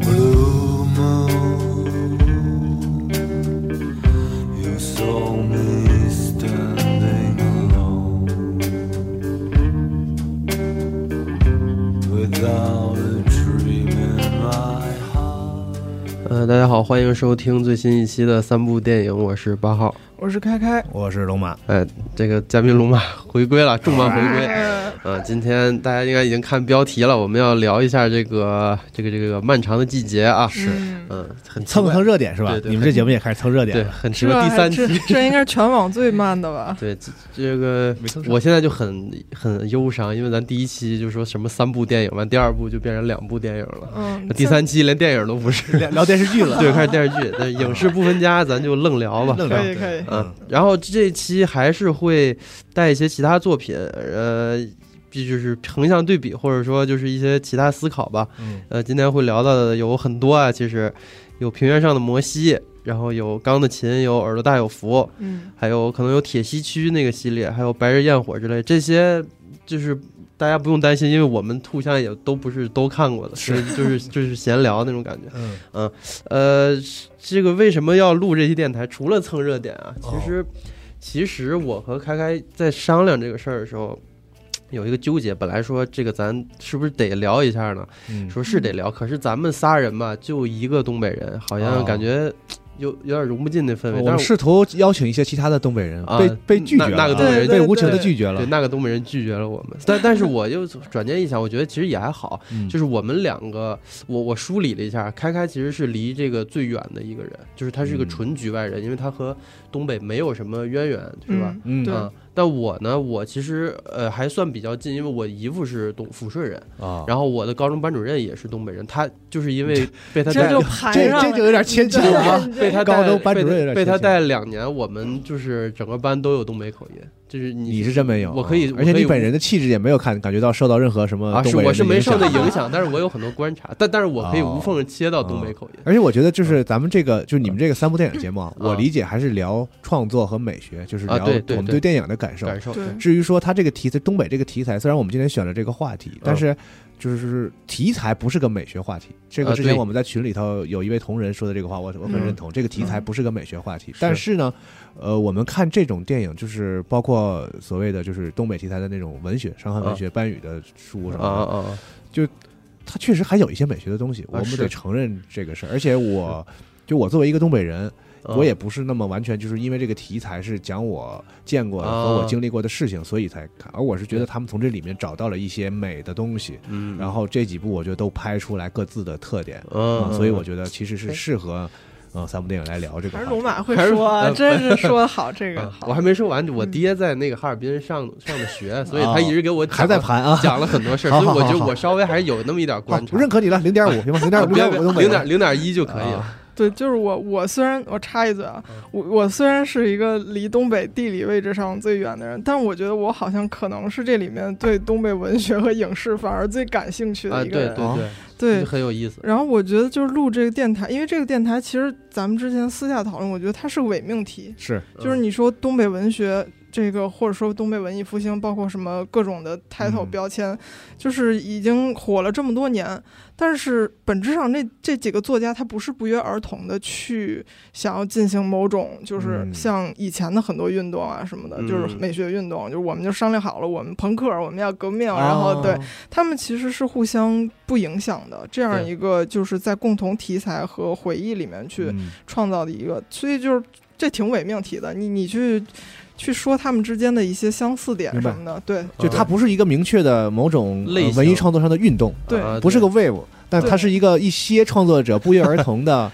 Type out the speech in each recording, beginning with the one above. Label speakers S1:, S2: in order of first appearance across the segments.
S1: Blue moon, you saw me standing alone without a dream in my heart.
S2: 呃，大家好，欢迎收听最新一期的三部电影，我是八号。
S3: 我是开开，
S4: 我是龙马，
S2: 哎，这个嘉宾龙马回归了，重磅回归。啊，今天大家应该已经看标题了，我们要聊一下这个这个这个漫长的季节啊，是，嗯，很奇
S4: 蹭
S2: 怪
S4: 蹭热点是吧
S2: 对？对
S4: 你们这节目也开始蹭热点
S2: 对，
S4: 了，
S2: 很奇
S3: 是
S2: 怪。
S3: 吧？
S2: 第三
S3: 这
S2: 期，？
S3: 这应该是全网最慢的 吧
S2: 对这这个
S4: 没蹭上
S2: 我现在就很很忧伤，因为咱第一期就说什么三部电影，完第二部就变成两部电影了，
S3: 嗯，
S2: 啊第三期连电影都不是，
S4: 聊聊电视剧了，
S2: 对，开始电视剧，但影视不分家，咱就愣聊吧。
S4: 愣聊
S3: 可以可以，
S2: 嗯，然后这期还是会带一些其他作品，呃，这就是横向对比，或者说就是一些其他思考吧。
S4: 嗯，
S2: 呃，今天会聊到的有很多啊，其实有平原上的摩西，然后有钢的琴，有耳朵大有福，
S3: 嗯，
S2: 还有可能有铁西区那个系列，还有白日焰火之类，这些就是。大家不用担心，因为我们互相也都不是都看过的，所以就是就是闲聊那种感觉。
S4: 嗯，
S2: 呃，这个为什么要录这期电台？除了蹭热点啊，
S4: 哦
S2: 其实、其实我和开开在商量这个事儿的时候，有一个纠结。本来说这个咱是不是得聊一下呢？
S4: 嗯，
S2: 说是得聊，可是咱们仨人吧，就一个东北人，好像
S4: 哦
S2: 感觉嘖有有点融不进那氛围。
S4: 我
S2: 但
S4: 们
S2: 是
S4: 试图邀请一些其他的东北人，
S2: 啊
S4: 被被拒绝了，
S2: 那那个东北人
S4: 被
S3: 对
S4: 无情的拒绝
S2: 我
S4: 了
S2: 对，那个东北人拒绝了我们，但但是我又转念一想，我觉得其实也还好。
S4: 嗯
S2: 就是我们两个，我我梳理了一下，开开其实是离这个最远的一个人，就是他是一个
S4: 嗯
S2: 纯局外人，因为他和东北没有什么渊源，是吧？
S3: 嗯
S4: 嗯
S3: 对
S2: 啊但我呢，我其实呃还算比较近，因为我姨父是东抚顺人，
S4: 啊，
S2: 然后我的高中班主任也是东北人，他就是因 为被他
S3: 这
S2: 带
S3: 就排
S4: 这
S3: 上
S4: 这就有点牵强了啊，
S2: 被他带
S4: 高中班主任有
S2: 被
S4: 点
S2: 被他
S4: 牵强
S2: 带两年，我们就是整个班都有东北口音，就是你
S4: 你是真没有，
S2: 我可以
S4: 啊
S2: 我
S4: 而且
S2: 可以
S4: 你本人的气质也没有看感觉到受到任何什么
S2: 啊，
S4: 东
S2: 是
S4: 北人
S2: 我是没受
S4: 的
S2: 那
S4: 影响
S2: 影 响，但是我有很多观察，但但是我可以
S4: 哦
S2: 无缝切到东北口音。
S4: 而且我觉得，就是咱们这个，就是你们这个三部电影节目啊，
S2: 嗯
S4: 我理解还是聊创作和美学，就是
S2: 啊
S4: 聊
S2: 对对
S4: 我们
S2: 对
S4: 对电影的感受。
S2: 感受。
S3: 对
S4: 至于说它这个题材，东北这个题材，虽然我们今天选了这个话题，
S2: 嗯
S4: 但是就是题材不是个美学话题。这
S2: 啊
S4: 个之前
S2: 对
S4: 我们在群里头有一位同仁说的这个话，我我很
S3: 嗯
S4: 认同，这个题材
S3: 嗯
S4: 不是个美学话题。但是呢，呃，我们看这种电影，就是包括所谓的就是东北题材的那种文学，伤痕文学、班宇的书什
S2: 啊
S4: 么的，
S2: 啊
S4: 它确实还有一些美学的东西，我们
S2: 是
S4: 得承认这个事儿。而且我就我作为一个东北人，
S2: 啊！
S4: 我也不是那么完全就是因为这个题材是讲我见过的和
S2: 啊
S4: 我经历过的事情，所以才看。而我是觉得他们从这里面找到了一些美的东西，
S2: 嗯，
S4: 然后这几部我就都拍出来各自的特点，
S2: 嗯
S4: 嗯，，所以我觉得其实
S2: 哎
S4: 是适合嗯三部电影来聊这 个
S3: 还是
S4: 话题。
S3: 龙马会
S2: 还是
S3: 说啊，
S2: 呃
S3: 真是说得好这个
S4: 啊
S2: 嗯
S3: 好。
S2: 我还没说完，我爹在那个哈尔滨上上的学，所以他一直给我讲
S4: 啊还在 盘啊，
S2: 讲了很多事儿，
S4: 好
S2: 所以
S4: 好
S2: 我觉
S4: 好
S2: 得
S4: 好
S2: 我稍微还是有那么一点
S4: 好
S2: 观察
S4: 我。认可你了，零点
S2: 啊
S4: 五行吗？零点五，零
S2: 别
S4: 点五，东北
S2: 零
S4: 人
S2: 点零点一就可以
S4: 啊
S2: 了。
S3: 对，就是我，我虽然我插一嘴啊，我我虽然是一个离东北地理位置上最远的人，但我觉得我好像可能是这里面对东北文学和影视反而最感兴趣
S2: 啊，
S3: 的一个
S2: 对
S3: 人。
S2: 对对，
S3: 对
S2: 就很有意思。
S3: 然后我觉得就是录这个电台，因为这个电台其实咱们之前私下讨论，我觉得它是个伪命题，
S4: 是
S3: 就是你说东北文学这个，或者说东北文艺复兴，包括什么各种的 title
S4: 嗯
S3: 标签，就是已经火了这么多年，但是本质上那这几个作家他不是不约而同的去想要进行某种，就是
S4: 嗯
S3: 像以前的很多运动啊什么的，
S2: 嗯
S3: 就是美学运动，就是我们就商量好了，我们朋克，我们要革命，
S4: 啊
S3: 然后
S2: 嗯
S3: 对，他们其实是互相不影响的，这样
S2: 对
S3: 一个就是在共同题材和回忆里面去
S4: 嗯
S3: 创造的一个，所以就是这挺伪命题的。你你去去说他们之间的一些相似点
S4: 明白啊
S3: 什么的，对
S2: 啊
S4: 就它不是一个明确的某种呃
S2: 嗯类型
S4: 文艺创作上的运动，
S3: 对
S2: 啊
S4: 不是个 wave，但
S3: 对
S4: 它是一个一些创作者不约而同 的，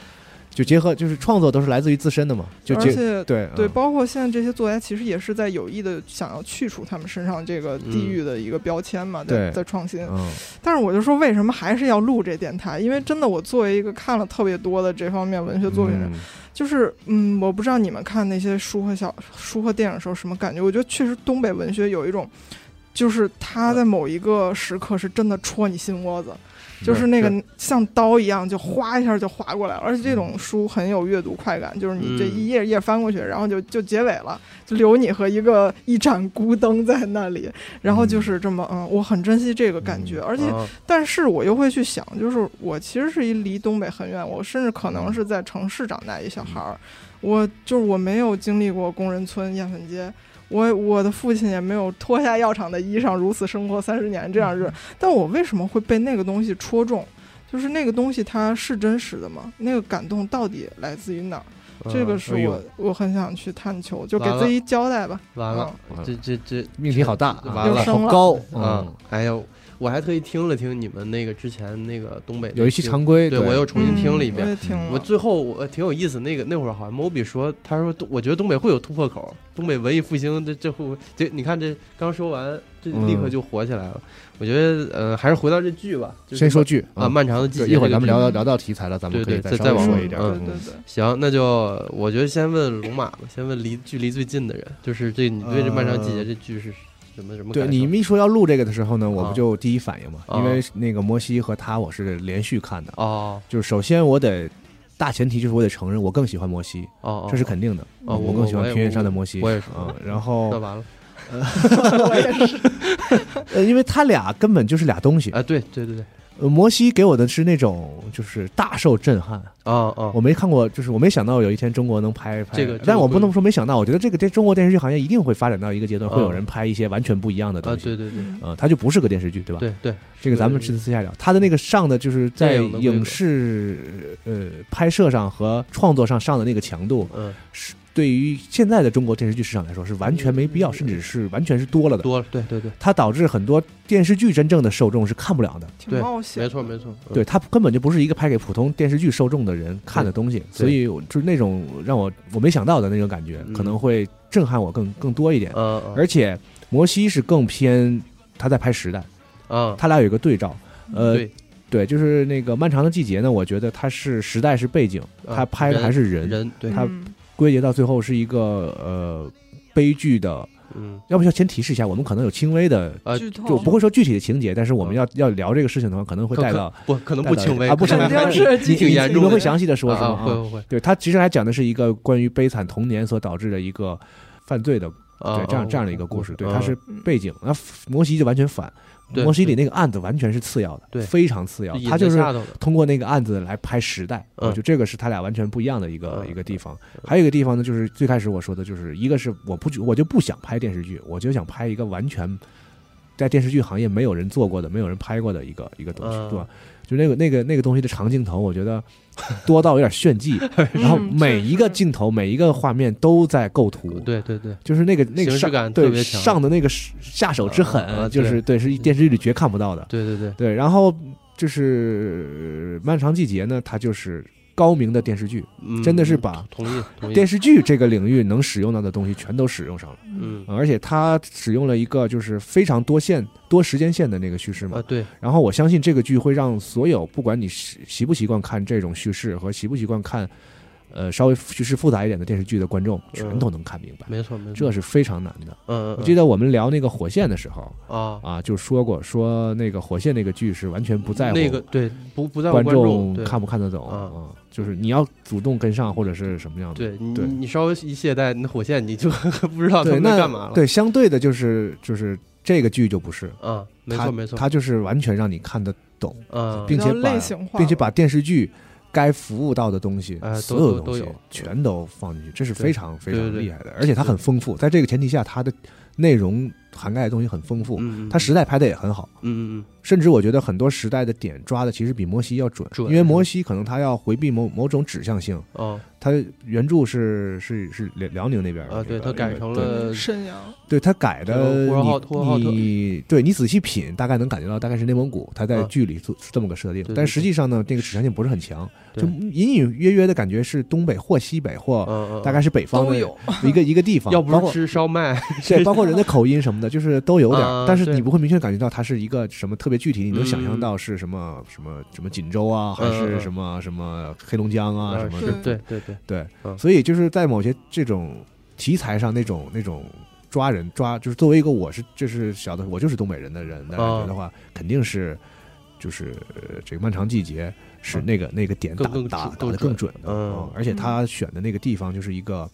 S4: 就结合就是创作都是来自于自身的嘛，就
S3: 而
S4: 结
S3: 且
S4: 对
S3: 对，
S4: 嗯
S3: 包括现在这些作家其实也是在有意的想要去除他们身上这个地域的一个标签嘛，在
S4: 嗯对
S3: 在创新。
S4: 嗯
S3: 但是我就说为什么还是要录这电台？因为真的我作为一个看了特别多的这方面文学作品的人，
S4: 嗯
S3: 就是嗯，我不知道你们看那些书和小书和电影的时候什么感觉。我觉得确实东北文学有一种就是他在某一个时刻是真的戳你心窝子，就是嗯那个像刀一样就哗一下就划过来了。而且这种书很有阅读快感，就是你这一页一页翻过去，然后就就结尾了，就留你和一个一盏孤灯在那里，然后就是这么嗯，我嗯很珍惜这个感觉，而且
S2: 啊
S3: 但是我又会去想，就是我其实是一离东北很远，我甚至可
S2: 嗯
S3: 能是在城市长大一小孩儿，我就是我没有经历过工人村、燕粉街，我我的父亲也没有脱下药厂的衣裳如此生活三十年这样
S2: 嗯
S3: 日，但我为什么会被那个东西戳中？就是那个东西它是真实的吗？那个感动到底来自于哪儿？
S2: 啊
S3: 这个是
S4: 哎呦
S3: 我我很想去探求，就给
S2: 呃完了
S3: 自己交代吧。嗯
S2: 完了，
S3: 啊
S2: 这这这
S4: 命题好大，
S2: 完了
S4: 好高
S2: 啊
S4: 嗯，！
S2: 哎呦，我还特意听了听你们那个之前那个东北的
S4: 有一期
S2: 节目
S4: 常规，
S2: 对我又重新听了一
S3: 嗯
S2: 遍
S3: 我也听了
S2: 我最后我挺有意思，那个那会儿好像 Moby 说，他说我觉得东北会有突破口，东北文艺复兴这这会这你看这刚说完，这
S4: 嗯
S2: 立刻就火起来了。我觉得呃还是回到这剧吧，就是
S4: 先说剧嗯
S2: 啊，漫长的季
S4: 对
S2: 节，
S4: 一会儿咱们聊
S3: 这
S4: 聊
S3: 个
S4: 聊到题材了，咱们可以
S2: 对对再
S4: 稍微
S2: 往
S4: 说
S2: 后
S4: 一点。
S2: 嗯
S3: 对对对。
S2: 行，那就我觉得先问龙马吧，先问离距离最近的人，就是这你对这漫长季节
S4: 呃
S2: 这剧是什么什么感
S4: 对
S2: 受？
S4: 你一说要录这个的时候呢，我
S2: 啊
S4: 不就第一反应嘛？
S2: 啊
S4: 因为那个摩西和他我是连续看的，
S2: 哦
S4: 就是首先我得大前提就是我得承认我更喜欢摩西，
S2: 哦，哦
S4: 这是肯定的。
S2: 哦我
S4: 我更喜欢
S2: 我也
S4: 平原上的摩西，
S2: 我也是
S4: 啊。然
S2: 那
S4: 后
S2: 完了，
S4: 呃，因为他俩根本就是俩东西。
S2: 哎，对对对对，
S4: 呃摩西给我的是那种就是大受震撼，
S2: 哦哦，
S4: 我没看过，就是我没想到有一天中国能拍拍
S2: 这个这个
S4: 但我不
S2: 会
S4: 能说没想到，我觉得这个这中国电视剧行业一定会发展到一个阶段，
S2: 嗯
S4: 会有人拍一些完全不一样的
S2: 啊
S4: 东西。
S2: 对对对
S4: 呃，它就不是个电视剧，对吧？
S2: 对对，
S4: 这个咱们
S2: 对对
S4: 私私下聊。它的那个上的就是在
S2: 电影的规格
S4: 影视呃拍摄上和创作上上的那个强度，
S2: 嗯，
S4: 是对于现在的中国电视剧市场来说是完全没必要，甚至是完全是多了的。
S2: 多了，对对对，
S4: 它导致很多电视剧真正的受众是看不了的。
S3: 挺冒险
S2: 没
S3: 的，
S2: 错没错，嗯
S4: 对，它根本就不是一个拍给普通电视剧受众的人看的东西，所以我就是那种让我我没想到的那种感觉，
S2: 嗯
S4: 可能会震撼我更更多一点。
S2: 嗯嗯，
S4: 而且摩西是更偏他在拍时代，
S2: 啊，
S4: 他俩有一个对照，
S2: 嗯
S4: 呃，
S2: 对
S4: 对就是那个漫长的季节呢，我觉得它是时代是背景，
S2: 啊
S4: 它拍的还是人，
S2: 人对，
S4: 他
S3: 嗯
S4: 归结到最后是一个呃悲剧的。
S2: 嗯
S4: 要不要先提示一下，我们可能有轻微的，
S2: 呃
S3: 剧
S4: 就
S3: 透
S4: 我不会说具体的情节，但是我们
S2: 嗯
S4: 要、要聊这个事情的话，可能会带到
S2: 不可能不轻微，
S4: 啊，不
S2: 可
S4: 轻
S2: 能
S4: 微，
S3: 肯定
S2: 还
S3: 是
S2: 挺挺严
S4: 你
S2: 重
S4: 们会
S2: 的，
S4: 详细的说是
S2: 啊
S4: 吗？
S2: 啊会会会，
S4: 对他其实还讲的是一个关于悲惨童年所导致的一个犯罪的，
S2: 啊
S4: 对这样这样的一个故事，对，它是
S3: 嗯
S4: 背景。那摩西就完全反，
S2: 对
S4: 摩西里那个案子完全是次要的，
S2: 对
S4: 非常次要，他就是
S2: 吓到的，
S4: 通过那个案子来拍时代，
S2: 嗯
S4: 我觉得这个是他俩完全不一样的一个
S2: 嗯
S4: 一个地方。还有一个地方呢，就是最开始我说的，就是一个是我不我就不想拍电视剧，我就想拍一个完全在电视剧行业没有人做过的、没有人拍过的一个一个东西
S2: 嗯，
S4: 对吧？就那个那个那个东西的长镜头，我觉得多到有点炫 技， 然后每一个镜头、每一个画面都在构图，
S2: 对对对，
S4: 就是那个那
S2: 形
S4: 个
S2: 式
S4: 上
S2: 感特
S4: 对
S2: 别强
S4: 上的那个下手之狠，
S2: 啊啊
S4: 就是对是电视剧里绝看不到的。
S2: 对对对，
S4: 对，然后就是《漫长季节》呢，它就是高明的电视剧，
S2: 嗯
S4: 真的是把
S2: 同意同意，
S4: 电视剧这个领域能使用到的东西全都使用上了，
S2: 嗯
S4: 呃而且它使用了一个就是非常多线、多时间线的那个叙事
S2: 啊
S4: 嘛。
S2: 对，
S4: 然后我相信这个剧会让所有，不管你习习不习惯看这种叙事和习不习惯看，呃，稍微叙事复杂一点的电视剧的观众，全都能看明白。
S2: 没错没错，
S4: 这是非常难的。
S2: 嗯嗯，
S4: 我记
S2: 得
S4: 得我们聊那个《火线》的时候
S2: 啊。
S4: 啊，就说过，说那个《火线》那个剧是完全不在乎
S2: 那个对不不在乎
S4: 观
S2: 众
S4: 众
S2: 对
S4: 看不看得懂
S2: 啊
S4: 啊？就是你要主动跟上，或者是什么样的？
S2: 对你
S4: 对
S2: 你稍微一懈怠，那火线你就 不知道他
S4: 对，
S2: 们在
S4: 那
S2: 干嘛了。
S4: 对，相对的就是就是这个剧就不是，
S2: 啊，没
S4: 它
S2: 错没错，
S4: 它就是完全让你看得懂，
S2: 嗯
S4: 并且
S3: 比
S4: 把
S3: 较类型化了
S4: 并且把电视剧该服务到的东西
S2: 哎，都
S4: 所有
S2: 都
S4: 东西
S2: 都有
S4: 全都放进去，这是非常非
S2: 对
S4: 常
S2: 对
S4: 厉害的，而且它很丰富。在这个前提下，它的内容涵盖的东西很丰富，
S2: 嗯，嗯
S4: 它时代拍的也很好。
S2: 嗯嗯
S4: 甚至我觉得很多时代的点抓的其实比摩西要准，
S2: 准
S4: 因为摩西可能他要回避某某种指向性，
S2: 嗯哦
S4: 他原著是是是辽辽宁那边的
S2: 啊，对，
S4: 那
S2: 他
S4: 个
S2: 改成了
S3: 沈阳，
S4: 对对他改的
S2: 呼和浩呼和浩特
S4: 你你对你仔细品，大概能感觉到大概是内蒙古，他在
S2: 啊
S4: 剧里做是这么个设定
S2: 对，对
S4: 但实际上呢，这个指向性不是很强，
S2: 对
S4: 就隐隐约约的感觉是东北或西北
S2: 嗯
S4: 或
S2: 嗯，
S4: 哦大概是北方
S3: 都
S4: 的
S3: 有
S4: 一个一个地 方，
S2: 要不
S4: 包
S2: 是
S4: 括
S2: 吃烧麦，
S4: 对，包括人的口音什么的，就是都有点儿
S2: 啊，
S4: 但是
S2: 对
S4: 你不会明确感觉到它是一个什么特别具体，你能想象
S2: 嗯
S4: 到是什么什么什么锦州啊，还
S2: 嗯嗯
S4: 是
S2: 嗯
S4: 什么什么黑龙江啊什么
S2: 是
S4: 的
S3: 的，
S2: 对对对，
S4: 对
S2: 嗯
S4: 所以就是在某些这种题材上那种那种抓人抓，就是作为一个我是就是小的我就是东北人的人的感
S2: 哦
S4: 觉的话，肯定是就是呃这个漫长季节是那个、那个点打
S2: 嗯更更
S4: 打
S2: 准
S4: 打
S2: 更
S4: 的更准的，
S2: 准嗯
S4: 而且他选的那个地方就是一个。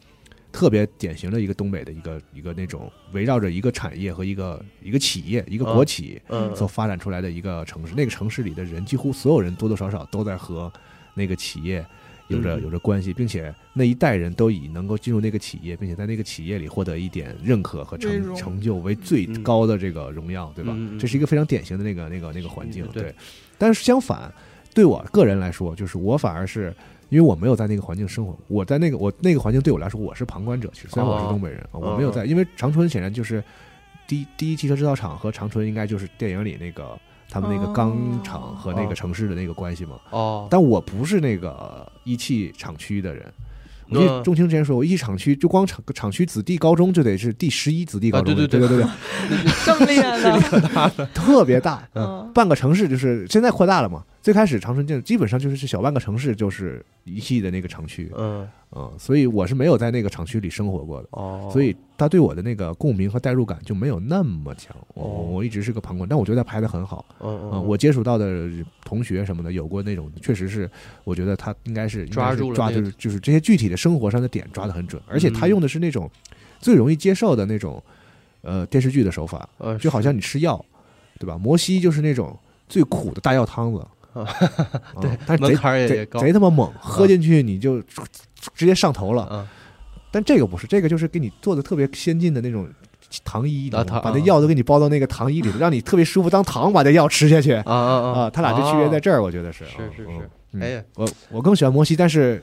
S4: 特别典型的一个东北的一个一个那种围绕着一个产业和一个一个企业一个
S2: 嗯
S4: 国企，
S2: 嗯
S4: 所发展出来的一个城市。那个城市里的人，几乎所有人多多少少都在和那个企业有着
S2: 嗯
S4: 有着关系，并且那一代人都以能够进入那个企业，并且在那个企业里获得一点认可和
S3: 为
S4: 成
S3: 荣
S4: 成就为最高的这个荣耀，对吧
S2: 嗯嗯嗯嗯？
S4: 这是一个非常典型的那个那个那个环境
S2: 嗯，对
S4: 对。但是相反，对我个人来说，就是我反而是。因为我没有在那个环境生活，我在那个我那个环境对我来说我是旁观者，其实虽然我是
S2: 哦
S4: 东北人，啊我没有在，因为长春显然就是第一第一汽车制造厂和长春应该就是电影里那个他们那个钢厂和那个城市的那个关系嘛。
S2: 哦，
S4: 但我不是那个一汽厂区的人。我记得
S2: 嗯
S4: 钟情之前说过，一汽厂区就光厂厂区子弟高中就得是第十一子弟高中，
S2: 啊对对
S4: 对
S2: 对
S4: 对对
S3: 这么厉害呢？
S4: 对，特别大，
S3: 嗯，
S4: 半个城市就是现在扩大了嘛。最开始长春建基本上就是小半个城市就是一汽的那个厂区，
S2: 嗯
S4: 嗯，所以我是没有在那个厂区里生活过的。
S2: 哦，
S4: 所以他对我的那个共鸣和代入感就没有那么强。我我
S2: 哦
S4: 我一直是个旁观，但我觉得他拍的很好。
S2: 嗯
S4: 嗯，我接触到的同学什么的，有过那种确实是，我觉得他应该是
S2: 抓住了
S4: 应该
S2: 那
S4: 是
S2: 个
S4: 抓
S2: 嗯
S4: 住就是这些具体的生活上的点抓的很准，而且他用的是那种最容易接受的那种呃电视剧的手法，
S2: 呃
S4: 就好像你吃药，对吧？摩西就是那种最苦的大药汤子
S2: 啊。
S4: 对，但是
S2: 门
S4: 贼
S2: 槛儿也也
S4: 贼
S2: 高
S4: 贼他妈猛，喝进去你就直接上头了。
S2: 啊
S4: 但这个不是，这个就是给你做的特别先进的那种糖衣，你知道
S2: 啊糖
S4: 吗把那
S2: 啊
S4: 药都给你包到那个糖衣里头， 让你特别舒服，当糖把这药吃下去
S2: 啊啊
S4: 啊。他俩这区别在这儿，我觉得是。
S2: 是是
S4: 嗯
S2: 是，
S4: 嗯
S2: 哎呀，
S4: 我我更喜欢摩西，但是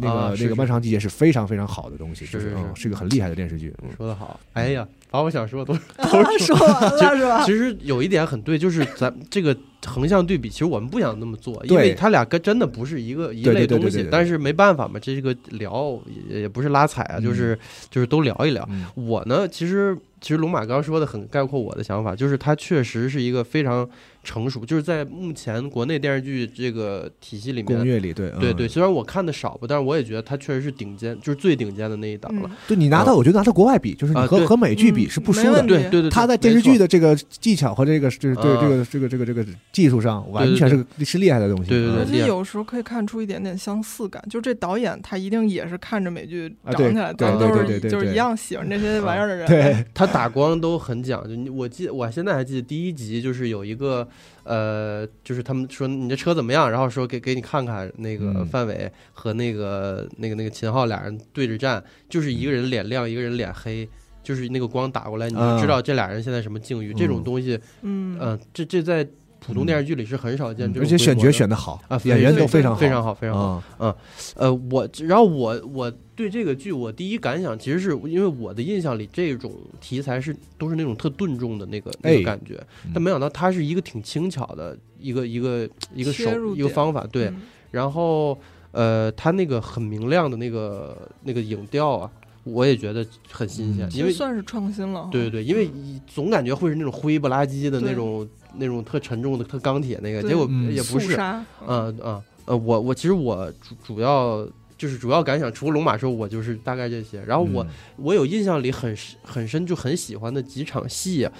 S4: 那
S2: 啊
S4: 个
S2: 是
S4: 那个
S2: 是
S4: 漫长季节是非常非常好的东西，
S2: 是
S4: 就是
S2: 是
S4: 嗯是一个很厉害的电视剧。嗯
S2: 说的好，哎呀，把我想说的都
S3: 说完了是吧？
S2: 其实有一点很对，就是咱这个横向对比，其实我们不想那么做，因
S4: 对
S2: 为它俩跟真的不是一个一
S4: 对对
S2: 类
S4: 对对
S2: 东
S4: 对
S2: 西
S4: 对，
S2: 但是没办法嘛，这个聊也也不是拉踩啊，
S4: 嗯
S2: 就是就是都聊一聊。
S4: 嗯
S2: 我呢，其实其实龙马刚刚说的很概括我的想法，就是它确实是一个非常成熟，就是在目前国内电视剧这个体系里
S4: 宫
S2: 面。
S4: 乐里对
S2: 对
S4: 嗯
S2: 对，虽然我看的少吧，但是我也觉得它确实是顶尖，就是最顶尖的那一档了。
S3: 嗯
S4: 对，你拿到我觉得拿到国外比，就是你
S2: 啊
S4: 和
S2: 对
S4: 和美剧比是不输
S3: 没
S4: 的
S3: 问。题
S2: 对对对对，
S4: 他在电视剧
S2: 没错
S4: 的这个技巧和这个就是对
S2: 啊
S4: 这个这个这个这个技术上，完
S2: 对
S4: 全是个是厉害的东西。
S2: 对对
S4: 嗯
S2: 对
S3: 而且有时候可以看出一点点相似感，就这导演他一定也是看着美剧
S4: 啊
S3: 长
S4: 对
S3: 起来，
S4: 对
S3: 咱
S2: 对
S3: 都是
S4: 对对
S3: 就是
S4: 对嗯
S3: 一样喜欢这些玩意儿的人。嗯
S4: 对，
S2: 他打光都很讲究。你我记，我现在还记得第一集就是有一个，呃，就是他们说你这车怎么样，然后说给给你看看那个
S4: 嗯
S2: 范伟和那个、那个那个秦昊俩人对着站，就是一个人脸亮，一个人脸黑。就是那个光打过来，你
S4: 啊
S2: 就知道这俩人现在什么境遇。这种东西，
S3: 嗯
S4: 呃
S2: 嗯、这这在普通电视剧里是很少见。这
S4: 嗯而
S2: 种规
S4: 且
S2: 模
S4: 选角
S2: 的
S4: 选的好
S2: 啊，
S4: 演员都非
S2: 非
S4: 常
S2: 非常好，非常好。
S4: 啊，
S2: 呃，我然后我我对这个剧我第一感想其实是因为我的印象里这种题材是都是那种特顿重的那个那
S4: 哎
S2: 个感觉，但没想到它是一个挺轻巧的一个一个一个
S3: 切入
S2: 手一个
S3: 点
S2: 方法，对，
S3: 嗯
S2: 然后呃，它那个很明亮的那个那个影调啊，我也觉得很新鲜
S4: 嗯，
S3: 其
S2: 因
S3: 实
S2: 为
S3: 算是创新了哈。
S2: 对对对，因为一总感觉会是那种灰不拉几的那
S3: 对
S2: 种那种特沉重的特钢铁那个，
S3: 对
S2: 结果
S4: 嗯
S2: 也不
S3: 肃
S2: 是，
S3: 杀，嗯，
S2: 嗯嗯呃，我我其实我主主要就是主要感想，除了龙马之后，我就是大概这些。然后我、
S4: 嗯
S2: 我有印象里很深很深就很喜欢的几场戏啊、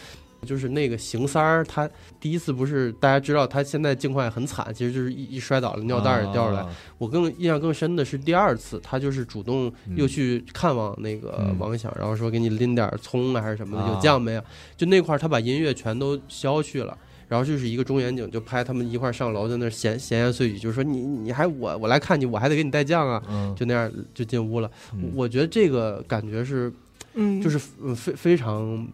S2: 就是那个邢三儿，他第一次不是大家知道他现在境况也很惨，其实就是一一摔倒了，尿袋儿也掉下来。
S4: 啊，
S2: 我更印象更深的是第二次，他就是主动又
S4: 嗯
S2: 去看望那个
S4: 嗯
S2: 王响，然后说给你拎点儿葱啊还是什么的，
S4: 啊
S2: 有酱没有？就那块儿他把音乐全都消去了。然后就是一个中远景，就拍他们一块儿上楼，在那儿闲闲言碎语，就是说你你还我我来看你，我还得给你带酱啊，
S4: 嗯，
S2: 就那样就进屋了。
S4: 嗯
S2: 我我觉得这个感觉是
S3: 嗯，
S2: 就是呃非非常，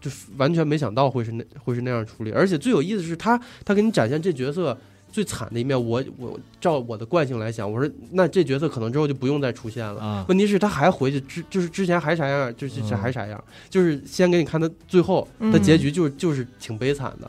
S2: 就完全没想到会是那会是那样处理。而且最有意思的是他他给你展现这角色最惨的一面。我我照我的惯性来想，我说那这角色可能之后就不用再出现了。
S4: 啊，
S2: 问题是，他还回去之，就是之前还啥样，就是
S4: 嗯
S2: 这还啥样，就是先给你看他最后，
S3: 嗯
S2: 他结局就是就是挺悲惨的，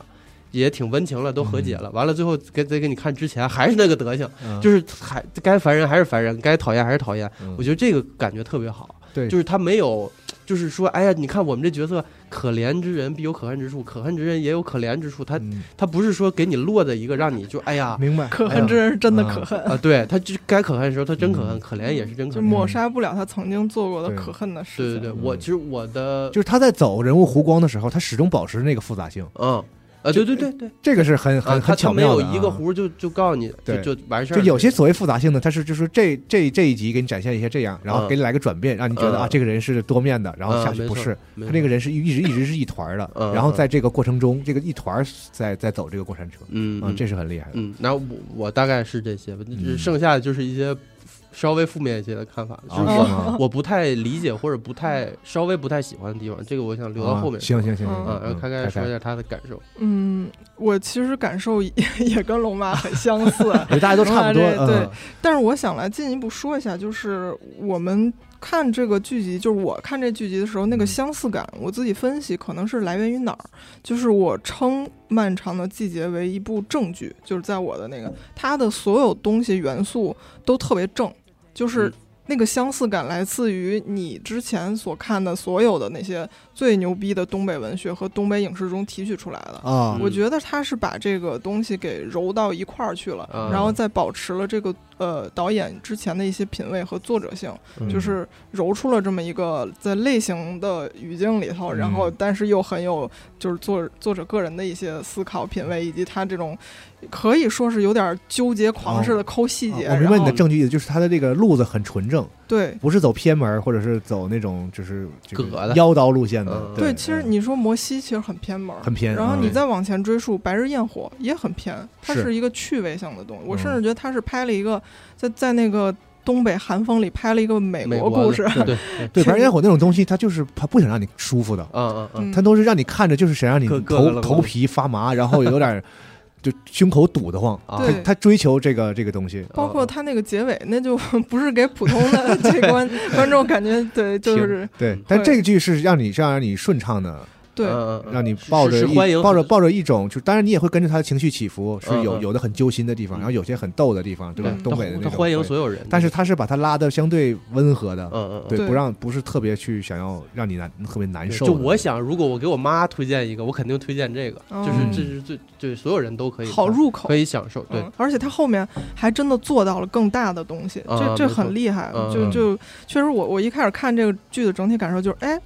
S2: 也挺温情了，都和解了。完了最后给再给你看之前还是那个德行，就是还该烦人还是烦人，该讨厌还是讨厌。
S4: 嗯
S2: 我觉得这个感觉特别好。
S4: 对
S2: 就是他没有，就是说，哎呀，你看我们这角色，可怜之人必有可恨之处，可恨之人也有可怜之处。他
S4: 嗯
S2: 他不是说给你落的一个让你就哎呀
S4: 明白，
S3: 可
S4: 哎呀
S3: 恨之人是真的可
S4: 啊
S3: 恨，
S2: 啊，对他就该可恨的时候他真可恨，
S4: 嗯
S2: 可怜也是真可
S3: 就
S2: 怜。
S3: 抹杀不了他曾经做过的
S4: 对
S3: 可恨的事
S2: 对对
S3: 情。
S2: 对，
S4: 嗯
S2: 我其实我的
S4: 就是他在走人物弧光的时候，他始终保持那个复杂性，
S2: 嗯啊，对对对对，
S4: 这个是很
S2: 啊，
S4: 很
S2: 他
S4: 很
S2: 他
S4: 巧
S2: 没
S4: 妙
S2: 有
S4: 的啊。
S2: 一个弧就就告诉你就
S4: 对
S2: 就完事儿
S4: 就
S2: 了。
S4: 有些所谓复杂性的，它是就是这这这一集给你展现一些这样，然后
S2: 嗯
S4: 给你来个转变，让你觉得
S2: 嗯
S4: 啊这个人是多面的，然后
S2: 啊
S4: 下去
S2: 没
S4: 不
S2: 错
S4: 是，
S2: 没错
S4: 他这个人是一一直一直是一团儿的
S2: 嗯，
S4: 然后在这个过程中，这个一团儿在在走这个过山车，
S2: 嗯
S4: 啊，
S2: 嗯
S4: 这是很厉害的。
S2: 嗯，然后我我大概是这些吧，
S4: 嗯
S2: 剩下的就是一些稍微负面一些的看法，就
S4: 啊
S2: 是
S4: 是
S2: 我
S4: 吗？
S2: 我不太理解或者不
S3: 嗯
S2: 太稍微不太喜欢的地方，这个我想留到
S4: 啊
S2: 后面。
S4: 行行行行，
S2: 啊，然后
S4: 嗯
S2: 开开
S4: 开
S2: 说
S4: 开
S2: 一下他的感受。
S3: 嗯，我其实感受也也跟龙妈很相 似，啊
S4: 我觉得大家都差不多，
S3: 龙马这
S4: 嗯
S3: 但是我想来进一步说一下，就是我们看这个剧集，就是我看这剧集的时候，那个
S4: 嗯
S3: 相似感，我自己分析可能是来源于哪儿。就是我称《漫长的季节》为一部正剧，就是在我的那个，它的所有东西元素都特别正，就是
S2: 嗯
S3: 那个相似感来自于你之前所看的所有的那些最牛逼的东北文学和东北影视中提取出来的。
S4: 啊
S3: 我觉得他是把这个东西给揉到一块儿去了，
S2: 嗯
S3: 然后再保持了这个呃导演之前的一些品味和作者性，
S4: 嗯
S3: 就是揉出了这么一个在类型的语境里头，
S4: 嗯
S3: 然后但是又很有就是作作者个人的一些思考品味，以及他这种可以说是有点纠结狂似的抠细节。
S4: 啊我
S3: 然
S4: 明白你
S3: 后
S4: 的证据，就是他的这个路子很纯正，
S3: 对
S4: 不是走偏门儿，或者是走那种就是这个
S2: 葛的
S4: 妖刀路线
S2: 嗯。
S4: 的
S3: 对，其实
S4: 嗯
S3: 你说摩西其实很偏门儿，
S4: 很偏
S3: 然后
S4: 嗯
S3: 你再往前追溯，《白日焰火》也很偏，它
S4: 是
S3: 是一个趣味性的东西。我
S4: 嗯
S3: 甚至觉得它是拍了一个在在那个东北寒风里拍了一个美
S2: 美
S3: 国
S2: 的
S3: 故事。
S2: 对 对，
S3: 其
S4: 对
S3: 实
S4: 白日焰火那种东西，它就是它不想让你舒服的，
S2: 嗯嗯嗯，
S3: 嗯
S4: 它都是让你看着就是想让你
S2: 咯咯咯
S4: 头
S2: 咯
S4: 头皮发麻，然后有 点儿就胸口堵得慌。
S2: 啊
S3: 对
S4: 他追求这个这个东西，
S3: 包
S2: 嗯
S3: 括它那个结尾，那就 不是给普通的 这观观众感觉，对，就是
S4: 对
S2: 嗯，
S4: 但
S3: 会
S4: 这个剧是让你是让你顺畅的，
S3: 对，
S2: 嗯嗯
S4: 让你抱着
S2: 是
S4: 一
S2: 是欢迎
S4: 抱着抱着一种，就当然你也会跟着他的情绪起伏，是
S2: 嗯
S4: 有
S2: 嗯
S4: 有的很揪心的地方，
S2: 嗯
S4: 然后有些很逗的地方，对吧
S3: 嗯？
S4: 东北的那
S2: 他
S4: 种
S2: 欢迎
S4: 会
S2: 所有人，
S4: 但是他是把它拉的相对温和的，
S2: 嗯嗯嗯。
S4: 对，
S3: 对
S4: 不让不是特别去想要让你难特别难
S2: 对
S4: 受的。
S2: 就我想，如果我给我妈推荐一个，我肯定推荐这个，就是
S4: 嗯
S2: 这是最对所有人都可以
S3: 哦
S2: 嗯
S3: 好
S2: 看
S3: 入口
S2: 可。以享受，对
S3: 嗯，而且它后面还真的做到了更大的东西，
S2: 啊
S3: 这
S2: 没错
S3: 这很厉害。
S2: 嗯
S3: 就
S4: 嗯
S3: 就确实我，我一开始看这个剧的整体感受就是，哎，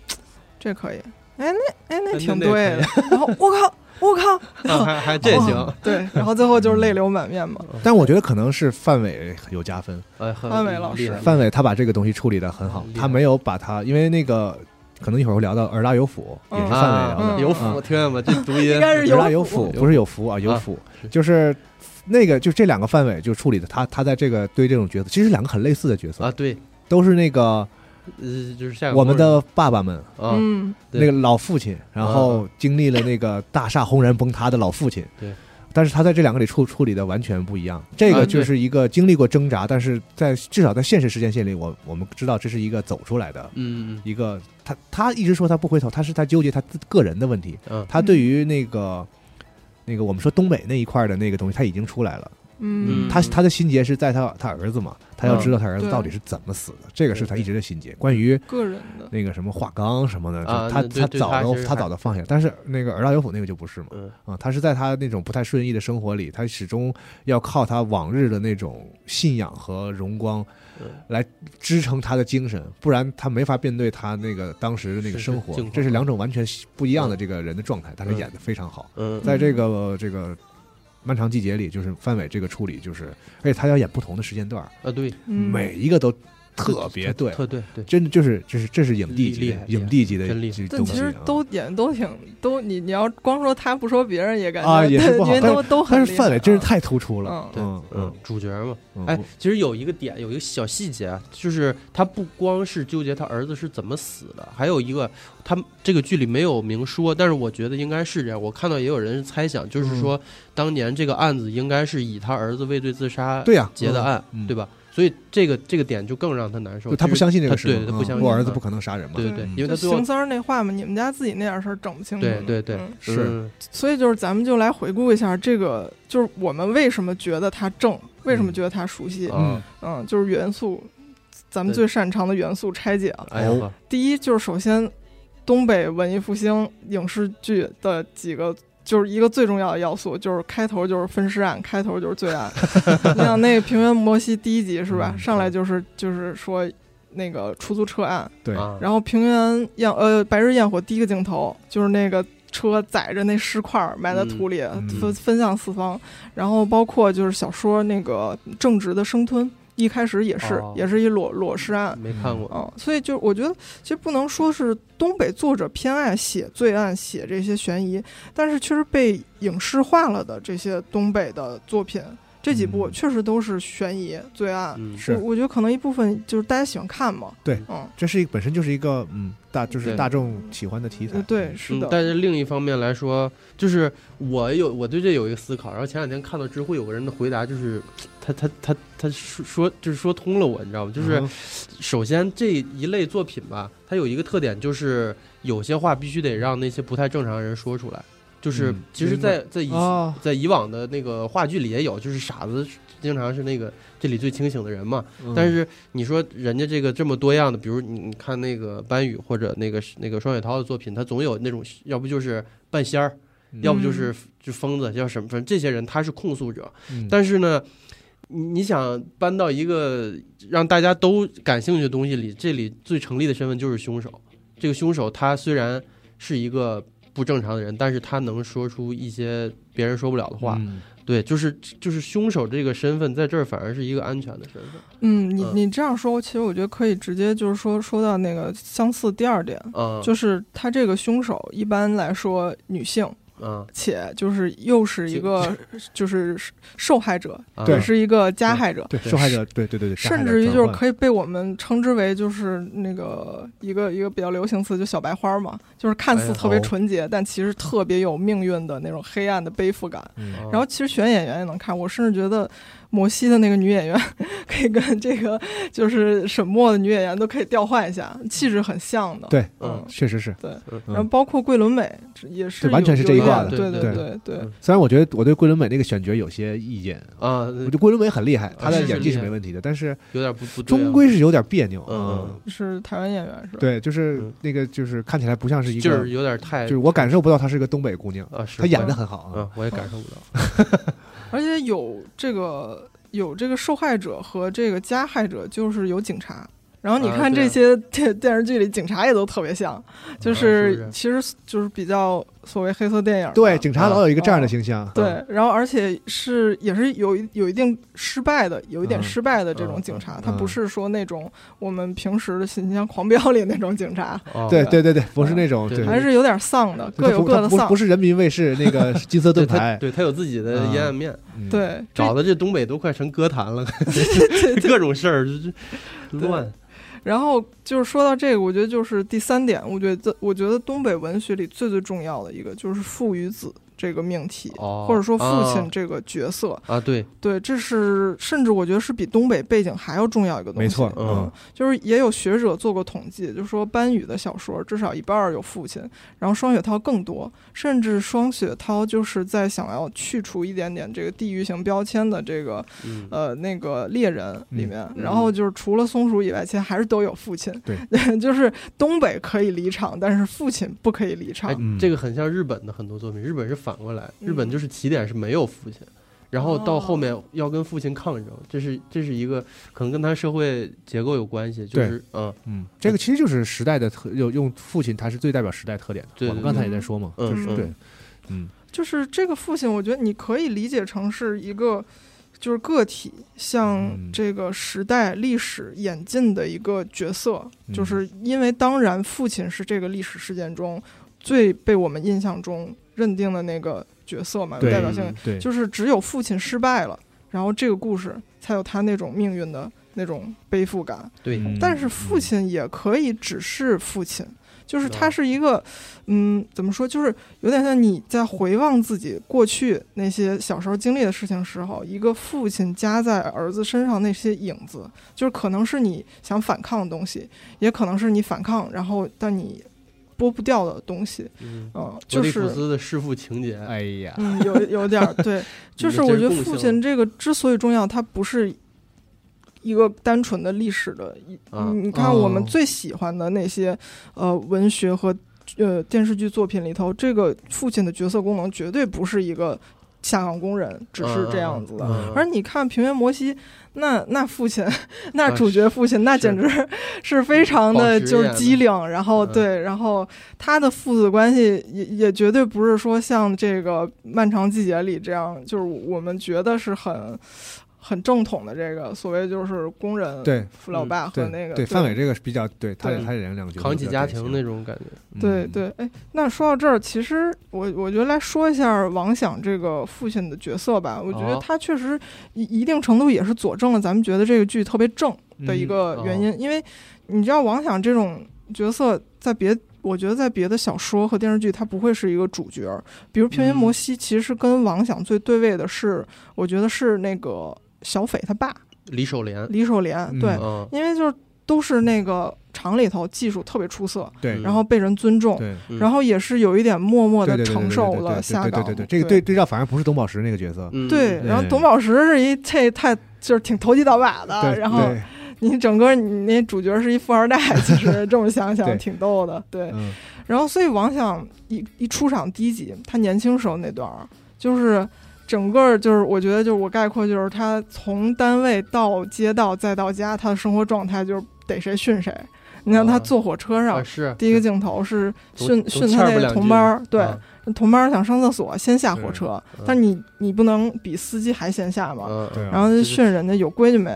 S3: 这可以，哎那哎那
S2: 那
S3: 挺
S2: 那可以
S3: 对的。然后我靠，我靠，
S2: 啊还还这也行，
S3: 对，然后最后就是泪流满面嘛。
S4: 但我觉得可能是范伟有加分，
S2: 呃，很
S3: 范伟老师
S2: 厉害
S4: 范伟他把这个东西处理的很好
S2: 嗯，厉害
S4: 他没有把它，因为那个可能一会儿会聊到尔拉有府也
S3: 嗯
S4: 是范伟
S2: 啊
S4: 聊的，
S3: 嗯
S2: 有福，听见吗？这读音
S3: 应该是
S4: 尔拉
S3: 有
S4: 有
S3: 福
S4: 府不是有福啊，有
S2: 啊
S4: 府
S2: 是
S4: 就是那个就这两个范伟就处理的他他在这个对这种角色其实两个很类似的角色
S2: 啊，对，
S4: 都是那个
S2: 呃，就是下个
S4: 我们
S2: 故
S4: 的爸爸们，
S2: 事 啊，
S3: 嗯，
S2: 对嗯
S4: 那个老父亲，然后经历了那个大厦轰然崩塌的老父亲，
S2: 对。啊
S4: 但是他在这两个里处处理的完全不一样，这个就是一个经历过挣扎，但是在至少在现实时间线里，我我们知道这是一个走出来的
S2: 嗯
S4: 一个，他他一直说他不回头，他是他纠结他自个人的问题，
S2: 嗯
S4: 他对于那个那个我们说东北那一块的那个东西他已经出来了，
S3: 嗯，
S4: 他他的心结是在他他儿子嘛，他要知道他儿
S3: 嗯
S4: 子
S3: 对
S4: 到底是怎么死的，这个是他
S2: 对对
S4: 一直的心结。关于
S3: 个人的，
S4: 那个什么华冈什么的，
S2: 啊
S4: 就他
S2: 那对
S4: 他
S2: 对
S4: 早
S2: 他其
S4: 都
S2: 实
S4: 他
S2: 还
S4: 早都放下，但是那个尔大有府那个就不是嘛，
S2: 嗯
S4: 啊，他是在他那种不太顺意的生活里，他始终要靠他往日的那种信仰和荣光
S2: 嗯
S4: 来支撑他的精神，不然他没法面对他那个当时的那
S2: 是
S4: 个
S2: 是
S4: 生活
S2: 境，况
S4: 这是两种完全不一样的
S2: 嗯
S4: 这个人的状态，但是演的非常好，
S2: 嗯，
S4: 在这个这个。漫长季节里，就是范伟这个处理，就是而且他要演不同的时间段儿，
S2: 啊，对，
S3: 嗯
S4: 每一个都特别对，
S2: 特对对，
S4: 真的就是就是这是影帝
S2: 厉
S4: 级
S2: 害
S4: 的
S2: 厉害
S4: 影帝级的
S2: 真厉害
S4: 这
S3: 但
S4: 东
S3: 其
S4: 西
S3: 实
S4: 啊
S3: 都演都挺都，你你要光说他不说别人也感觉
S4: 啊也是
S3: 对
S4: 不
S3: 因
S4: 好
S3: 为
S4: 但
S3: 都都很厉
S4: 但
S3: 害，啊
S4: 是范伟真是太突出了，
S2: 对
S4: 嗯
S2: 嗯，主角嘛，
S4: 嗯
S2: 哎，其实有一个点，有一个小细节啊，就是他不光是纠结他儿子是怎么死的，还有一个他这个剧里没有明说，但是我觉得应该是这样。我看到也有人猜想，
S4: 嗯
S2: 就是说、当年这个案子应该是以他儿子畏罪自杀
S4: 对呀，
S2: 结的案，
S4: 嗯嗯
S2: 对吧？所以这个这个点就更让他难受，
S4: 就他不相信这个
S2: 他
S4: 事嘛，
S2: 对他不
S4: 嗯
S2: 相信
S4: 我儿子
S2: 嗯
S4: 不可能杀人嘛
S2: 对，对对，
S4: 嗯
S2: 因为他
S3: 就
S2: 最后
S3: 邢三儿那话嘛，你们家自己那点事儿整不清楚
S2: 对
S3: 呢。
S2: 对对
S3: 嗯
S4: 是
S2: 嗯
S3: 所以就是咱们就来回顾一下这个，就是我们为什么觉得它正，为什么觉得它熟悉？
S2: 啊
S4: 嗯
S3: 嗯，就是元素咱们最擅长的元素拆解啊。
S2: 哎
S4: 哦
S2: 呀呵，
S3: 第一就是首先，东北文艺复兴影视剧的几个。就是一个最重要的要素，就是开头就是分尸案，开头就是罪案。你想那个《平原摩西》第一集是吧？
S4: 嗯
S3: 上来就是就是说那个出租车案，
S4: 嗯对
S2: 啊
S3: 然后平原焰呃白日焰火第一个镜头就是那个车载着那尸块儿埋在土里，
S4: 嗯
S3: 分分向四方，然后包括就是小说那个正直的生吞，一开始也是、
S2: 哦
S3: 也是一裸裸尸案。
S2: 没看过，
S3: 嗯，所以就我觉得，其实不能说是东北作者偏爱写罪案、写这些悬疑，但是确实被影视化了的这些东北的作品，这几部
S4: 嗯
S3: 确实都是悬疑、罪案。
S2: 嗯，
S4: 是
S3: 我我觉得可能一部分就是大家喜欢看嘛。
S4: 对
S3: 嗯，
S4: 这是一个本身就是一个嗯大就是
S2: 对
S4: 大众喜欢的题材
S3: 呃，对，是的
S2: 嗯。但是另一方面来说，就是我有我对这有一个思考。然后前两天看到知乎有个人的回答，就是他他他他说说就是说通了我，你知道吗？就是
S4: 嗯
S2: 首先这一类作品吧，它有一个特点，就是有些话必须得让那些不太正常的人说出来。就是
S4: 嗯
S2: 其实
S4: 明白
S2: 在，在以
S4: 哦
S2: 在以往的那个话剧里也有，就是傻子经常是那个这里最清醒的人嘛。但是你说人家这个这么多样的，比如你你看那个班宇或者那个那个双雪涛的作品，他总有那种要不就是半仙儿，
S4: 嗯
S2: 要不就是就疯子，要什么，反正这些人他是控诉者。
S4: 嗯
S2: 但是呢，你你想搬到一个让大家都感兴趣的东西里，这里最成立的身份就是凶手。这个凶手他虽然是一个不正常的人，但是他能说出一些别人说不了的话。
S4: 嗯
S2: 对，就是就是凶手这个身份在这儿反而是一个安全的身份。
S3: 嗯，你
S2: 嗯
S3: 你这样说，其实我觉得可以直接就是说说到那个相似第二点，
S2: 嗯，
S3: 就是他这个凶手一般来说女性，
S2: 嗯，
S3: 且就是又是一个就是受害者，
S2: 啊
S4: 对
S3: 也是一个加害者。
S4: 对
S2: 对
S4: 受害者对对对对，加害
S3: 甚
S4: 者
S3: 至于就是
S4: 转换
S3: 可以被我们称之为就是那个一个一个比较流行词，就小白花嘛，就是看
S2: 哎
S3: 似
S2: 呀
S3: 特别
S4: 哦
S3: 纯洁，但其实特别有命运的那种黑暗的背负感。
S4: 嗯
S2: 啊
S3: 然后其实选演员也能看，我甚至觉得摩西的那个女演员 可以跟这个就是沈墨的女演员都可以调换一下，气质很像的。
S4: 对
S3: 嗯，
S4: 确实是，
S3: 对。
S4: 嗯
S3: 然后包括桂纶镁也是
S4: 对完全
S3: 有
S4: 是这一
S3: 有点
S4: 挂的
S3: 对
S2: 对
S3: 对
S4: 对
S3: 对对
S2: 嗯
S4: 虽然我觉得我对桂纶镁那个选角有些意见，
S2: 啊，
S4: 我觉得桂纶镁很厉害，她
S2: 嗯
S4: 的
S2: 是是
S4: 演技
S2: 厉
S4: 是
S2: 害
S4: 没问题的，但是
S2: 有点不不对啊
S4: 终归是有点别扭，
S2: 嗯嗯，
S3: 是台湾演员是吧？
S4: 对，就是
S2: 嗯
S4: 那个就是看起来不像是一
S2: 劲
S4: 个
S2: 儿，有点太
S4: 就是我感受不到她是个东北姑娘，
S2: 啊，是
S4: 她演的很好啊
S2: 嗯，，我也感受不到。
S3: 而且有这个有这个受害者和这个加害者，就是有警察。然后你
S2: 啊
S3: 看
S2: 对
S3: 这些电电视剧里，警察也都特别像，就是,、
S2: 是不是
S3: 其实就是比较所谓黑色电影嘛。
S4: 对，警察
S2: 啊
S4: 老有一个这样的形象，
S3: 对，然后而且是也是有一有一定失败的，有一点
S4: 嗯
S3: 失败的这种
S2: 嗯
S3: 警察，
S4: 嗯
S3: 他不
S4: 嗯
S3: 是说那种我们平时的《新疆狂飙》里那种警察，
S2: 哦
S4: 对对对对，不是那种
S2: 对
S4: 对，
S3: 还是有点丧的，各
S4: 她
S3: 有
S4: 不
S3: 各
S4: 她
S3: 的
S4: 不是
S3: 丧
S4: 不。是人民卫视 那个金色
S2: 对他
S4: 盾牌，
S2: 对他有自己的阴暗面，
S4: 嗯，
S3: 对，这
S2: 找的这东北都快成歌坛 了， 各种事儿就是乱。
S3: 然后就是说到这个，我觉得就是第三点，我觉得我觉得东北文学里最最重要的一个就是父与子这个命题，
S2: 哦
S3: 或者说父亲这个角色，
S2: 啊，对，
S3: 对，这是甚至我觉得是比东北背景还要重要一个东西。
S4: 没错
S2: 嗯，
S3: 就是也有学者做过统计，就是说班宇的小说至少一半儿有父亲，然后双雪涛更多，甚至双雪涛就是在想要去除一点点这个地域性标签的这个
S2: 嗯，
S3: 呃那个猎人里面，
S2: 嗯
S3: 然后就是除了松鼠以外，其实还是都有父亲。
S4: 对，
S3: 就是东北可以离场，但是父亲不可以离场。
S2: 哎
S4: 嗯，
S2: 这个很像日本的很多作品，日本是反过来，日
S3: 嗯
S2: 本就是起点是没有父亲。然后到后
S3: 哦
S2: 面要跟父亲抗争，这是这是一个可能跟他社会结构有关系，就是嗯
S4: 嗯，这个其实就是时代的特，用用父亲他是最代表时代特点的，
S2: 对
S4: 我们
S2: 对
S4: 刚才
S3: 对
S4: 也在说嘛，
S2: 嗯
S3: 就是
S2: 嗯
S4: 对，嗯，
S3: 就是这个父亲，我觉得你可以理解成是一个，就是个体向
S4: 嗯
S3: 这个时代历史演进的一个角色，
S4: 嗯
S3: 就是因为当然父亲是这个历史事件中最被我们印象中认定的那个角色嘛，有
S4: 对嗯
S3: 代表性。
S4: 对，
S3: 就是只有父亲失败了，然后这个故事才有他那种命运的那种背负感。
S2: 对，
S4: 嗯
S3: 但是父亲也可以只是父亲，就是他是一个，嗯，怎么说，就是有点像你在回望自己过去那些小时候经历的事情时候，一个父亲加在儿子身上那些影子，就是可能是你想反抗的东西，也可能是你反抗然后但你剥不掉的东西，
S2: 嗯，
S3: 嗯，
S2: 格
S3: 就
S2: 里普
S3: 是。
S2: 斯的弑父情节，
S4: 哎呀，
S3: 嗯， 有有点儿对，就是
S2: 啊你
S3: 我
S2: 这
S3: 觉得
S2: 是共
S3: 父
S2: 性
S3: 亲这个之所以重要，他不是一个单纯的历史的一。
S2: 啊
S3: 你看我们
S4: 哦
S3: 最喜欢的那些呃文学和呃电视剧作品里头，这个父亲的角色功能绝对不是一个下岗工人，只是这样子的。
S2: 嗯嗯嗯
S3: 而你看《平原摩西》，那那父亲， 那主角父亲，那简直 是非常的
S2: 保持
S3: 就是
S2: 一样
S3: 机灵，然后
S2: 嗯
S3: 对，然后他的父子关系也也绝对不是说像这个《漫长季节》里这样，就是我们觉得是很很正统的这个所谓就是工人
S4: 对
S3: 扶老爸和
S4: 对
S3: 那个
S4: 对范伟这个是比较对他
S3: 对
S4: 他演两个角色
S2: 扛起
S4: 比较
S2: 家
S4: 典
S2: 庭
S4: 型嗯
S2: 那种感觉，
S3: 对对，哎，那说到这儿，其实我我觉得来说一下王响这个父亲的角色吧。我觉得
S2: 哦
S3: 他确实一一定程度也是佐证了咱们觉得这个剧特别正的一
S2: 嗯
S3: 个
S2: 哦
S3: 原因，因为你知道王响这种角色在别。我觉得在别的小说和电视剧，他不会是一个主角儿。比如《平原摩西》，其实跟王响最对位的是，我觉得是那个小斐他爸
S2: 李守莲，
S3: 李守莲。
S4: 嗯
S3: 对，
S2: 呃嗯，
S3: 因为就是都是那个厂里头技术特别出色，
S4: 对
S2: 嗯
S3: 然后被人尊重，
S4: 对
S2: 嗯
S3: 然后也是有一点默默
S4: 对
S3: 的
S4: 对对对
S3: 承
S4: 对
S3: 受
S4: 对
S3: 了
S4: 对
S3: 下
S4: 对
S3: 岗。
S4: 对对对，这个对对照反而不是董宝石那个角色，
S2: 嗯
S3: 对，
S4: 嗯
S3: 然后
S4: 对
S3: 董宝石是一这太就是挺投机倒把的，
S4: 对
S3: 然后
S4: 对
S3: 你整个你那主角是一富二代，其实这么想
S4: 对
S3: 想挺逗的，对。
S4: 嗯
S3: 然后所以王响一一出场第一集，他年轻时候那段儿，就是整个儿就是我觉得就是我概括就是他从单位到街道再到家，他的生活状态就是逮谁训谁。你看他
S2: 啊
S3: 坐火车上，
S2: 啊是
S3: 第一个镜头是
S2: 总
S3: 训
S2: 总
S3: 训
S2: 欠
S3: 他
S2: 儿不
S3: 那个
S2: 两
S3: 同
S2: 句
S3: 班儿，对，
S2: 啊
S3: 同班儿想上厕所，先下火车，
S2: 嗯
S3: 但你你不能比司机还先下嘛，
S2: 嗯
S4: 对啊
S3: 然后就
S2: 就是
S3: 训人家有规矩没，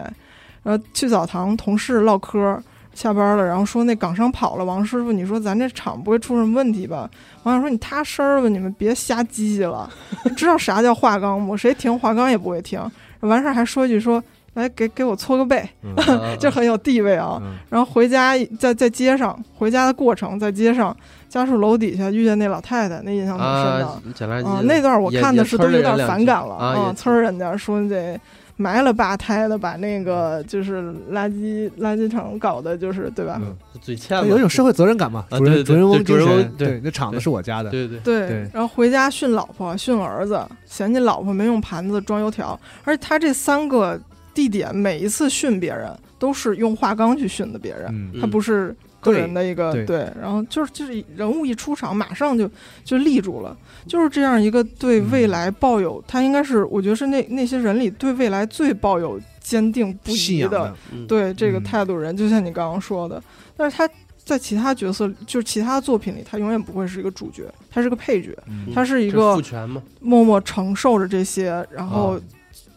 S3: 然后去澡堂同事唠嗑，下班了，然后说那港商跑了，王师傅，你说咱这厂不会出什么问题吧？王师傅说你踏实儿吧，你们别瞎唧唧了， 知道啥叫化钢吗？谁停化钢也不会停。完事儿还说一句说来给给我搓个背，
S4: 嗯
S2: 嗯
S3: 这很有地位啊。
S4: 嗯
S3: 然后回家在在街上，回家的过程在街上家属楼底下遇见那老太太，那印象挺深的。
S2: 啊捡垃圾
S3: 啊，那段我
S2: 也
S3: 看
S2: 也
S3: 的是
S2: 呲
S3: 都
S2: 儿
S3: 有
S2: 人
S3: 点
S2: 两
S3: 反
S2: 句
S3: 感了
S2: 啊，
S3: 啊
S2: 也，
S3: 村儿人家说你得埋了吧胎的，把那个就是垃圾垃圾场搞的，就是对吧？
S4: 嗯
S2: 嘴欠嘛，
S4: 有一种社会责任感嘛，
S2: 啊
S4: 主人
S2: 对对对
S4: 主人翁
S2: 主
S4: 精
S2: 人翁
S4: 神，
S2: 对
S4: 对，那厂子是我家的，
S2: 对对
S3: 对，
S4: 对
S3: 然后回家训老婆、训儿子，嫌弃老婆没用盘子装油条，而且他这三个地点每一次训别人都是用话纲去训的别人，
S4: 嗯
S3: 他
S2: 嗯
S3: 不是个
S4: 对
S3: 人的一个
S4: 对
S3: 然后就是就是人物一出场，马上就就立住了，就是这样一个对未
S4: 嗯
S3: 来抱有，他应该是我觉得是那那些人里对未来最抱有坚定不
S4: 信
S3: 移
S4: 仰
S3: 的
S4: 的，
S2: 嗯
S3: 对这个
S4: 嗯
S3: 态度人，就像你刚刚说的，但是他在其他角色就是其他作品里，他永远不会是一个主角，他是个配角，
S4: 嗯
S3: 他是一
S2: 这
S3: 个
S2: 父权嘛，
S3: 默默承受着这些，然后
S2: 啊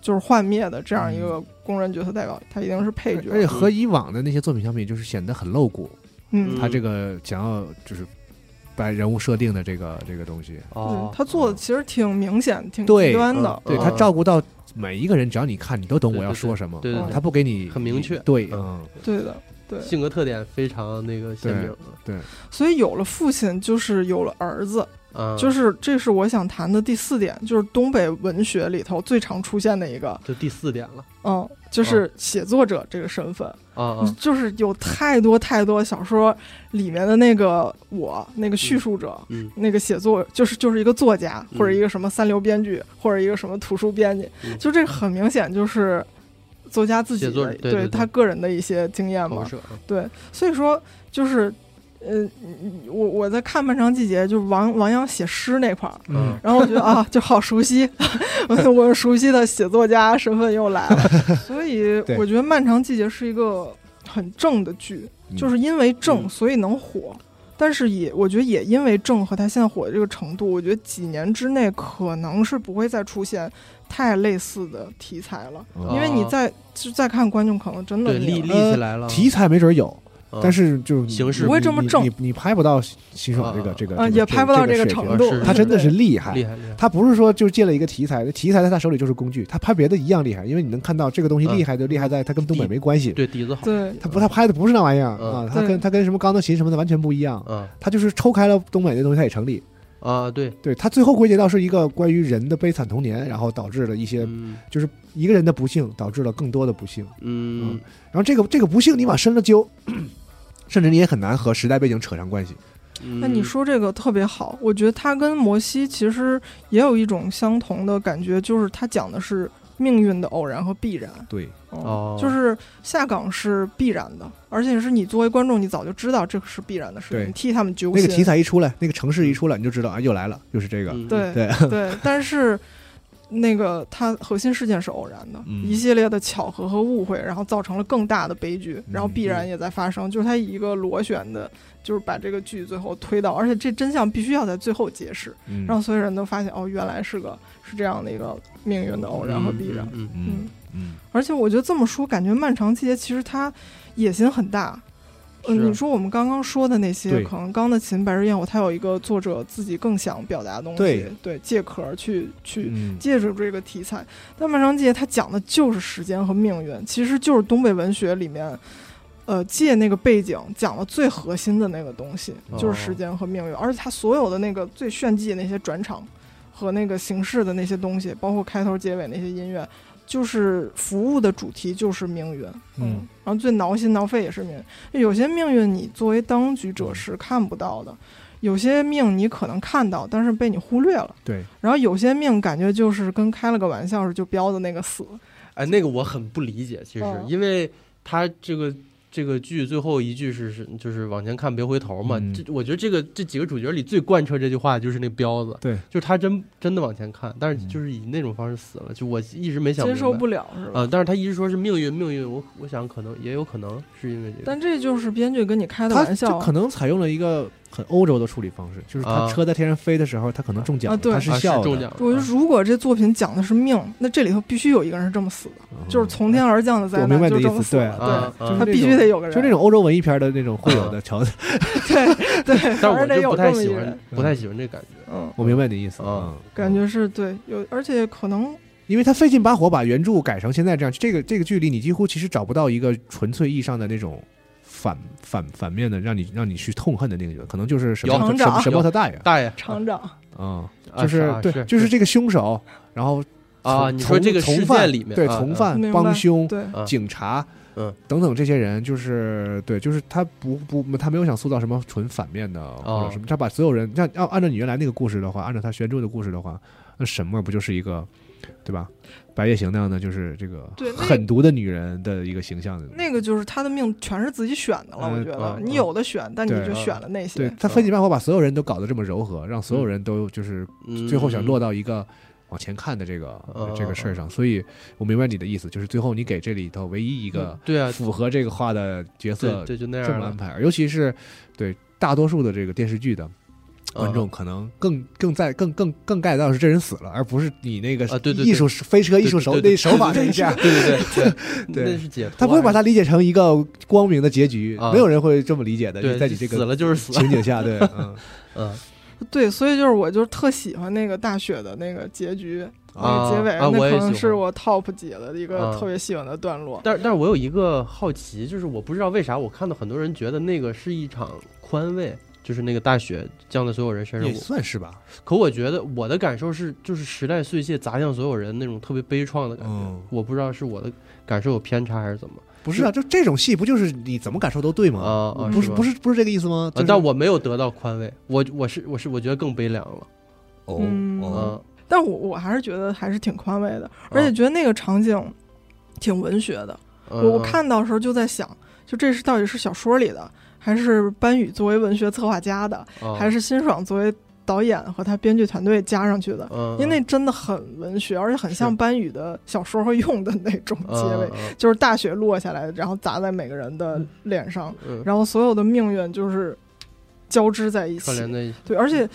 S3: 就是幻灭的这样一个工人角色代表，他一定是配角
S4: 嗯而。且和以往的那些作品相比，就是显得很露骨。
S3: 嗯，
S4: 他这个想要就是把人物设定的这个这个东西，
S3: 嗯
S2: 哦，
S3: 他做的其实挺明显、挺
S4: 对
S3: 极端的。
S4: 对
S2: 嗯
S4: 他照顾到每一个人，只要你看，你都懂
S2: 对
S4: 我要
S2: 对对
S4: 说什么。
S2: 对
S3: 对
S4: 嗯
S3: 对
S4: 他不给你
S2: 很明确
S4: 对，
S2: 嗯
S4: 嗯，
S3: 对的，对。
S2: 性格特点非常那个鲜明，
S3: 所以有了父亲，就是有了儿子，
S2: 啊，
S3: 就是这是我想谈的第四点，就是东北文学里头最常出现的一个，
S2: 这第四点了
S3: 嗯，就是写作者这个身份，
S2: 啊啊，
S3: 就是有太多太多小说里面的那个我，那个叙述者。
S2: 嗯
S3: 那个写作就是就是一个作家，
S2: 嗯
S3: 或者一个什么三流编剧，或者一个什么图书编辑，
S2: 嗯
S3: 就这个很明显就是作家自己
S2: 写作
S3: 的
S2: 对对对
S3: 他个人的一些经验嘛
S2: 投。射，啊
S4: 嗯
S3: 对，所以说就是，呃，我我在看《漫长季节》，就是王王阳写诗那块儿，
S2: 嗯
S3: 然后我 觉得啊，就好熟悉， 我熟悉的写作家身份又 来了，所以
S4: 对
S3: 我觉得《漫长季节》是一个很正的剧，
S4: 嗯
S3: 就是因为正，
S2: 嗯
S3: 所以能火。但是也，我觉得也因为正和他现在火的这个程度，我觉得几年之内可能是不会再出现太类似的题材了，
S4: 嗯
S3: 因为你
S2: 啊
S3: 再就再看观众可能真的
S2: 对
S3: 腻
S2: 立
S3: 了
S2: 立起来了，
S4: 题材没准有，
S2: 啊
S4: 呃但是就是你
S2: 形式
S4: 你
S3: 嗯不会这么正
S4: 你你你拍不到辛爽这个
S2: 啊
S4: 这个
S3: 啊，
S4: 这个
S3: 也拍不到
S4: 这
S3: 这个
S4: 水平
S3: 程度
S2: 是。是
S4: 他真的是厉害
S2: 厉。害厉害，
S4: 他不是说就借了一个题材，题材在他手里就是工具，他拍别的一样厉害，因为你能看到这个东西
S2: 嗯
S4: 厉害就厉害在它跟东北没关系，
S2: 对底子好，
S3: 对
S4: 他不他拍的不是那玩意儿
S2: 嗯
S4: 啊，他
S3: 对
S4: 跟他跟什么钢琴什么的完全不一样，
S2: 啊
S4: 他就是抽开了东北那东西，他也成立。
S2: 啊对，
S4: 对他最后归结到是一个关于人的悲惨童年，然后导致了一些
S2: 嗯
S4: 就是一个人的不幸导致了更多的不幸，
S2: 嗯
S4: 然后这个这个不幸你往深了揪， 甚至你也很难和时代背景扯上关系。
S2: 嗯
S3: 那你说这个特别好，我觉得它跟摩西其实也有一种相同的感觉，就是它讲的是命运的偶然和必然。
S4: 对，
S3: 嗯
S2: 哦
S3: 就是下岗是必然的，而且是你作为观众，你早就知道这个是必然的事
S4: 对
S3: 情，你替他们揪
S4: 那
S3: 心。
S4: 个题材一出来，那个城市
S3: 嗯
S4: 一出来，你就知道啊，又来了，又是这个。
S2: 嗯
S3: 对
S4: 对，
S3: 对，但是那个它核心事件是偶然的，
S4: 嗯
S3: 一系列的巧合和误会，然后造成了更大的悲剧，
S2: 嗯
S3: 然后必然也在发生，就是它一个螺旋的，就是把这个剧最后推到，而且这真相必须要在最后揭示，
S4: 嗯
S3: 让所有人都发现哦，原来是个是这样的一个命运的偶然和必然。
S2: 嗯嗯
S4: 嗯嗯，
S3: 而且我觉得这么说，感觉《漫长季节》其实它野心很大。呃，
S2: 是
S3: 你说我们刚刚说的那些，
S4: 对
S3: 可能《钢的琴》《白日焰火》，它有一个作者自己更想表达的东西，
S4: 对
S3: 对，借壳去去
S4: 嗯
S3: 借助这个题材。但《漫长季节》它讲的就是时间和命运，其实就是东北文学里面，呃，借那个背景讲了最核心的那个东西，
S4: 哦
S3: 就是时间和命运。而且它所有的那个最炫技的那些转场和那个形式的那些东西，包括开头结尾那些音乐，就是服务的主题就是命运。
S4: 嗯，
S3: 然后最挠心挠肺也是命运。有些命运你作为当局者是看不到的，有些命你可能看到，但是被你忽略了。
S4: 对，
S3: 然后有些命感觉就是跟开了个玩笑似的，就标的那个死。
S2: 哎，那个我很不理解，其实、
S3: 嗯
S2: 因为他这个这个剧最后一句是是就是往前看别回头嘛，
S4: 嗯
S2: 这我觉得这个这几个主角里最贯彻这句话的就是那彪子，
S4: 对，
S2: 就是他真真的往前看，但是
S4: 嗯
S2: 就是以那种方式死了，就我一直没想
S3: 接
S2: 明白
S3: 受不了是吧？
S2: 啊、但是他一直说是命运，命运，我我想可能也有可能是因为这个，啊
S3: 但这就是编剧跟你开的
S4: 他
S3: 玩
S4: 就
S3: 笑啊
S4: 可能采用了一个很欧洲的处理方式，就是他
S2: 啊
S4: 车在天上飞的时候，他可能中奖
S3: 啊
S4: 了，
S3: 对
S4: 他
S2: 啊
S4: 笑的
S2: 中奖，了，
S3: 我觉得，如果这作品讲的是命，那这里头必须有一个人是这么死的，
S4: 嗯
S3: 就是从天而降的灾
S4: 我明白
S3: 难，就
S4: 你的
S3: 这么
S4: 意思
S3: 死了。
S4: 对
S2: 啊
S3: 对，
S2: 啊
S3: 他
S4: 就是那
S3: 必须
S4: 种
S3: 得有个人，
S4: 就那种欧洲文艺片的那种会有的桥段。
S3: 对对，
S2: 但
S3: 反
S2: 我
S3: 正得
S2: 就
S3: 有
S2: 不
S3: 这
S2: 太
S3: 么一
S2: 喜
S3: 个
S2: 欢
S3: 人。，
S2: 不太喜欢这感觉，
S3: 嗯，
S4: 我明白你的意思
S2: 啊
S4: 嗯
S3: 感觉是对有，而且可能
S4: 因为他费劲巴火把原著改成现在这样，这个这个距离你几乎其实找不到一个纯粹意义上的那种反反反面的，让你让你去痛恨的那个角色，可能就是什么
S3: 有
S4: 什么什么
S2: 有
S4: 他大爷
S2: 大爷，
S3: 厂长
S4: 啊，
S2: 啊
S4: 就是
S2: 啊
S4: 对，
S2: 是
S4: 就是
S2: 是
S4: 这个凶手，然后
S2: 啊，
S4: 从
S2: 你说这个
S4: 从
S2: 事
S4: 犯
S2: 件里面，
S4: 对
S2: 啊
S4: 从
S2: 啊
S4: 犯
S3: 嗯明白
S4: 帮凶
S3: 对
S2: 啊
S4: 警察，
S2: 嗯，
S4: 等等这些人，就是对，就是他不不，他没有想塑造什么纯反面的或者
S2: 哦
S4: 什么，他把所有人，像要按照你原来那个故事的话，按照他原著的故事的话，那沈墨不就是一个，对吧？白夜行那样的，就是这个
S3: 对那
S4: 狠毒的女人的一个形象。
S3: 那个就是他的命全是自己选的了，
S4: 嗯
S3: 我觉得
S2: 嗯
S3: 你有的选，但你
S4: 对啊
S3: 就
S2: 嗯
S3: 选了那
S4: 对
S3: 些。
S4: 他费尽办法把所有人都搞得这么柔和，让所有人都就是
S2: 嗯
S4: 最后想落到一个往前看的这个、
S2: 嗯
S4: 这个事儿上，所以我明白你的意思，就是最后你给这里头唯一一个呃
S2: 对啊，
S4: 符合这个话的角色
S2: 对对就那
S4: 这
S2: 样
S4: 么安
S2: 了，
S4: 排，尤其是对大多数的这个电视剧
S2: 嗯
S4: 的观
S2: 啊
S4: 众，可能更更在更更更 get 到是这人死了，而不是你那个
S2: 啊对对对
S4: 艺术飞车艺术手
S2: 对对
S4: 那
S2: 对
S4: 手法那一下
S2: 啊，。对对对
S4: 对
S2: 那是解脱啊，
S4: 他不会把它理解成一个光明的结局，
S2: 啊
S4: 没有人会这么理解的。就
S2: 对
S4: 在你这
S2: 死
S4: 个
S2: 了就是死，
S4: 情 景下，对，嗯，
S2: 嗯
S3: 对，所以就是我就特喜欢那个大雪的那个结局，那
S2: 啊
S3: 个结尾，
S2: 啊
S3: 那
S2: 我也
S3: 可
S2: 喜
S3: 能
S2: 欢
S3: 是我 top 几的一个
S2: 啊
S3: 特别喜欢的段落。
S2: 但但是我有一个好奇，就是我不知道为啥我看到很多人觉得那个是一场宽慰，就是那个大雪降在所有人身上。
S4: 也
S2: 我
S4: 算是吧，
S2: 可我觉得我的感受是，就是时代碎屑砸向所有人那种特别悲怆的感觉。
S4: 嗯
S2: 我不知道是我的感受有偏差还是怎么
S4: 不是啊，就这种戏不就是你怎么感受都对吗？
S2: 啊啊！
S4: 不是不
S2: 是吧，
S4: 是不是这个意思吗？
S2: 呃
S4: 就是
S2: 但我没有得到宽慰，我我是我是我觉得更悲凉了。
S4: 哦
S3: 嗯
S4: 哦
S2: 嗯
S3: 但我我还是觉得还是挺宽慰的，而且觉得那个场景挺文学的。
S2: 嗯，
S3: 我我看到的时候就在想，就这是到底是小说里的，还是班宇作为文学策划家的，
S2: 嗯
S3: 还是辛爽作为导演和他编剧团队加上去的？
S2: 嗯，
S3: 因为那真的很文学，而且很像
S2: 是
S3: 班宇的小说会用的那种
S2: 嗯
S3: 结尾，
S2: 嗯
S3: 就是大雪落下来，然后砸在每个人的脸上，
S2: 嗯嗯
S3: 然后所有的命运就是交织在一
S2: 串
S3: 起
S2: 联。在一起。
S3: 对，而且，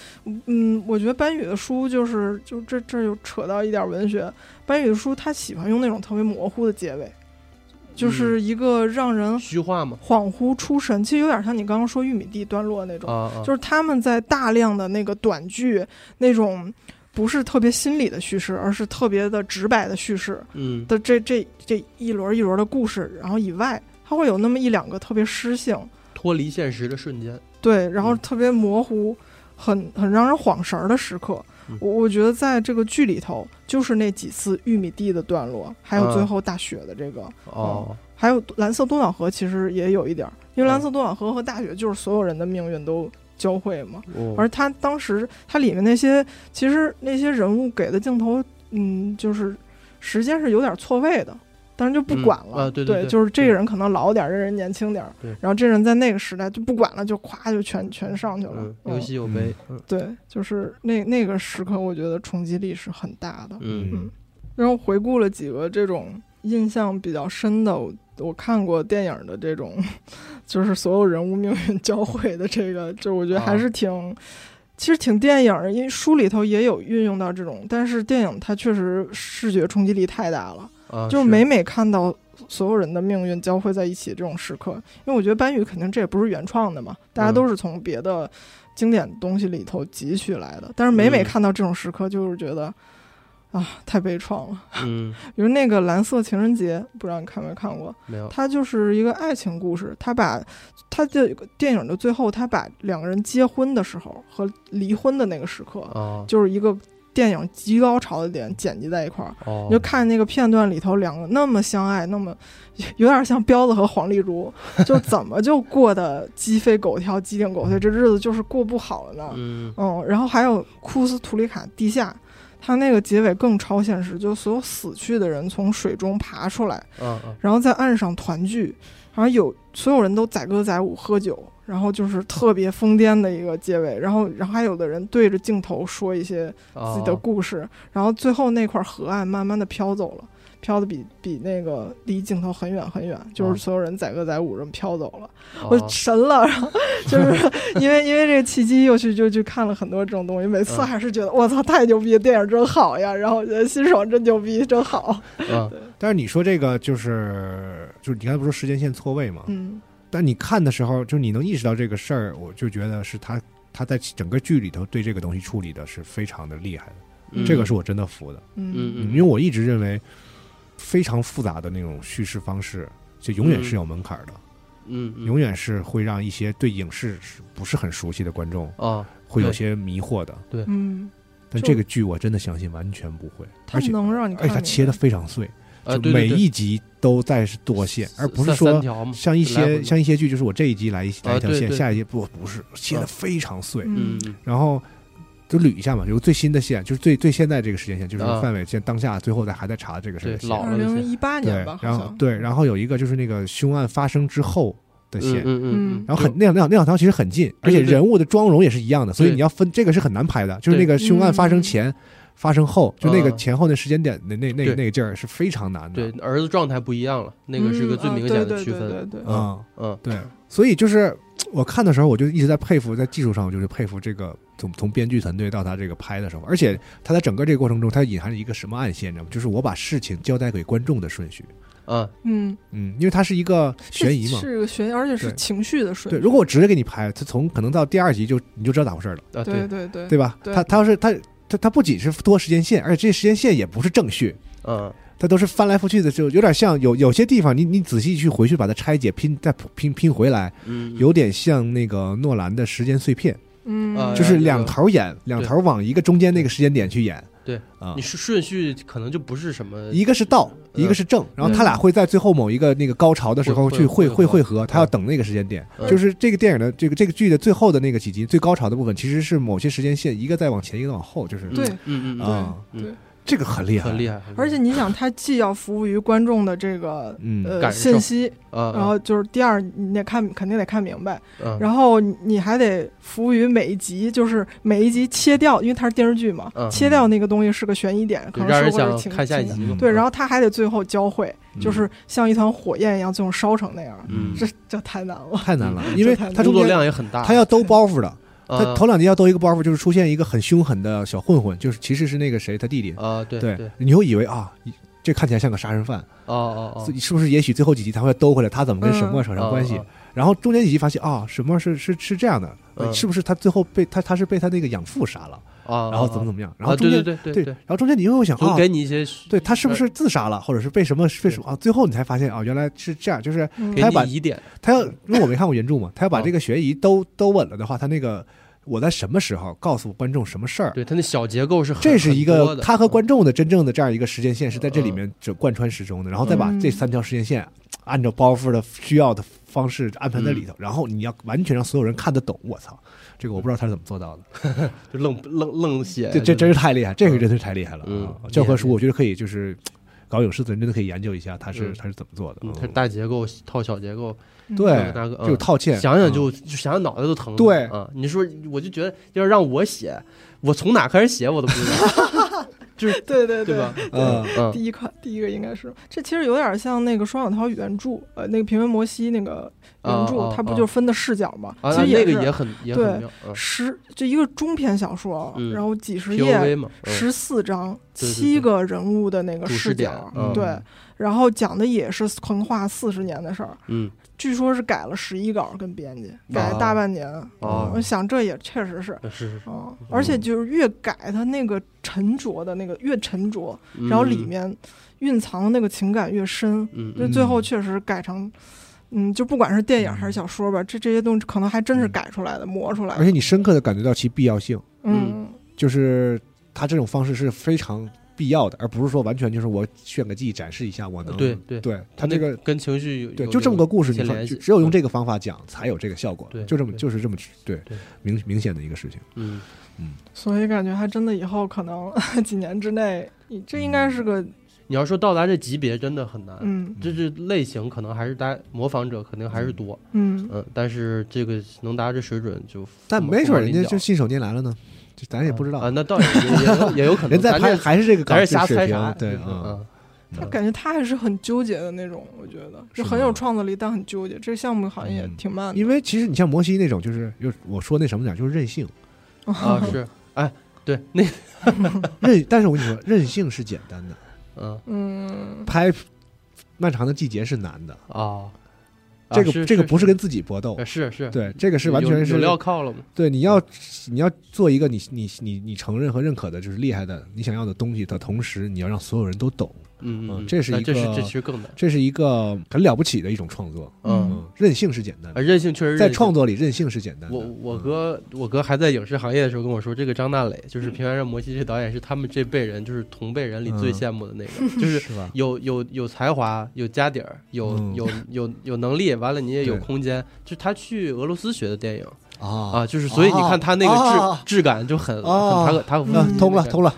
S3: 嗯，我觉得班宇的书就是，就这这又扯到一点文学，班宇的书他喜欢用那种特别模糊的结尾，就是一个让人
S2: 虚化嘛，
S3: 恍惚出神，其实有点像你刚刚说玉米地段落那种
S2: 啊，啊，
S3: 就是他们在大量的那个短剧那种不是特别心理的叙事，而是特别的直白的叙事
S2: 嗯
S3: 的这这这一轮一轮的故事，然后以外，它会有那么一两个特别诗性，
S2: 脱离现实的瞬间，
S3: 对，然后
S2: 嗯
S3: 特别模糊，很很让人晃神儿的时刻
S2: 嗯。
S3: 我我觉得在这个剧里头，就是那几次玉米地的段落，还有最
S2: 嗯
S3: 后大雪的这个，
S2: 哦，
S3: 还有蓝色多瑙河，其实也有一点儿，因为蓝
S2: 嗯
S3: 色多瑙河和大雪就是所有人的命运都交汇嘛。
S2: 哦
S3: 而他当时他里面那些，其实那些人物给的镜头，嗯，就是时间是有点错位的，但是就不管了。
S2: 嗯啊对对
S3: 对
S2: 对
S3: 就是这个人可能老点儿，这人年轻点儿
S2: 对，
S3: 然后这人在那个时代就不管了，就咵就全全上去了。
S2: 嗯，
S3: 嗯
S2: 有喜有悲，嗯
S3: 对，就是那那个时刻，我觉得冲击力是很大的。
S2: 嗯
S3: 嗯然后回顾了几个这种印象比较深的，我我看过电影的这种， 就是所有人物命运交汇的这个，就我觉得还
S2: 啊
S3: 是挺，其实挺电影儿，因为书里头也有运用到这种，但是电影它确实视觉冲击力太大了，
S2: 啊，
S3: 就是每每看到所有人的命运交汇在一起这种时刻，因为我觉得班宇肯定这也不是原创的嘛，大家
S2: 嗯
S3: 都是从别的经典东西里头汲取来的，但是每每
S2: 嗯
S3: 看到这种时刻，就是觉得。啊，太悲怆了！
S2: 嗯，
S3: 比如那个《蓝色情人节》，不知道你看没看过？
S2: 没有，
S3: 它就是一个爱情故事。它把它的电影的最后，它把两个人结婚的时候和离婚的那个时刻，
S2: 哦
S3: 就是一个电影极高潮的点剪辑在一块儿。
S2: 哦，
S3: 你就看那个片段里头，两个那么相爱，那么有点像彪子和黄丽茹，就怎么就过得鸡飞狗跳、鸡零狗碎，这日子就是过不好了呢？
S2: 嗯
S3: 嗯，然后还有库斯图里卡地下，它那个结尾更超现实，就所有死去的人从水中爬出来，
S2: 啊啊，
S3: 然后在岸上团聚，然后有所有人都载歌载舞喝酒，然后就是特别疯癫的一个结尾，然后然后还有的人对着镜头说一些 自己的
S2: 哦
S3: 故事，然后最后那块河岸慢慢的飘走了。飘的比比那个离镜头很远很远，就
S2: 哦
S3: 是所有人载歌载舞，人飘走了。我
S2: 哦
S3: 神了，然后就是 因为因为这个契机，又去就去看了很多这种东西，每次
S2: 嗯
S3: 还是觉得我操太牛逼，电影真好呀，然后我觉得辛爽真牛逼，真好，
S2: 啊
S4: 但是你说这个就是就是你刚才不是说时间线错位吗？
S3: 嗯
S4: 但你看的时候，就是你能意识到这个事儿，我就觉得是他他在整个剧里头对这个东西处理的是非常的厉害的，
S2: 嗯
S4: 这个是我真的服的，
S3: 嗯
S2: 嗯
S4: 因为我一直认为非常复杂的那种叙事方式，就永远是有门槛的，
S2: 嗯嗯
S4: 永远是会让一些对影视是不是很熟悉的观众
S2: 啊，
S4: 会有些迷惑的。
S3: 嗯，
S4: 但
S3: 就
S4: 这个剧我真的相信完全不会，
S3: 它
S4: 而且
S3: 能让你
S4: 而
S3: 看
S4: 且它切的非常碎，
S2: 呃，
S4: 就
S2: 对
S4: 每
S2: 对对
S4: 一集都在是剁线，而不是
S2: 三
S4: 说
S2: 三条嘛
S4: 像一
S2: 来回
S4: 些
S2: 嘛
S4: 像一些剧，就是我这一集来一来一条
S2: 啊对
S4: 线，
S2: 对
S4: 下一集不不是切的非常碎，
S2: 嗯
S3: 嗯
S2: 嗯
S4: 然后就捋一下嘛，就是最新的线，就是最最现在这个时间线，就是
S2: 啊
S4: 范伟现在当下最后在还在查这个事
S2: 对
S4: 情，
S2: 老
S3: 二
S2: 了
S3: 零一八
S4: 对
S3: 年嗯吧，，好
S4: 然后
S3: 像
S4: 对，然后有一个就是那个凶案发生之后的线
S2: 嗯。嗯嗯，
S4: 然后很那两那两那两条其实很近，而且
S2: 对对
S4: 人物的妆容也是一样的，所以
S2: 对
S4: 你要分这个是很难拍的，就是
S2: 对
S4: 那个凶案发
S3: 嗯
S4: 生前、发生后，就那个
S2: 啊
S4: 前后那时间点的那那那
S2: 对
S4: 那个劲儿是非常难的。
S2: 对儿子状态不一样了，那个是个最明显的区
S3: 嗯嗯
S2: 分。
S3: 啊对对对对对
S4: 啊、
S2: 嗯
S4: 对，所以就是我看的时候，我就一直在佩服，在技术上我就是佩服这个从从编剧团队到他这个拍的时候，而且他在整个这个过程中，他隐含着一个什么暗线，你知道吗？就是我把事情交代给观众的顺序，
S2: 啊，
S3: 嗯，
S4: 嗯，因为它是一个
S3: 这
S4: 悬疑嘛。
S3: 是个悬疑，而且是
S4: 对
S3: 情绪的顺
S4: 对，
S3: 序，
S4: 如果我直接给你拍，他从可能到第二集就你就知道咋回事了，
S2: 啊
S3: 对
S2: 对
S3: 对对
S4: 对吧？
S3: 对
S4: 他他要是他他他不仅是多时间线，而且这些时间线也不是正序，
S2: 嗯
S4: 它都是翻来覆去的，就有点像有有些地方你你仔细去回去把它拆解拼再拼拼回来，
S2: 嗯
S4: 有点像那个诺兰的时间碎片。
S3: 嗯
S2: 啊
S4: 就是两头演，两头往一个中间那个时间点去演。
S2: 对
S4: 啊
S2: 你，是顺序可能就不不是什么
S4: 一个是道，
S2: 嗯
S4: 一个是正，然后
S3: 对
S4: 他俩会在最后某一个那个高潮的时候
S2: 会
S4: 去
S2: 会
S4: 会
S2: 会
S4: 会
S2: 会
S4: 会合，他要等那个时间点。
S2: 嗯
S4: 就是这个电影的这个这个剧的最后的那个几集最高潮的部分，其实是某些时间线一个在往前，一个在往后，就是
S3: 对
S2: 嗯嗯嗯，
S4: 啊，
S2: 嗯
S3: 对，
S4: 这个很厉害，
S2: 很厉害，
S3: 而且你想，它既要服务于观众的这个
S4: 嗯，
S3: 呃
S2: 感受
S3: 信息，
S2: 啊，
S3: 然后就是第二，你得看肯定得看明白，
S2: 然
S3: 然后你你还得服务于每一集，就是每一集切掉，因为它是电视剧嘛，
S2: 嗯
S3: 切掉那个东西是个悬疑点，可能
S2: 让
S3: 是
S2: 人
S3: 或者
S2: 想
S3: 情
S2: 看下一
S3: 情感
S2: 集嗯嘛，
S3: 对，然后它还得最后交汇，
S4: 嗯
S3: 就是像一团火焰一样，最后烧成那样，
S2: 嗯
S3: 这这太难了。
S4: 太难了，因为
S3: 这太难
S4: 他
S2: 工
S4: 中
S2: 作
S4: 间
S2: 量也很大，
S4: 他要兜包袱的，他
S2: 啊
S4: 头两集要兜一个包袱，就是出现一个很凶狠的小混混，就是其实是那个谁他弟弟，
S2: 啊对对
S4: 对，你会以为啊，这看起来像个杀人犯。
S2: 哦哦哦
S4: 所以是不是也许最后几集他会兜回来，他怎么跟沈墨扯上关系？
S2: 嗯嗯
S4: 然后中间几集发现啊，沈墨是是是这样的，呃
S2: 嗯
S4: 是不是他最后被他他是被他那个养父杀了，
S2: 啊，
S4: 然后怎么怎
S2: 么，
S4: 么样？然
S2: 啊
S4: 后中
S2: 对
S4: 间、
S2: 对对
S4: 对
S2: 对，
S4: 然后中间你又会想
S2: 就
S4: 啊，
S2: 给你一些
S4: 对他是不是自杀了，或者是被什么被什么啊？最后你才发现啊，原来是这样，就是
S3: 嗯
S2: 给
S4: 他把
S2: 你疑点，
S4: 他要因为我没看过原著嘛，他要把
S2: 嗯
S4: 这个悬疑兜兜稳了的话，他那个我在什么时候告诉观众什么事儿？
S2: 对他那小结构是很
S4: 这是一
S2: 很
S4: 个
S2: 多的嗯
S4: 他和观众的真正的这样一个时间线是在这里面就贯穿始终的，然后再把
S3: 嗯
S4: 这三条时间线按照包袱的需要的方式安排在里头，
S2: 嗯
S4: 然后你要完全让所有人看得懂。我操，这个我不知道他是怎么做到的，
S2: 就愣愣愣写，
S4: 这这真是太厉害，这个真是太厉害了
S2: 嗯
S4: 啊！教科书我觉得可以就是搞影视的人真的可以研究一下他是
S2: 嗯
S4: 他是怎么做的
S2: 嗯，它是
S4: 嗯。
S2: 大结构套小结构，
S4: 对，
S2: 大哥嗯
S4: 就是套现，
S2: 想想
S4: 嗯
S2: 就就想想脑袋都疼。
S4: 对
S2: 啊，你说我就觉得要是让我写，我从哪开始写我都不知 道，就是
S3: 对对
S2: 对吧？
S4: 嗯
S2: 嗯
S3: 第一款第一个应该是这，其实有点像那个双小涛原著，呃，那个平原摩西那个原
S2: 啊
S3: 著
S2: 啊，
S3: 它不
S2: 啊
S3: 就是分的视角嘛？
S2: 啊，
S3: 其实
S2: 那
S3: 也
S2: 个也
S3: 是
S2: 很也
S3: 对
S2: 很妙。嗯
S3: 十就一个中篇小说
S2: 嗯，
S3: 然后几十
S2: POV
S3: 页，
S2: 嘛，嗯
S3: 十四章，
S2: 对对
S3: 七
S2: 对
S3: 个人物的那个
S2: 主视
S3: 视
S2: 点
S3: 角
S2: 嗯，
S3: 对，然后讲的也是横跨四十年的事儿，
S2: 嗯，
S3: 据说是改了十一稿跟编辑，改
S2: 啊
S3: 了大半年。
S2: 哦
S3: 我想这也确实是。
S2: 是是
S4: 哦
S2: 是，
S3: 嗯，而且就是越改它那个沉着的那个越沉着，
S2: 嗯
S3: 然后里面蕴藏的那个情感越深，
S2: 嗯
S3: 就
S2: 嗯
S3: 最后确实改成，嗯，就不管是电影还是小说吧，这这些东西可能还
S2: 嗯
S3: 真是改出来的、磨出来
S4: 而
S3: 的
S4: 且。你深刻的感觉到其必要性，
S3: 嗯，
S4: 就是他这种方式是非常必要的，而不是说完全就是我炫个技展示一下我能。
S2: 对对
S4: 对，
S2: 它
S4: 他这
S2: 那
S4: 个
S2: 跟情绪有
S4: 对，
S2: 有
S4: 就这么个故事，
S2: 一
S4: 你
S2: 些
S4: 放
S2: 联
S4: 就
S2: 系，
S4: 只有用
S2: 嗯
S4: 这个方法讲，才有这个效果。
S2: 对
S4: 就这么
S2: 对
S4: 就是这么对
S2: 对
S4: 明明显的一个事情。
S2: 嗯
S3: 所以感觉还真的以后可能 几年之内，你这应该是个
S2: 你要说到达这级别真的很难，
S3: 嗯
S2: 这这类型可能还是大家模仿者肯定还是多，
S3: 嗯
S2: 嗯，但是这个能达这水准就
S4: 但
S2: 凤毛
S4: 没准儿
S2: 麟
S4: 人家
S2: 角
S4: 就信手拈来了呢，就咱也不知
S2: 啊，
S4: 道。
S2: 那倒也也也有也有可能，
S4: 人在
S2: 咱
S4: 拍
S2: 这
S4: 还是这个高
S2: 咱是瞎
S4: 水
S2: 猜
S4: 平
S2: 啥，
S4: 对
S2: 就是
S4: 啊，
S2: 嗯
S3: 他感觉他还是很纠结的那种，我觉得
S4: 是
S3: 就很有
S4: 吗
S3: 创造力，但很纠结。这个项目好像也
S4: 嗯
S3: 挺慢的，
S4: 因为其实你像摩西那种，就是又我说那什么点儿，就是任性，
S2: 啊是，哎对那
S4: 任。但是我跟你说，任性是简单的，
S2: 嗯
S3: 嗯，
S4: 拍《漫长的季节》是难的。
S2: 啊，啊
S4: 这个
S2: 是
S4: 这个
S2: 是
S4: 不是跟自己搏斗
S2: 呃，是是
S4: 对，这个是完全
S2: 有有
S4: 是
S2: 料嗯靠了嘛，
S4: 对，你要你要做一个你你你你承认和认可的，就是厉害的你想要的东西的同时，你要让所有人都懂，
S2: 嗯
S4: 嗯
S2: 嗯，
S4: 这是
S2: 那
S4: 一
S2: 这是
S4: 个
S2: 这其实更难，
S4: 这是一个很了不起的一种创作。
S2: 嗯，
S4: 嗯，任性是简单
S2: 啊
S4: 的，
S2: 任性确实
S4: 在
S2: 任性
S4: 创作里任性是简单的。
S2: 我我
S4: 嗯
S2: 哥我哥还在影视行业的时候跟我说，这个张大磊就是《平原上摩西》这导演是他们这辈人就是同辈人里最
S4: 嗯
S2: 羡慕的那个，就是
S4: 是吧？
S2: 有有有才华，有家底儿，有、
S4: 嗯
S2: 有有有能力，完了你也有
S4: 对
S2: 空间。就他去俄罗斯学的电影
S4: 啊
S2: 啊，就是所以你看他那个质、
S4: 啊
S2: 质感就很、
S4: 啊
S2: 很塔可塔可夫斯
S4: 啊
S2: 基，
S4: 通了通了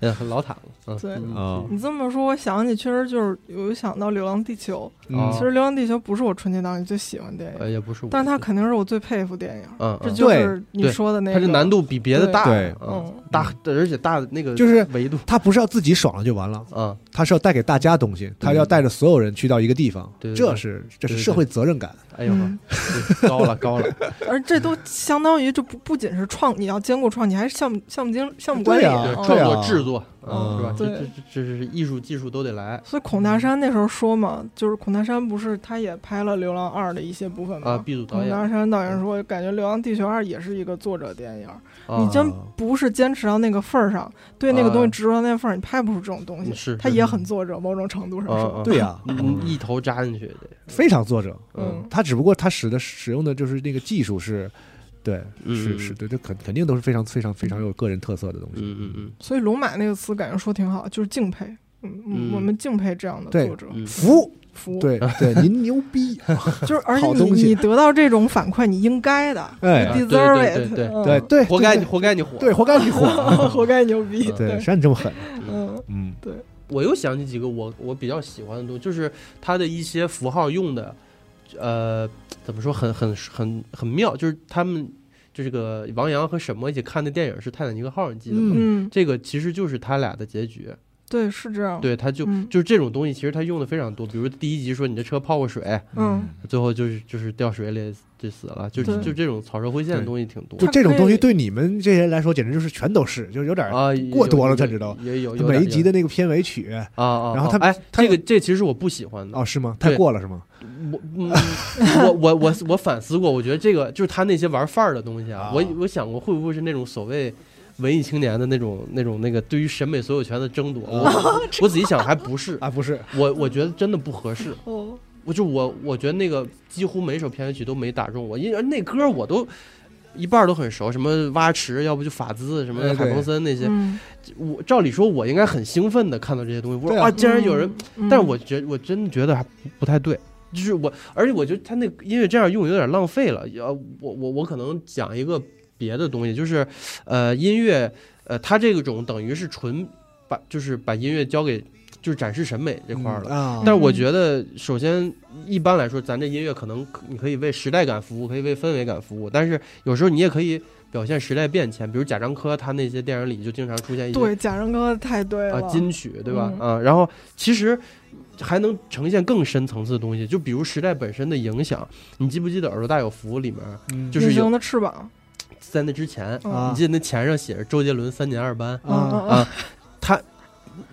S2: 嗯，很老塔了，嗯，
S3: 对
S2: 嗯
S4: 啊
S3: 你这么说，我想起确实就是有想到《流浪地球》
S4: 嗯
S2: 啊
S3: 其实《流浪地球》不是我春节档里最喜欢的电影，
S2: 呃也不是我，
S3: 但是它肯定是我最佩服的电影。
S2: 嗯
S3: 这
S2: 嗯，
S3: 就是你
S2: 对
S3: 说的那
S2: 他
S3: 个
S2: 这难，度比别的大，
S4: 对
S2: 嗯，
S3: 嗯，
S2: 大而且大的那个
S4: 就是
S2: 维度，
S4: 他不是要自己爽了就完了，
S2: 嗯，
S4: 他是要带给大家东西，他要带着所有人去到一个地方，
S2: 对对
S4: 这
S2: 对
S4: 是这是
S2: 对对
S4: 社会责任感。
S2: 哎呦呵
S3: 嗯，
S2: 对高了高了，
S3: 而这都相当于这不不仅是创，你要兼顾创，你还是项目项目经项目管理
S4: 对啊
S2: 对，
S3: 嗯
S2: 创
S4: 对啊
S2: 作制作，
S4: 嗯
S2: 是吧？这
S3: 对
S2: 这这这是艺术技术都得来
S3: 所以孔大山那时候说嘛，就是孔大山不是他也拍了《流浪二》的一些部分
S2: 啊！
S3: 嘛。
S2: 毕组导
S3: 孔
S2: 演嗯
S3: 大，山导演说，感觉《流浪地球二》也是一个作者电影，
S2: 啊
S3: 你真不是坚持到那个份儿上，对那个东
S2: 啊
S3: 西执着到那份儿，你拍不出这种东
S2: 嗯
S3: 西。
S2: 是
S3: 他
S2: 是
S3: 也很作者，某种程度上
S2: 啊
S3: 是。
S2: 啊
S4: 对呀，
S2: 嗯，一头扎进去得，
S4: 非常作者。
S2: 嗯
S3: 嗯
S4: 他只不过他使的使用的就是那个技术是，对，
S2: 嗯
S4: 是
S2: 嗯
S4: 是，
S2: 嗯
S4: 对，这肯肯定都是非常非常非常有个人特色的东西。
S2: 嗯嗯嗯，
S3: 所以“龙马”那个词感觉说挺好，就是敬佩。嗯，
S2: 嗯
S3: 嗯我们敬佩这样的
S4: 对
S3: 作者，
S2: 嗯
S4: 服，
S3: 服务。
S4: 对对，您牛 逼，
S3: 就是而且
S4: 好
S3: 你
S4: 东西
S3: 你得到这种反馈，你应该的
S4: 哎
S2: 啊，
S3: 你
S2: 对
S3: ，deserve
S2: 对
S3: it，
S2: 对对
S4: 对
S3: 嗯
S4: 对，
S2: 活该你，活该你火，
S4: 对，活该你 火啊，
S3: 活该牛逼，
S4: 对，谁让你这么狠？
S3: 嗯
S4: 嗯，
S2: 我又想起几个我我比较喜欢的东西，就是它的一些符号用的，呃，怎么说很很很很妙，就是他们就这个王阳和沈墨一起看的电影是《泰坦尼克号》，你记得吗？
S3: 嗯，
S2: 这个其实就是他俩的结局，
S3: 对，是这样，
S2: 对，他就、
S3: 嗯
S2: 就是这种东西，其实他用的非常多。比如第一集说你的车泡过水，
S3: 嗯，
S2: 最后就是就是掉水里就死了，就
S3: 对
S2: 就这种草蛇灰线的东西挺多
S4: 就
S3: 他
S4: 这种
S3: 可
S4: 东西
S3: 以
S4: 对你们这些人来说，简直就是全都是，就是有点儿
S2: 啊，
S4: 过多了
S2: 有
S4: 才知道，
S2: 也有
S4: 他
S2: 有
S4: 每
S2: 点
S4: 一集的那个片尾曲
S2: 啊啊，
S4: 然后
S2: 啊
S4: 他
S2: 哎，
S4: 他
S2: 这个这其实我不喜欢的，
S4: 哦，是吗？
S2: 嗯对
S4: 太过了是吗？
S2: 我嗯我我我我反思过，我觉得这个就是他那些玩范儿的东西啊
S4: 啊，
S2: 我我想过会不会是那种所谓。文艺青年的那种、那种、那个对于审美所有权的争夺，我我仔细想还不 是，
S4: 啊，不是，
S2: 我我觉得真的不合适。
S3: 哦，
S2: 我就我我觉得那个几乎每首片尾曲都没打中我，因为那歌我都一半儿都很熟，什么蛙池，要不就法兹，什么
S4: 哎对
S2: 海鹏森那些。
S3: 嗯，
S2: 我照理说，我应该很兴奋的看到这些东西，我
S4: 对
S2: 说
S4: 啊
S2: 啊，竟然有人，
S3: 嗯，
S2: 但是我觉我真的觉得还不不太对。就是我，而且我觉得他那个音乐这样用有点浪费了。呃，我我我可能讲一个别的东西，就是，呃，音乐，呃，它这种等于是纯把就是把音乐交给就是展示审美这块儿了。
S4: 啊，
S2: 但是
S3: 嗯
S2: 我觉得，首先一般来说，咱这音乐可能你可以为时代感服务，可以为氛围感服务，但是有时候你也可以表现时代变迁，比如贾樟柯他那些电影里就经常出现一些
S3: 对，贾樟柯太对
S2: 啊
S3: 了，
S2: 金曲，对吧？
S3: 嗯
S2: 啊，然后其实还能呈现更深层次的东西，就比如时代本身的影响。你记不记得《耳朵大有福》里面，
S4: 嗯
S2: 就是
S3: 女
S2: 有
S3: 生的翅膀，
S2: 在那之前，
S3: 嗯
S4: 啊
S2: 你记得那钱上写着周杰伦三年二班，
S3: 嗯嗯
S2: 啊
S3: 嗯，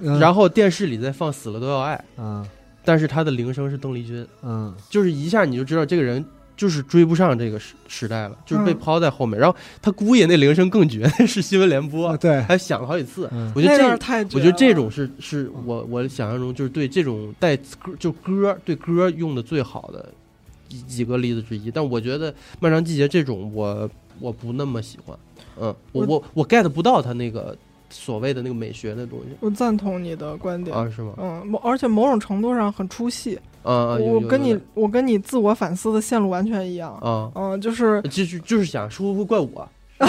S4: 嗯
S2: 然后电视里在放《死了都要爱》，
S4: 嗯
S2: 但是他的铃声是邓丽君。
S4: 嗯
S2: 就是一下你就知道这个人就是追不上这个时时代了，就是被
S3: 嗯
S2: 抛在后面。然后他姑爷那铃声更绝，是新闻联播
S4: 啊，对，
S2: 还响了好几次。
S4: 嗯
S2: 我觉
S3: 嗯那
S2: 得
S3: 段儿
S2: 这，
S3: 太
S2: 我
S3: 绝
S2: 觉得这
S3: 了
S2: 种是是我我想象中就是对这种带歌就歌对歌用的最好的几几个例子之一。但我觉得《漫长季节》这种我我不那么喜欢，嗯，我我我 get 不到他那个所谓的那个美学的东西
S3: 我赞同你的观点。
S2: 啊，是吗？
S3: 嗯，某而且某种程度上很出戏，
S2: 啊啊，有
S3: 我
S2: 有
S3: 跟
S2: 有
S3: 你
S2: 点
S3: 我跟你自我反思的线路完全一样。
S2: 啊，
S3: 嗯， 就是
S2: 就是就是想说会怪我，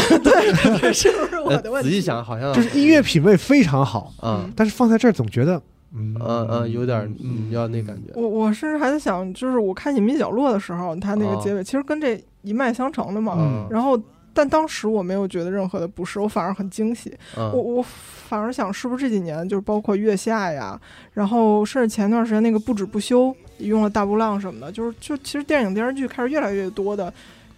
S3: 是不是我
S2: 呃
S3: 的问
S2: 仔
S3: 题？
S2: 细想，好像
S4: 就是音乐品味非常好，
S2: 啊
S4: 但是放在这儿总觉得，嗯
S2: 嗯嗯，有点嗯要那感觉，
S3: 我我甚至还在想，就是我看《隐秘角落》的时候，他那
S2: 哦
S3: 个结尾其实跟这一脉相承的嘛。
S2: 嗯
S3: 然后，但当时我没有觉得任何的不适，我反而很惊喜。
S2: 嗯
S3: 我我反而想，是不是这几年就是包括月下呀，然后甚至前段时间那个不止不休用了大波浪什么的，就是就其实电影电视剧开始越来越多的，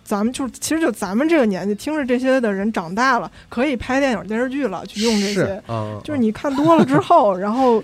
S3: 咱们就是其实就咱们这个年纪听着这些的人长大了，可以拍电影电视剧了，去用这些
S4: 是，
S2: 啊，
S3: 就是你看多了之后，然后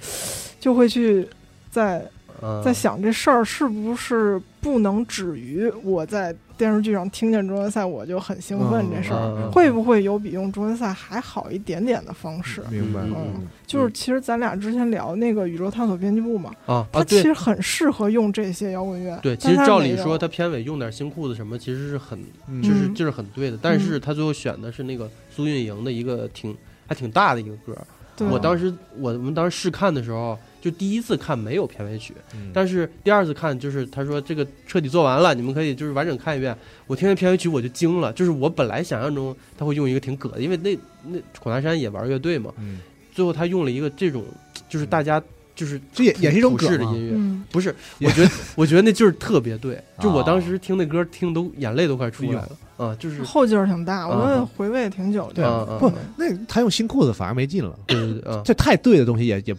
S3: 就会去在
S2: 嗯
S3: 在想这事儿是不是不能止于我在电视剧上听见中文赛我就很兴奋这事儿，
S2: 嗯嗯嗯
S3: 会不会有比用中文赛还好一点点的方式？
S4: 明白，
S2: 嗯
S3: 就是其实咱俩之前聊那个宇宙探索编辑部嘛，
S2: 啊
S3: 它
S2: 啊
S3: 其
S2: 对
S3: 实很适合用这些摇滚乐。
S2: 对，其
S3: 但
S2: 实
S3: 它
S2: 照
S3: 没
S2: 理
S3: 有
S2: 说，他片尾用点新裤子什么，其实是很
S4: 嗯
S2: 就是
S3: 嗯
S2: 就是很对的，但是他最后选的是那个苏运莹的一个挺还挺大的一个歌，
S3: 对
S2: 我当时我我们当时试看的时候。就第一次看没有片尾曲，
S4: 嗯
S2: 但是第二次看就是他说这个彻底做完了，你们可以就是完整看一遍。我听见片尾曲我就惊了，就是我本来想象中他会用一个挺葛的，因为那那孔大山也玩乐队嘛，
S4: 嗯
S2: 最后他用了一个这种，就是大家就是
S4: 这也也是一种
S2: 普
S4: 梗啊
S2: 世的
S4: 嘛，
S2: 音乐，
S3: 嗯，
S2: 不 是？
S4: 也
S2: 我觉得我觉得那就是特别 对，就我
S4: 啊
S2: 当时听那歌听都眼泪都快出来了
S4: 哎
S2: 啊，就是
S3: 后劲儿挺大，我觉
S2: 啊
S3: 得回味也挺久
S4: 对
S3: 的。
S2: 啊啊
S4: 不，那他用新裤子反而没劲了，
S2: 对对 对啊
S4: 这太对的东西也也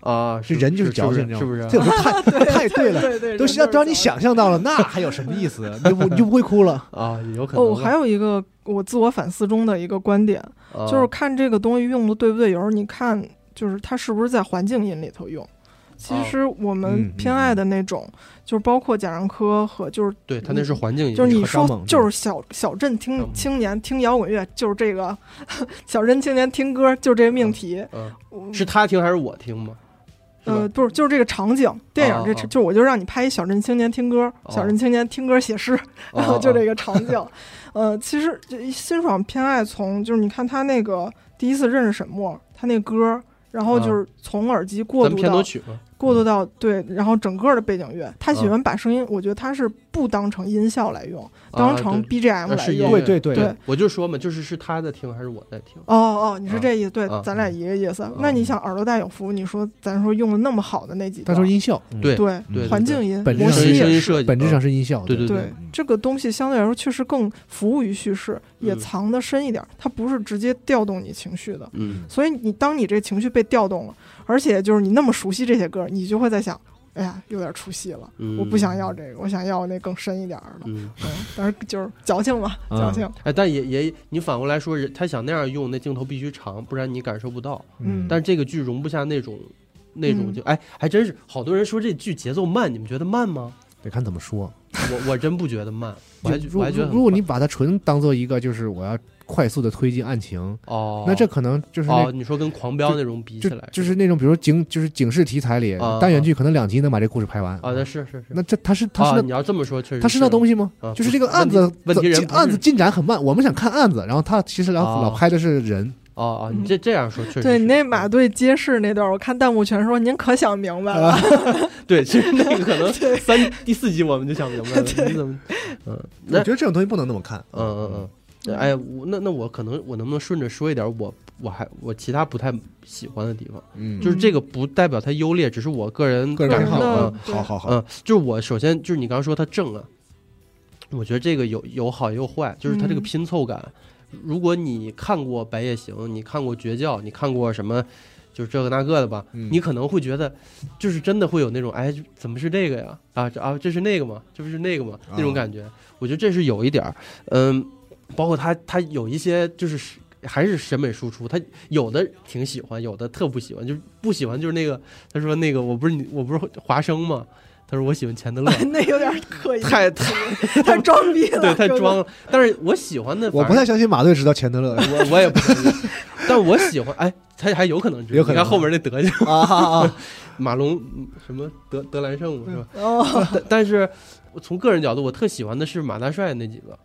S2: 啊，
S4: 这人就是
S2: 是
S4: 矫情，
S2: 是不是？啊
S4: 这有时候太 太对了，
S3: 对对，
S4: 都
S3: 人就
S4: 让
S3: 是
S4: 都让
S3: 这
S4: 你
S3: 样
S4: 想象到了，那还有什么意思？你就不你就不会哭了。
S2: 啊，有可能
S3: 哦，还有一个我自我反思中的一个观点，
S2: 啊
S3: 就是看这个东西用的对不对。有时候你看，就是它是不是在环境音里头用。其
S2: 哦
S3: 实我
S4: 嗯
S3: 们
S4: 嗯
S3: 偏爱的那种，就是包括贾樟柯和就是
S2: 对他那是环境音乐，
S3: 就是你
S4: 和张
S3: 说
S4: 猛，
S3: 就是小小镇
S2: 张
S3: 听
S2: 猛
S3: 青年听摇滚乐，就是这个 小镇青年听歌，就是这个命题。
S2: 嗯，
S3: 我
S2: 是他听还是我听吗？是吧
S3: 呃，不是，就是这个场景，电
S2: 哦
S3: 影这
S2: 哦
S3: 就我就让你拍一小镇青年听歌，小镇青年听歌写诗，
S2: 哦
S3: 然后呃就这
S2: 个
S3: 个场 景。呃，其实这辛爽偏爱从就是你看他那个第一次认识沈墨，他那歌。然后就是从耳机
S2: 嗯
S3: 过
S2: 咱们
S3: 渡
S2: 片
S3: 到
S2: 头曲嘛，
S3: 过渡到对，然后整个的背景乐，他喜
S2: 嗯
S3: 欢把声音，我觉得他是不当成音效来用，当成
S2: 啊
S3: BGM
S2: 对
S3: 来
S2: 是音
S3: 用。
S2: 乐
S4: 对对对
S2: 对，我就说嘛，就是是他在听还是我在听？
S3: 哦哦，你
S2: 啊
S3: 是这意思，对
S2: 啊，
S3: 咱俩一个意思。那你想耳朵大有福，你说咱说用的那么好的那几
S4: 他
S3: 段
S4: 说，音效，嗯
S2: 对
S3: 对
S4: 对对
S3: 环境音
S4: 本质
S3: 摩
S4: 上
S3: 西
S4: 是
S2: 声音
S3: 也
S2: 设
S3: 是。
S2: 计，
S4: 本质
S2: 嗯
S4: 上是音嗯效，
S2: 对对
S3: 对这个东西相对来说确实更服务于叙事，也
S2: 嗯
S3: 藏得深一点，它不是直接调动你情绪的。
S2: 嗯。
S3: 所以你当你这情绪被调动了，而且就是你那么熟悉这些歌，你就会在想，哎呀，有点出戏了，
S2: 嗯
S3: 我不想要这个，我想要那更深一点儿的。
S2: 嗯，
S3: 嗯，但是就是矫情嘛，
S4: 嗯
S3: 矫情。
S2: 哎，但也也，你反过来说，人他想那样用，那镜头必须长，不然你感受不到。
S4: 嗯，
S2: 但是这个剧容不下那种那种
S3: 嗯
S2: 就，哎，还真是好多人说这剧节奏慢，你们觉得慢吗？
S4: 得看怎么说。
S2: 我我真不觉得慢，我还觉
S4: 如
S2: 我
S4: 果
S2: 还觉得很
S4: 如果你
S2: 快
S4: 把它纯当做一个就是我要快速的推进案情，
S2: 哦，
S4: 那这可能就是那
S2: 哦，你说跟狂飙那种比起
S4: 就
S2: 来，
S4: 就是那种比如警就是警示题材里
S2: 啊
S4: 单元剧可能两集能把这故事拍完
S2: 啊，那是是是，
S4: 那这他是他
S2: 啊
S4: 是
S2: 你
S4: 那
S2: 要这么说，确实
S4: 他是那东西吗
S2: 啊？
S4: 就是这个
S2: 不
S4: 案子
S2: 问题问题人
S4: 怎
S2: 不
S4: 案
S2: 是
S4: 子进展很慢，我们想看案子，然后他其实老
S2: 啊
S4: 老拍的是人，
S2: 哦
S4: 嗯
S2: 哦，你这这样说确实
S3: 对
S2: 是
S3: 你那
S2: 嗯
S3: 马队街市那段儿，我看弹幕全说您可想明白了。
S2: 对，其实那个可能三第四集我们就想明白了，你怎么嗯
S4: 我
S2: 那
S4: 觉得这种东西不能那么看。
S2: 嗯嗯嗯，对哎，我那那我可能我能不能顺着说一点我我还我其他不太喜欢的地方，
S4: 嗯，
S2: 就是这个不代表它优劣，只是我个人
S4: 个人
S3: 感觉
S4: 偏好，
S2: 嗯
S4: 嗯
S3: 对
S4: 好好好，
S2: 嗯，就是我首先就是你刚刚说它正啊，我觉得这个有有好也有坏，就是它这个
S3: 嗯
S2: 拼凑感。如果你看过《白夜行》，你看过《绝教》，你看过什么，就是这个那个的吧，
S4: 嗯
S2: 你可能会觉得，就是真的会有那种，哎，怎么是这个呀？啊，这啊，这是那个吗？这不是那个吗？那种
S4: 啊
S2: 感觉，我觉得这是有一点儿，嗯，包括他他有一些就是。还是审美输出，他有的挺喜欢，有的特不喜欢，就是不喜欢就是那个，他说那个我不是你我不是华生吗？他说我喜欢钱 德勒，
S3: 那有点刻意，
S2: 太太
S3: 太装逼了，
S2: 对太
S3: 这个
S2: 装了。但是我喜欢的，
S4: 我不太相信马队知道钱德 勒
S2: 我我也不知道，但我喜欢，哎，他还有可能知道，
S4: 有可能
S2: 你看后面那德行，
S4: 啊啊啊！
S2: 马龙嗯什么德德兰圣
S4: 嗯
S2: 是吧？
S3: 哦，
S2: 但但是我从个人角度，我特喜欢的是马大帅那几个，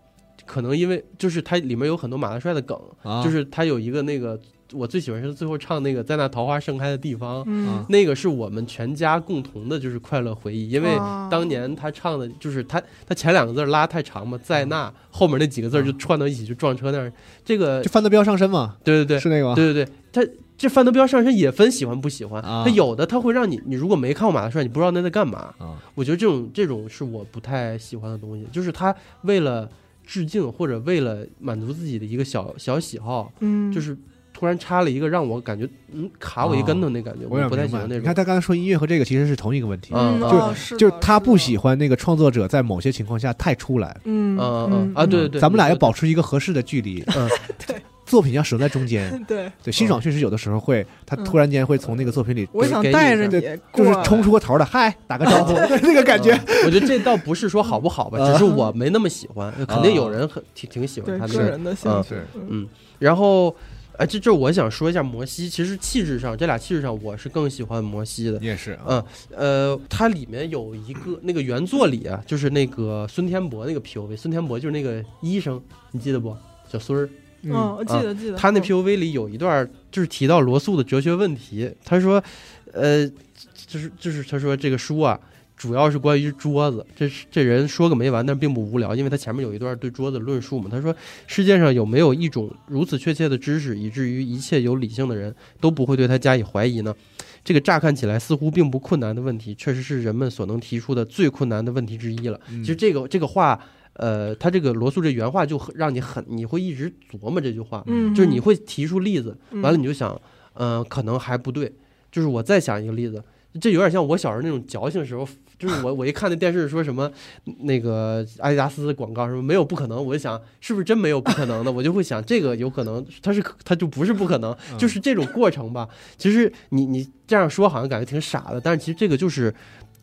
S2: 可能因为就是它里面有很多马大帅的梗，
S4: 啊
S2: 就是他有一个那个我最喜欢是最后唱那个在那桃花盛开的地方，
S4: 啊
S3: 嗯
S2: 那个是我们全家共同的，就是快乐回忆。因为
S3: 哦
S2: 当年他唱的就是他，他前两个字儿拉太长嘛，在那后面那几个字儿就串到一起，就撞车那儿。这个
S4: 嗯就范德彪上身嘛，
S2: 对对对
S4: 是那个吗？
S2: 对对对，他这范德彪上身也分喜欢不喜欢，
S4: 啊
S2: 他有的他会让你，你如果没看过马大帅，你不知道那在干嘛。
S4: 啊，
S2: 我觉得这种这种是我不太喜欢的东西，就是他为了致敬或者为了满足自己的一个小小喜好，
S3: 嗯，
S2: 就是突然插了一个让我感觉嗯卡我一跟头那感觉，
S4: 也
S2: 我不太
S4: 明
S2: 喜
S4: 白。
S2: 欢那
S4: 你
S2: 种。
S4: 看他刚才说音乐和这个其实是同一个问题，
S2: 嗯
S3: 嗯，
S4: 就
S3: 哦是的
S4: 就是他不，喜
S3: 是的
S4: 欢那个创作者在某些情况下太出来，
S3: 嗯
S2: 嗯嗯啊，对对对，
S4: 咱们俩要
S2: 你说
S4: 保持一个合适的距 离，
S2: 嗯，
S3: 对，
S4: 作品要守在中间。
S3: 对，
S4: 对，辛爽确实有的时候会，他突然间会从那个作品里
S3: 我
S2: 就是
S3: 想
S2: 给你
S3: 带
S2: 一
S3: 着
S2: 下
S3: 你
S4: 就
S3: 过
S4: 是
S3: 来
S4: 冲出个头来，嗨，打个招呼，
S2: 啊
S4: 那个感觉。
S2: 对，我觉得这倒不是说好不好吧，
S4: 啊
S2: 只是我没那么喜欢，肯定有人很挺挺喜欢
S3: 对
S2: 他
S3: 个
S2: 那个。
S3: 人的兴趣
S4: 嗯是，
S3: 嗯
S2: 嗯，然后，哎，这这我想说一下摩西，其实气质上这俩气质上我是更喜欢摩西的
S4: 你。也是啊
S2: 嗯，呃，它里面有一个那个原作里啊，就是那个孙天博那个 POV，孙天博就是那个医生，你记得不？小孙儿，
S3: 嗯，我记得记得，
S2: 他那
S3: 嗯
S2: POV 里有一段就是提到罗素的哲学问题，他说，呃，就是就是他说这个书啊，主要是关于桌子，这是这人说个没完，但并不无聊，因为他前面有一段对桌子的论述嘛。他说世界上有没有一种如此确切的知识，以至于一切有理性的人都不会对他加以怀疑呢？这个乍看起来似乎并不困难的问题，确实是人们所能提出的最困难的问题之一了。
S4: 嗯
S2: 其实这个这个话，呃，他这个罗素这原话就很让你很，你会一直琢磨这句话，
S3: 嗯，
S2: 就是你会提出例子，
S3: 嗯
S2: 完了你就想，嗯、可能还不对，就是我再想一个例子，这有点像我小时候那种矫情时候，就是我我一看那电视说什么那个阿迪达斯广告什么没有不可能，我就想是不是真没有不可能的，我就会想这个有可能，它是可它就不是不可能，
S4: 嗯
S2: 就是这种过程吧。其实你你这样说好像感觉挺傻的，但是其实这个就是。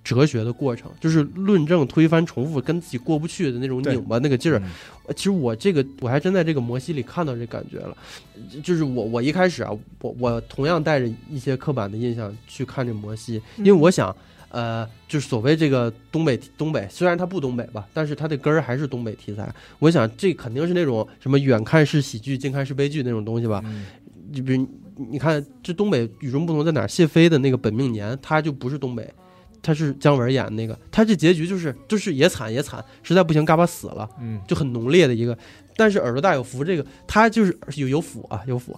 S2: 哲学的过程就是论证、推翻、重复，跟自己过不去的那种
S4: 对
S2: 拧巴那个劲儿，
S4: 嗯
S2: 呃其实我这个我还真在这个摩西里看到这感觉了，呃就是我我一开始啊，我我同样带着一些刻板的印象去看这摩西，因
S3: 嗯
S2: 为我想，呃，就是所谓这个东北东北，虽然它不东北吧，但是它的根儿还是东北题材。我想这肯定是那种什么远看是喜剧，近看是悲剧那种东西吧。
S4: 嗯
S2: 就比如你你看这东北与众不同在哪儿？谢飞的那个《本命年》，他就不是东北。他是姜文演的那个，他这结局就是就是也惨也惨，实在不行嘎巴死了，
S4: 嗯，
S2: 就很浓烈的一个。但是耳朵大有福这个，他就是有有福啊，有 福。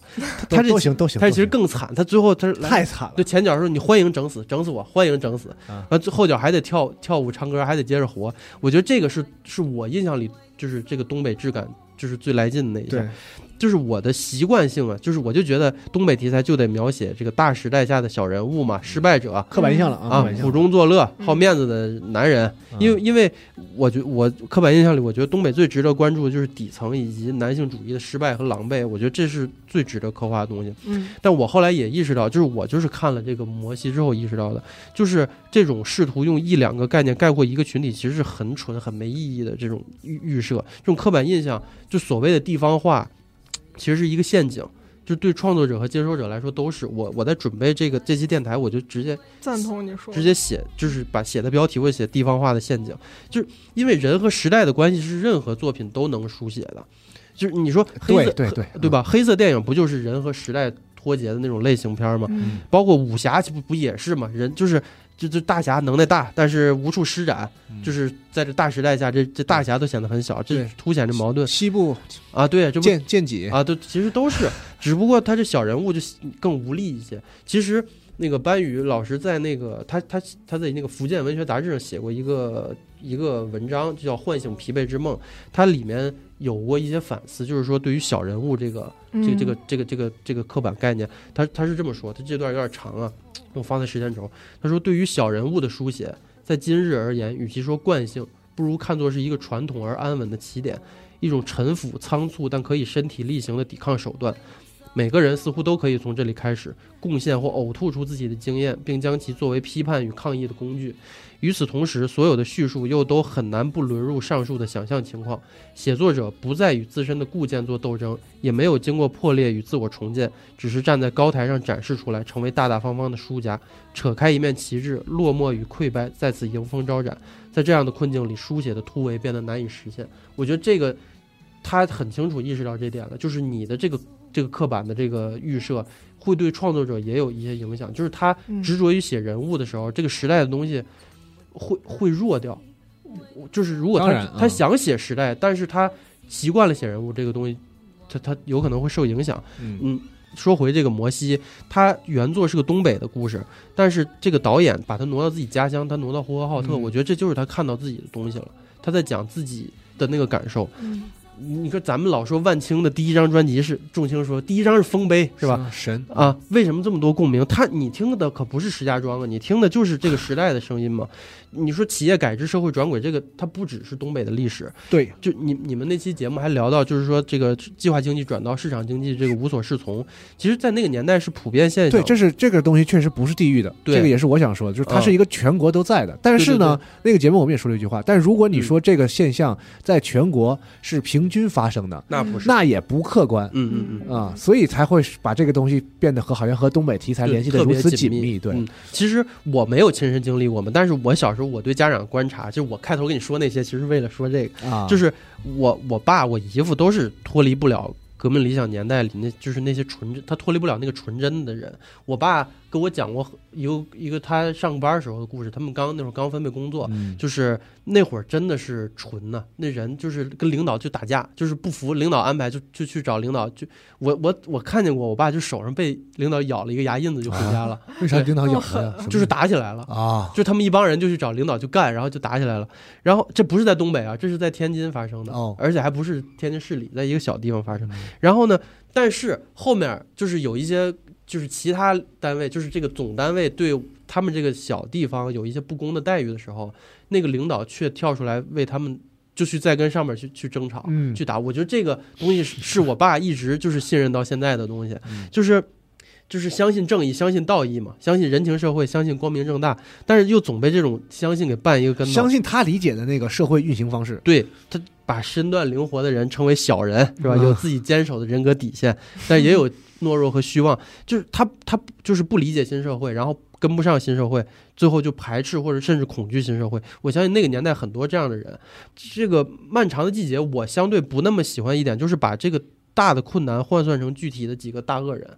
S2: 他
S4: 都
S2: 这
S4: 都行都行，
S2: 他
S4: 都
S2: 其实
S4: 行
S2: 更惨，他最后他是来
S4: 太惨了
S2: 对，前脚说你欢迎整死，整死我，欢迎整死，
S4: 啊
S2: 然后最后脚还得跳跳舞唱歌，还得接着活。我觉得这个是是我印象里就是这个东北质感就是最来劲的那一
S4: 对
S2: 下，，就是我的习惯性啊，就是我就觉得东北题材就得描写这个大时代下的小人物嘛，失败者。
S4: 刻板印象了啊，刻
S2: 啊
S4: 板印，象
S2: 苦
S4: 了
S2: 中作乐、
S3: 嗯
S2: 好面子的男人，
S4: 嗯
S2: 因为因为我觉我刻板印象里，我觉得东北最值得关注的就是底层以及男性主义的失败和狼狈，我觉得这是最值得刻画的东西。
S3: 嗯
S2: 但我后来也意识到，就是我就是看了这个摩西之后意识到的，就是这种试图用一两个概念概括一个群体，其实是很蠢、很没意义的这种预预设，这种刻板印象，就所谓的地方化，其实是一个陷阱。就对创作者和接收者来说都是我我在准备这个这期电台，我就直接
S3: 赞同你说的，
S2: 直接写，就是把写的标题或者写地方化的陷阱，就是因为人和时代的关系是任何作品都能书写的，就是你说黑色
S4: 对对对
S2: 对吧？黑色电影不就是人和时代脱节的那种类型片嘛。
S3: 嗯
S2: 包括武侠不不也是嘛？人就是就就大侠能耐大，但是无处施展，就是在这大时代下，这这大侠都显得很小，这
S4: 嗯对
S2: 凸显这矛盾
S4: 西部
S2: 啊。对，这不
S4: 剑剑戟，
S2: 啊，对，其实都是，只不过他这小人物就更无力一些。其实那个班宇老师在那个他他他在那个福建文学杂志上写过一个一个文章，就叫《唤醒疲惫之梦》，它里面有过一些反思，就是说对于小人物这个
S3: 嗯
S2: 这个这个这个这个这个刻板概念，他他是这么说，他这段有点长啊，我放在时间轴。他说，对于小人物的书写，在今日而言，与其说惯性，不如看作是一个传统而安稳的起点，一种陈腐仓促但可以身体力行的抵抗手段。每个人似乎都可以从这里开始贡献或呕吐出自己的经验，并将其作为批判与抗议的工具。与此同时，所有的叙述又都很难不沦入上述的想象情况。写作者不再与自身的固见做斗争，也没有经过破裂与自我重建，只是站在高台上展示出来，成为大大方方的输家，扯开一面旗帜，落寞与溃败在此迎风招展。在这样的困境里，书写的突围变得难以实现。我觉得这个他很清楚意识到这点了，就是你的这个这个刻板的这个预设会对创作者也有一些影响，就是他
S3: 嗯
S2: 执着于写人物的时候，这个时代的东西会会弱掉。我就是如果
S4: 当
S2: 他、
S4: 然
S2: 他
S4: 嗯
S2: 想写时代，但是他习惯了写人物这个东西，他他有可能会受影响。
S4: 嗯
S2: 嗯，说回这个摩西，他原作是个东北的故事，但是这个导演把他挪到自己家乡，他挪到呼和浩特，
S4: 嗯
S2: 我觉得这就是他看到自己的东西了，他在讲自己的那个感受。
S3: 嗯
S2: 你你说咱们老说万青的第一张专辑是仲青说第一张是丰碑是吧？？
S4: 神
S2: 啊，为什么这么多共鸣？他你听的可不是石家庄啊，你听的就是这个时代的声音嘛。 你说企业改制、社会转轨，这个它不只是东北的历史，
S4: 对，
S2: 就你你们那期节目还聊到，就是说这个计划经济转到市场经济，这个无所适从，其实，在那个年代是普遍现象。
S4: 对，这是这个东西确实不是地域的，
S2: 对
S4: 这个也是我想说的，就是它
S2: 嗯
S4: 是一个全国都在的。但是呢，那个节目我们也说了一句话，但如果
S2: 嗯
S4: 你说这个现象在全国是平均发生的，
S2: 那不是，
S4: 那也不客观。
S2: 嗯嗯嗯。
S4: 啊、所以才会把这个东西变得和好像和东北题材
S2: 对
S4: 联系的
S2: 特
S4: 如
S2: 别
S4: 此紧
S2: 密，
S4: 对，
S2: 嗯其实我没有亲身经历过嘛，但是我小时候我对家长观察，就是我开头跟你说那些，其实为了说这个，
S4: 啊，
S2: 嗯就是我我爸我姨夫都是脱离不了革命理想年代里那，就是那些纯真，他脱离不了那个纯真的人。我爸跟我讲过一个一个他上班时候的故事，他们刚那会儿刚分配工作，
S4: 嗯
S2: 就是那会儿真的是纯呐、那人就是跟领导就打架，就是不服领导安排就就去找领导，就我我我看见过，我爸就手上被领导咬了一个牙印子就
S4: 啊
S2: 回家了，
S4: 为啥领导咬他哎呀？
S2: 就是打起来了。
S4: 啊，
S2: 就他们一帮人就去找领导就干，然后就打起来了。然后这不是在东北啊，这是在天津发生的，
S4: 哦嗯
S2: 而且还不是天津市里，在一个小地方发生。然后呢，但是后面就是有一些就是其他单位，就是这个总单位对他们这个小地方有一些不公的待遇的时候，那个领导却跳出来为他们就去再跟上面去去争吵。
S4: 嗯，
S2: 去打。我觉得这个东西是是我爸一直就是信任到现在的东西
S4: 嗯，
S2: 就是就是相信正义、相信道义嘛，相信人情社会、相信光明正大，但是又总被这种相信给绊一个跟头
S4: 相。信他理解的那个社会运行方式，
S2: 对他把身段灵活的人称为小人，是吧？
S4: 嗯
S2: 有自己坚守的人格底线，但也有懦弱和虚妄。就是他他就是不理解新社会，然后跟不上新社会，最后就排斥或者甚至恐惧新社会。我相信那个年代很多这样的人。这个漫长的季节，我相对不那么喜欢一点，就是把这个大的困难换算成具体的几个大恶人。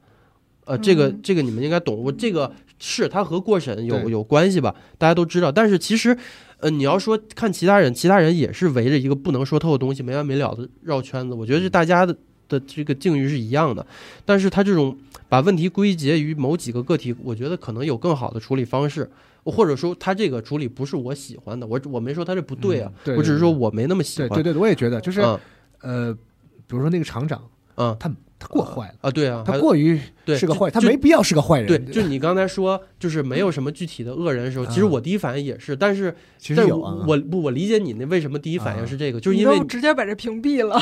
S2: 呃，这个
S3: 嗯
S2: 这个你们应该懂，我这个是它和过审有
S4: 对
S2: 有关系吧？大家都知道，但是其实，呃，你要说看其他人，其他人也是围着一个不能说透的东西没完没了的绕圈子。我觉得这大家的的这个境遇是一样的，但是他这种把问题归结于某几个个体，我觉得可能有更好的处理方式，或者说他这个处理不是我喜欢的，我我没说他这不对啊，
S4: 嗯对
S2: 我只是说
S4: 对
S2: 我没那么喜
S4: 对
S2: 欢。
S4: 对对，我也觉得就是、
S2: 嗯
S4: 呃，比如说那个厂长，
S2: 嗯
S4: 他他过坏了，
S2: 啊，对啊，
S4: 他
S2: 还
S4: 过于
S2: 对
S4: 是个
S2: 就
S4: 坏，他
S2: 就
S4: 没必要是个坏人，嗯
S2: 对，就你刚才说，就是没有什么具体的恶人的时候，其实
S4: 啊
S2: 我第一反应也是，但是
S4: 其
S2: 但是
S4: 实有
S2: 我
S4: 啊，
S2: 我不我理解你那为什么第一反应是这个，就是
S5: 你
S2: 因为
S5: 都直接把这屏蔽了。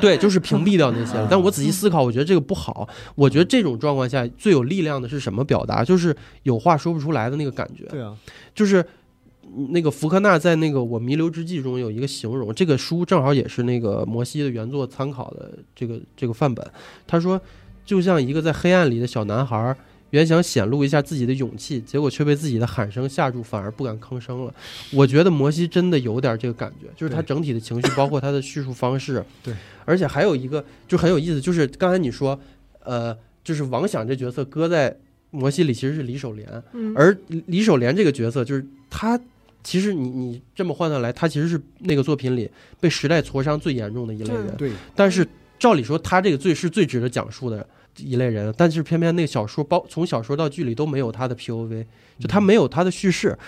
S2: 对，就是屏蔽掉那些了
S4: 啊。
S2: 但我仔细思考，我觉得这个不好。我觉得这种状况下最有力量的是什么表达？就是有话说不出来的那个感觉。
S4: 对啊，
S2: 就是嗯那个福克纳在那个《我弥留之际》中有一个形容，这个书正好也是那个摩西的原作参考的这个这个范本。他说，就像一个在黑暗里的小男孩儿，原想显露一下自己的勇气，结果却被自己的喊声吓住，反而不敢吭声了。我觉得摩西真的有点这个感觉，就是他
S4: 对
S2: 整体的情绪，包括他的叙述方式，
S4: 对，
S2: 而且还有一个就很有意思，就是刚才你说，呃。就是王想这角色搁在摩西里其实是李守莲，
S3: 嗯
S2: 而李李守莲这个角色就是他，其实你你这么换算来，他其实是那个作品里被时代挫伤最严重的一类人，
S4: 对，
S2: 但是照理说，他这个最是最值得讲述的一类人，但是偏偏那个小说包从小说到剧里都没有他的 POV，就
S4: 嗯
S2: 他没有他的叙事。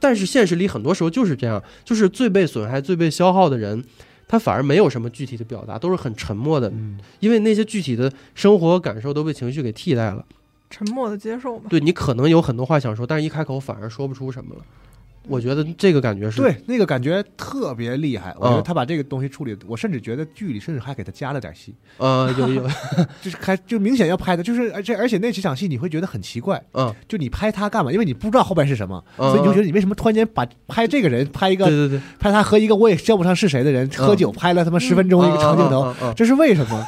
S2: 但是现实里很多时候就是这样，就是最被损害、最被消耗的人，他反而没有什么具体的表达，都是很沉默的，
S4: 嗯，
S2: 因为那些具体的生活感受都被情绪给替代了。
S3: 沉默的接受嘛。
S2: 对你可能有很多话想说，但是一开口反而说不出什么了。我觉得这个感觉是
S4: 对，那个感觉特别厉害。我觉得
S2: 嗯
S4: 他把这个东西处理，我甚至觉得剧里甚至还给他加了点戏，
S2: 呃，有有，
S4: 就是还就明显要拍的，就是而且而且那几场戏你会觉得很奇怪，
S2: 嗯，
S4: 就你拍他干嘛？因为你不知道后边是什么， 所以你就
S2: 嗯
S4: 觉得你为什么突然间把拍这个人拍一
S2: 对
S4: 个
S2: 对对，
S4: 拍他和一个我也叫不上是谁的人喝酒，拍了他妈十分钟一个长镜 头，
S2: 嗯，嗯嗯嗯
S4: 这是为什么？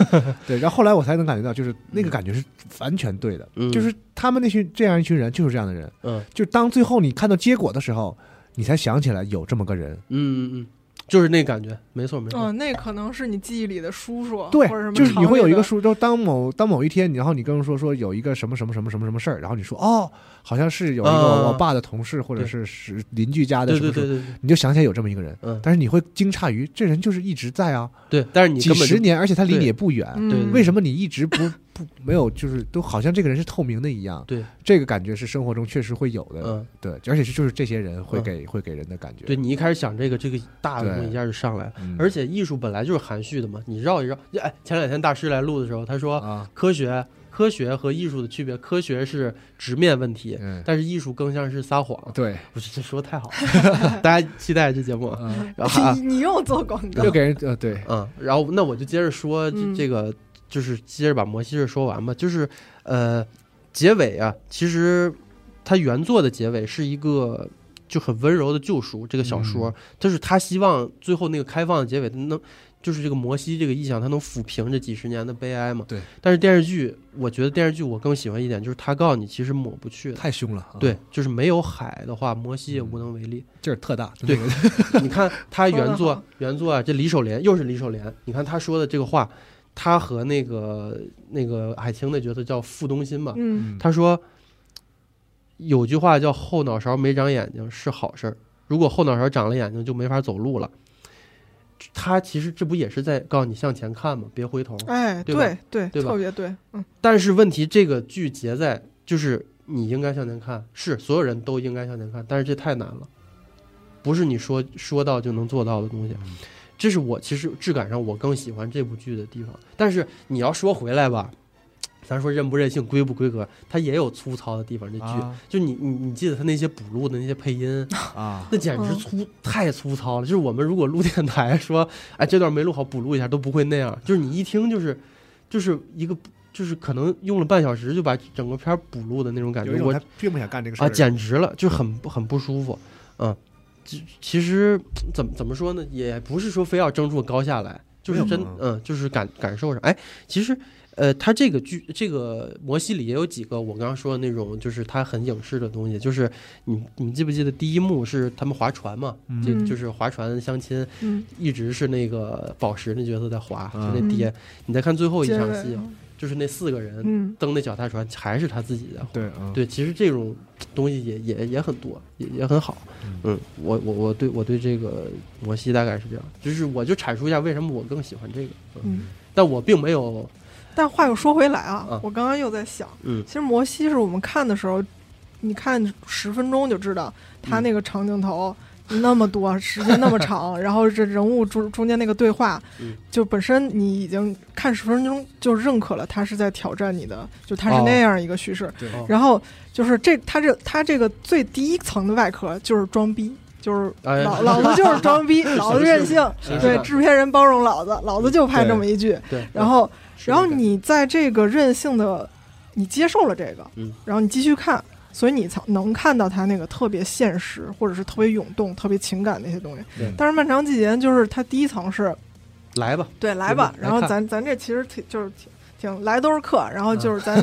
S4: 对，然后后来我才能感觉到，就是那个感觉是完全对的，
S2: 嗯
S4: 就是他们那群这样一群人就是这样的人，
S2: 嗯。
S4: 就当最后你看到结果的时候，你才想起来有这么个人。
S2: 嗯，嗯嗯，就是那感觉，没错没错。
S3: 嗯，那可能是你记忆里的叔叔，
S4: 对
S3: 或者什么，
S4: 就是
S3: 厂
S4: 你
S3: 里
S4: 会有一个
S3: 的
S4: 说，就当某当某一天，然后你跟我说说有一个什么什么什么什么什么事儿，然后你说哦，好像是有一
S2: 啊
S4: 个我爸的同事或者
S2: 对
S4: 是是邻居家的
S2: 对
S4: 什
S2: 对
S4: 么
S2: 对
S4: 什么，
S2: 对对，
S4: 你就想起来有这么一个人，
S2: 嗯，
S4: 但是你会惊诧于这人就是一直在啊，
S2: 对。但是你
S4: 几
S2: 根本就
S4: 十年，而且他离
S2: 对
S4: 你也不远，
S2: 对
S3: 嗯
S4: 为什么你一直不不没有就是都好像这个人是透明的一样？
S2: 对，
S4: 这个感觉是生活中确实会有的，
S2: 嗯，
S4: 对，而且是就是这些人会
S2: 嗯
S4: 给会给人的感觉，
S2: 对你一开始想这个，这个大
S4: 对
S2: 部分一下就上来了。
S4: 嗯，
S2: 而且艺术本来就是含蓄的嘛，你绕一绕。哎，前两天大师来录的时候，他说
S4: 啊，
S2: 科学、科学和艺术的区别，科学是直面问题，
S4: 嗯，
S2: 但是艺术更像是撒谎。
S4: 对，
S2: 我觉得这说的太好了，大家期待这节目啊。
S4: 嗯，
S2: 然后啊
S3: 你你又做广告
S4: 又，给人呃对，
S2: 嗯，然后那我就接着说这
S3: 嗯
S2: 这个，就是接着把摩西这说完吧。就是呃，结尾啊，其实它原作的结尾是一个就很温柔的救赎。这个小说，就是他希望最后那个开放的结尾能。就是这个摩西这个意象，它能抚平这几十年的悲哀嘛？
S4: 对。
S2: 但是电视剧，我觉得电视剧我更喜欢一点，就是他告诉你，其实抹不去的。
S4: 太凶了，啊
S2: 对，就是没有海的话，摩西也无能为力。
S4: 劲儿特大，
S2: 对
S4: 那 个
S2: 你看他
S3: 说得
S2: 原作
S3: 好
S2: 原作啊，这李守莲又是李守莲，你看他说的这个话，他和那个那个海清的角色叫傅东心吧，
S3: 嗯，
S2: 他说有句话叫“后脑勺没长眼睛是好事儿，如果后脑勺长了眼睛就没法走路了”。他其实这不也是在告诉你向前看吗？别回头。
S3: 哎，
S2: 对
S3: 对对，
S2: 对吧
S3: 特别对，嗯，
S2: 但是问题，这个剧结在就是你应该向前看，是所有人都应该向前看，但是这太难了，不是你说说到就能做到的东西。这是我其实质感上我更喜欢这部剧的地方。但是你要说回来吧，咱说任不任性、规不规格，它也有粗糙的地方。这剧、
S4: 啊
S2: 就你你你记得它那些补录的那些配音，
S4: 啊，
S2: 那简直
S3: 嗯
S2: 粗、太粗糙了。就是我们如果录电台说，哎，这段没录好，补录一下，都不会那样。就是你一听就是，就是一个就是可能用了半小时就把整个片儿补录的那种感觉，
S4: 有一种
S2: 我
S4: 他并不想干这个事儿
S2: 啊，简直了，就很很不舒服。嗯，其其实怎么怎么说呢，也不是说非要争出高下来，就是
S4: 没有啊
S2: 真
S4: 嘛
S2: 嗯，就是感感受上。哎，其实呃，他这个剧这个摩西里也有几个我刚刚说的那种，就是他很影视的东西，就是你你记不记得第一幕是他们划船嘛？就
S3: 嗯
S2: 就是划船相亲，
S3: 嗯，
S2: 一直是那个宝石那角色在划，
S4: 嗯
S2: 就那爹。你再看最后一
S3: 结
S2: 场
S3: 尾
S2: 戏，就是那四个人
S3: 嗯，
S2: 蹬那脚踏船，还是他自己在划。
S4: 对啊，
S2: 对，其实这种东西也也也很多，也也很好
S4: 嗯。
S2: 嗯，我我我对我对这个摩西大概是这样，就是我就阐述一下为什么我更喜欢这个。
S3: 嗯，
S2: 但我并没有，
S3: 但话又说回来啊，
S2: 啊
S3: 我刚刚又在想，
S2: 嗯
S3: 其实摩西是我们看的时候，你看十分钟就知道他
S2: 嗯
S3: 那个长镜头。那么多时间那么长，然后这人物中中间那个对话，
S2: 嗯
S3: 就本身你已经看十分钟就认可了他是在挑战你的，就他是
S2: 哦
S3: 那样一个叙事。
S4: 对
S2: 哦
S3: 然后就是这他这他这个最低层的外壳就是装逼，就是
S2: 哎
S3: 老、老子就是 装逼，老子任性，
S2: 是
S3: 对
S2: 的
S3: 制片人包容老子，老子就拍这么一句。
S2: 对，
S3: 然后
S2: 是
S3: 然后
S2: 这个
S3: 你在这个任性的，你接受了这个，
S2: 嗯
S3: 然后你继续看，所以你才能看到他那个特别现实，或者是特别涌动、特别情感那些东西
S4: 对。
S3: 但是《漫长季节》就是它第一层是
S2: 来吧，
S3: 对来吧，
S2: 来
S3: 然后
S2: 看嗯
S3: 咱咱这其实挺就是挺挺来都是客，然后就是 咱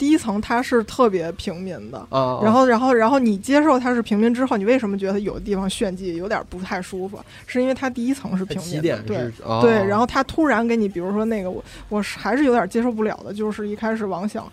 S3: 第一层它是特别平民的，
S2: 啊，
S3: 然后，然后，然后你接受它是平民之后，你为什么觉得有的地方炫技有点不太舒服？是因为它第一层是平
S2: 起
S3: 民
S2: 点
S3: 的，
S2: 是
S3: 对。
S2: 哦
S3: 对，然后它突然给你，比如说那个，我我是还是有点接受不了的，就是一开始王想，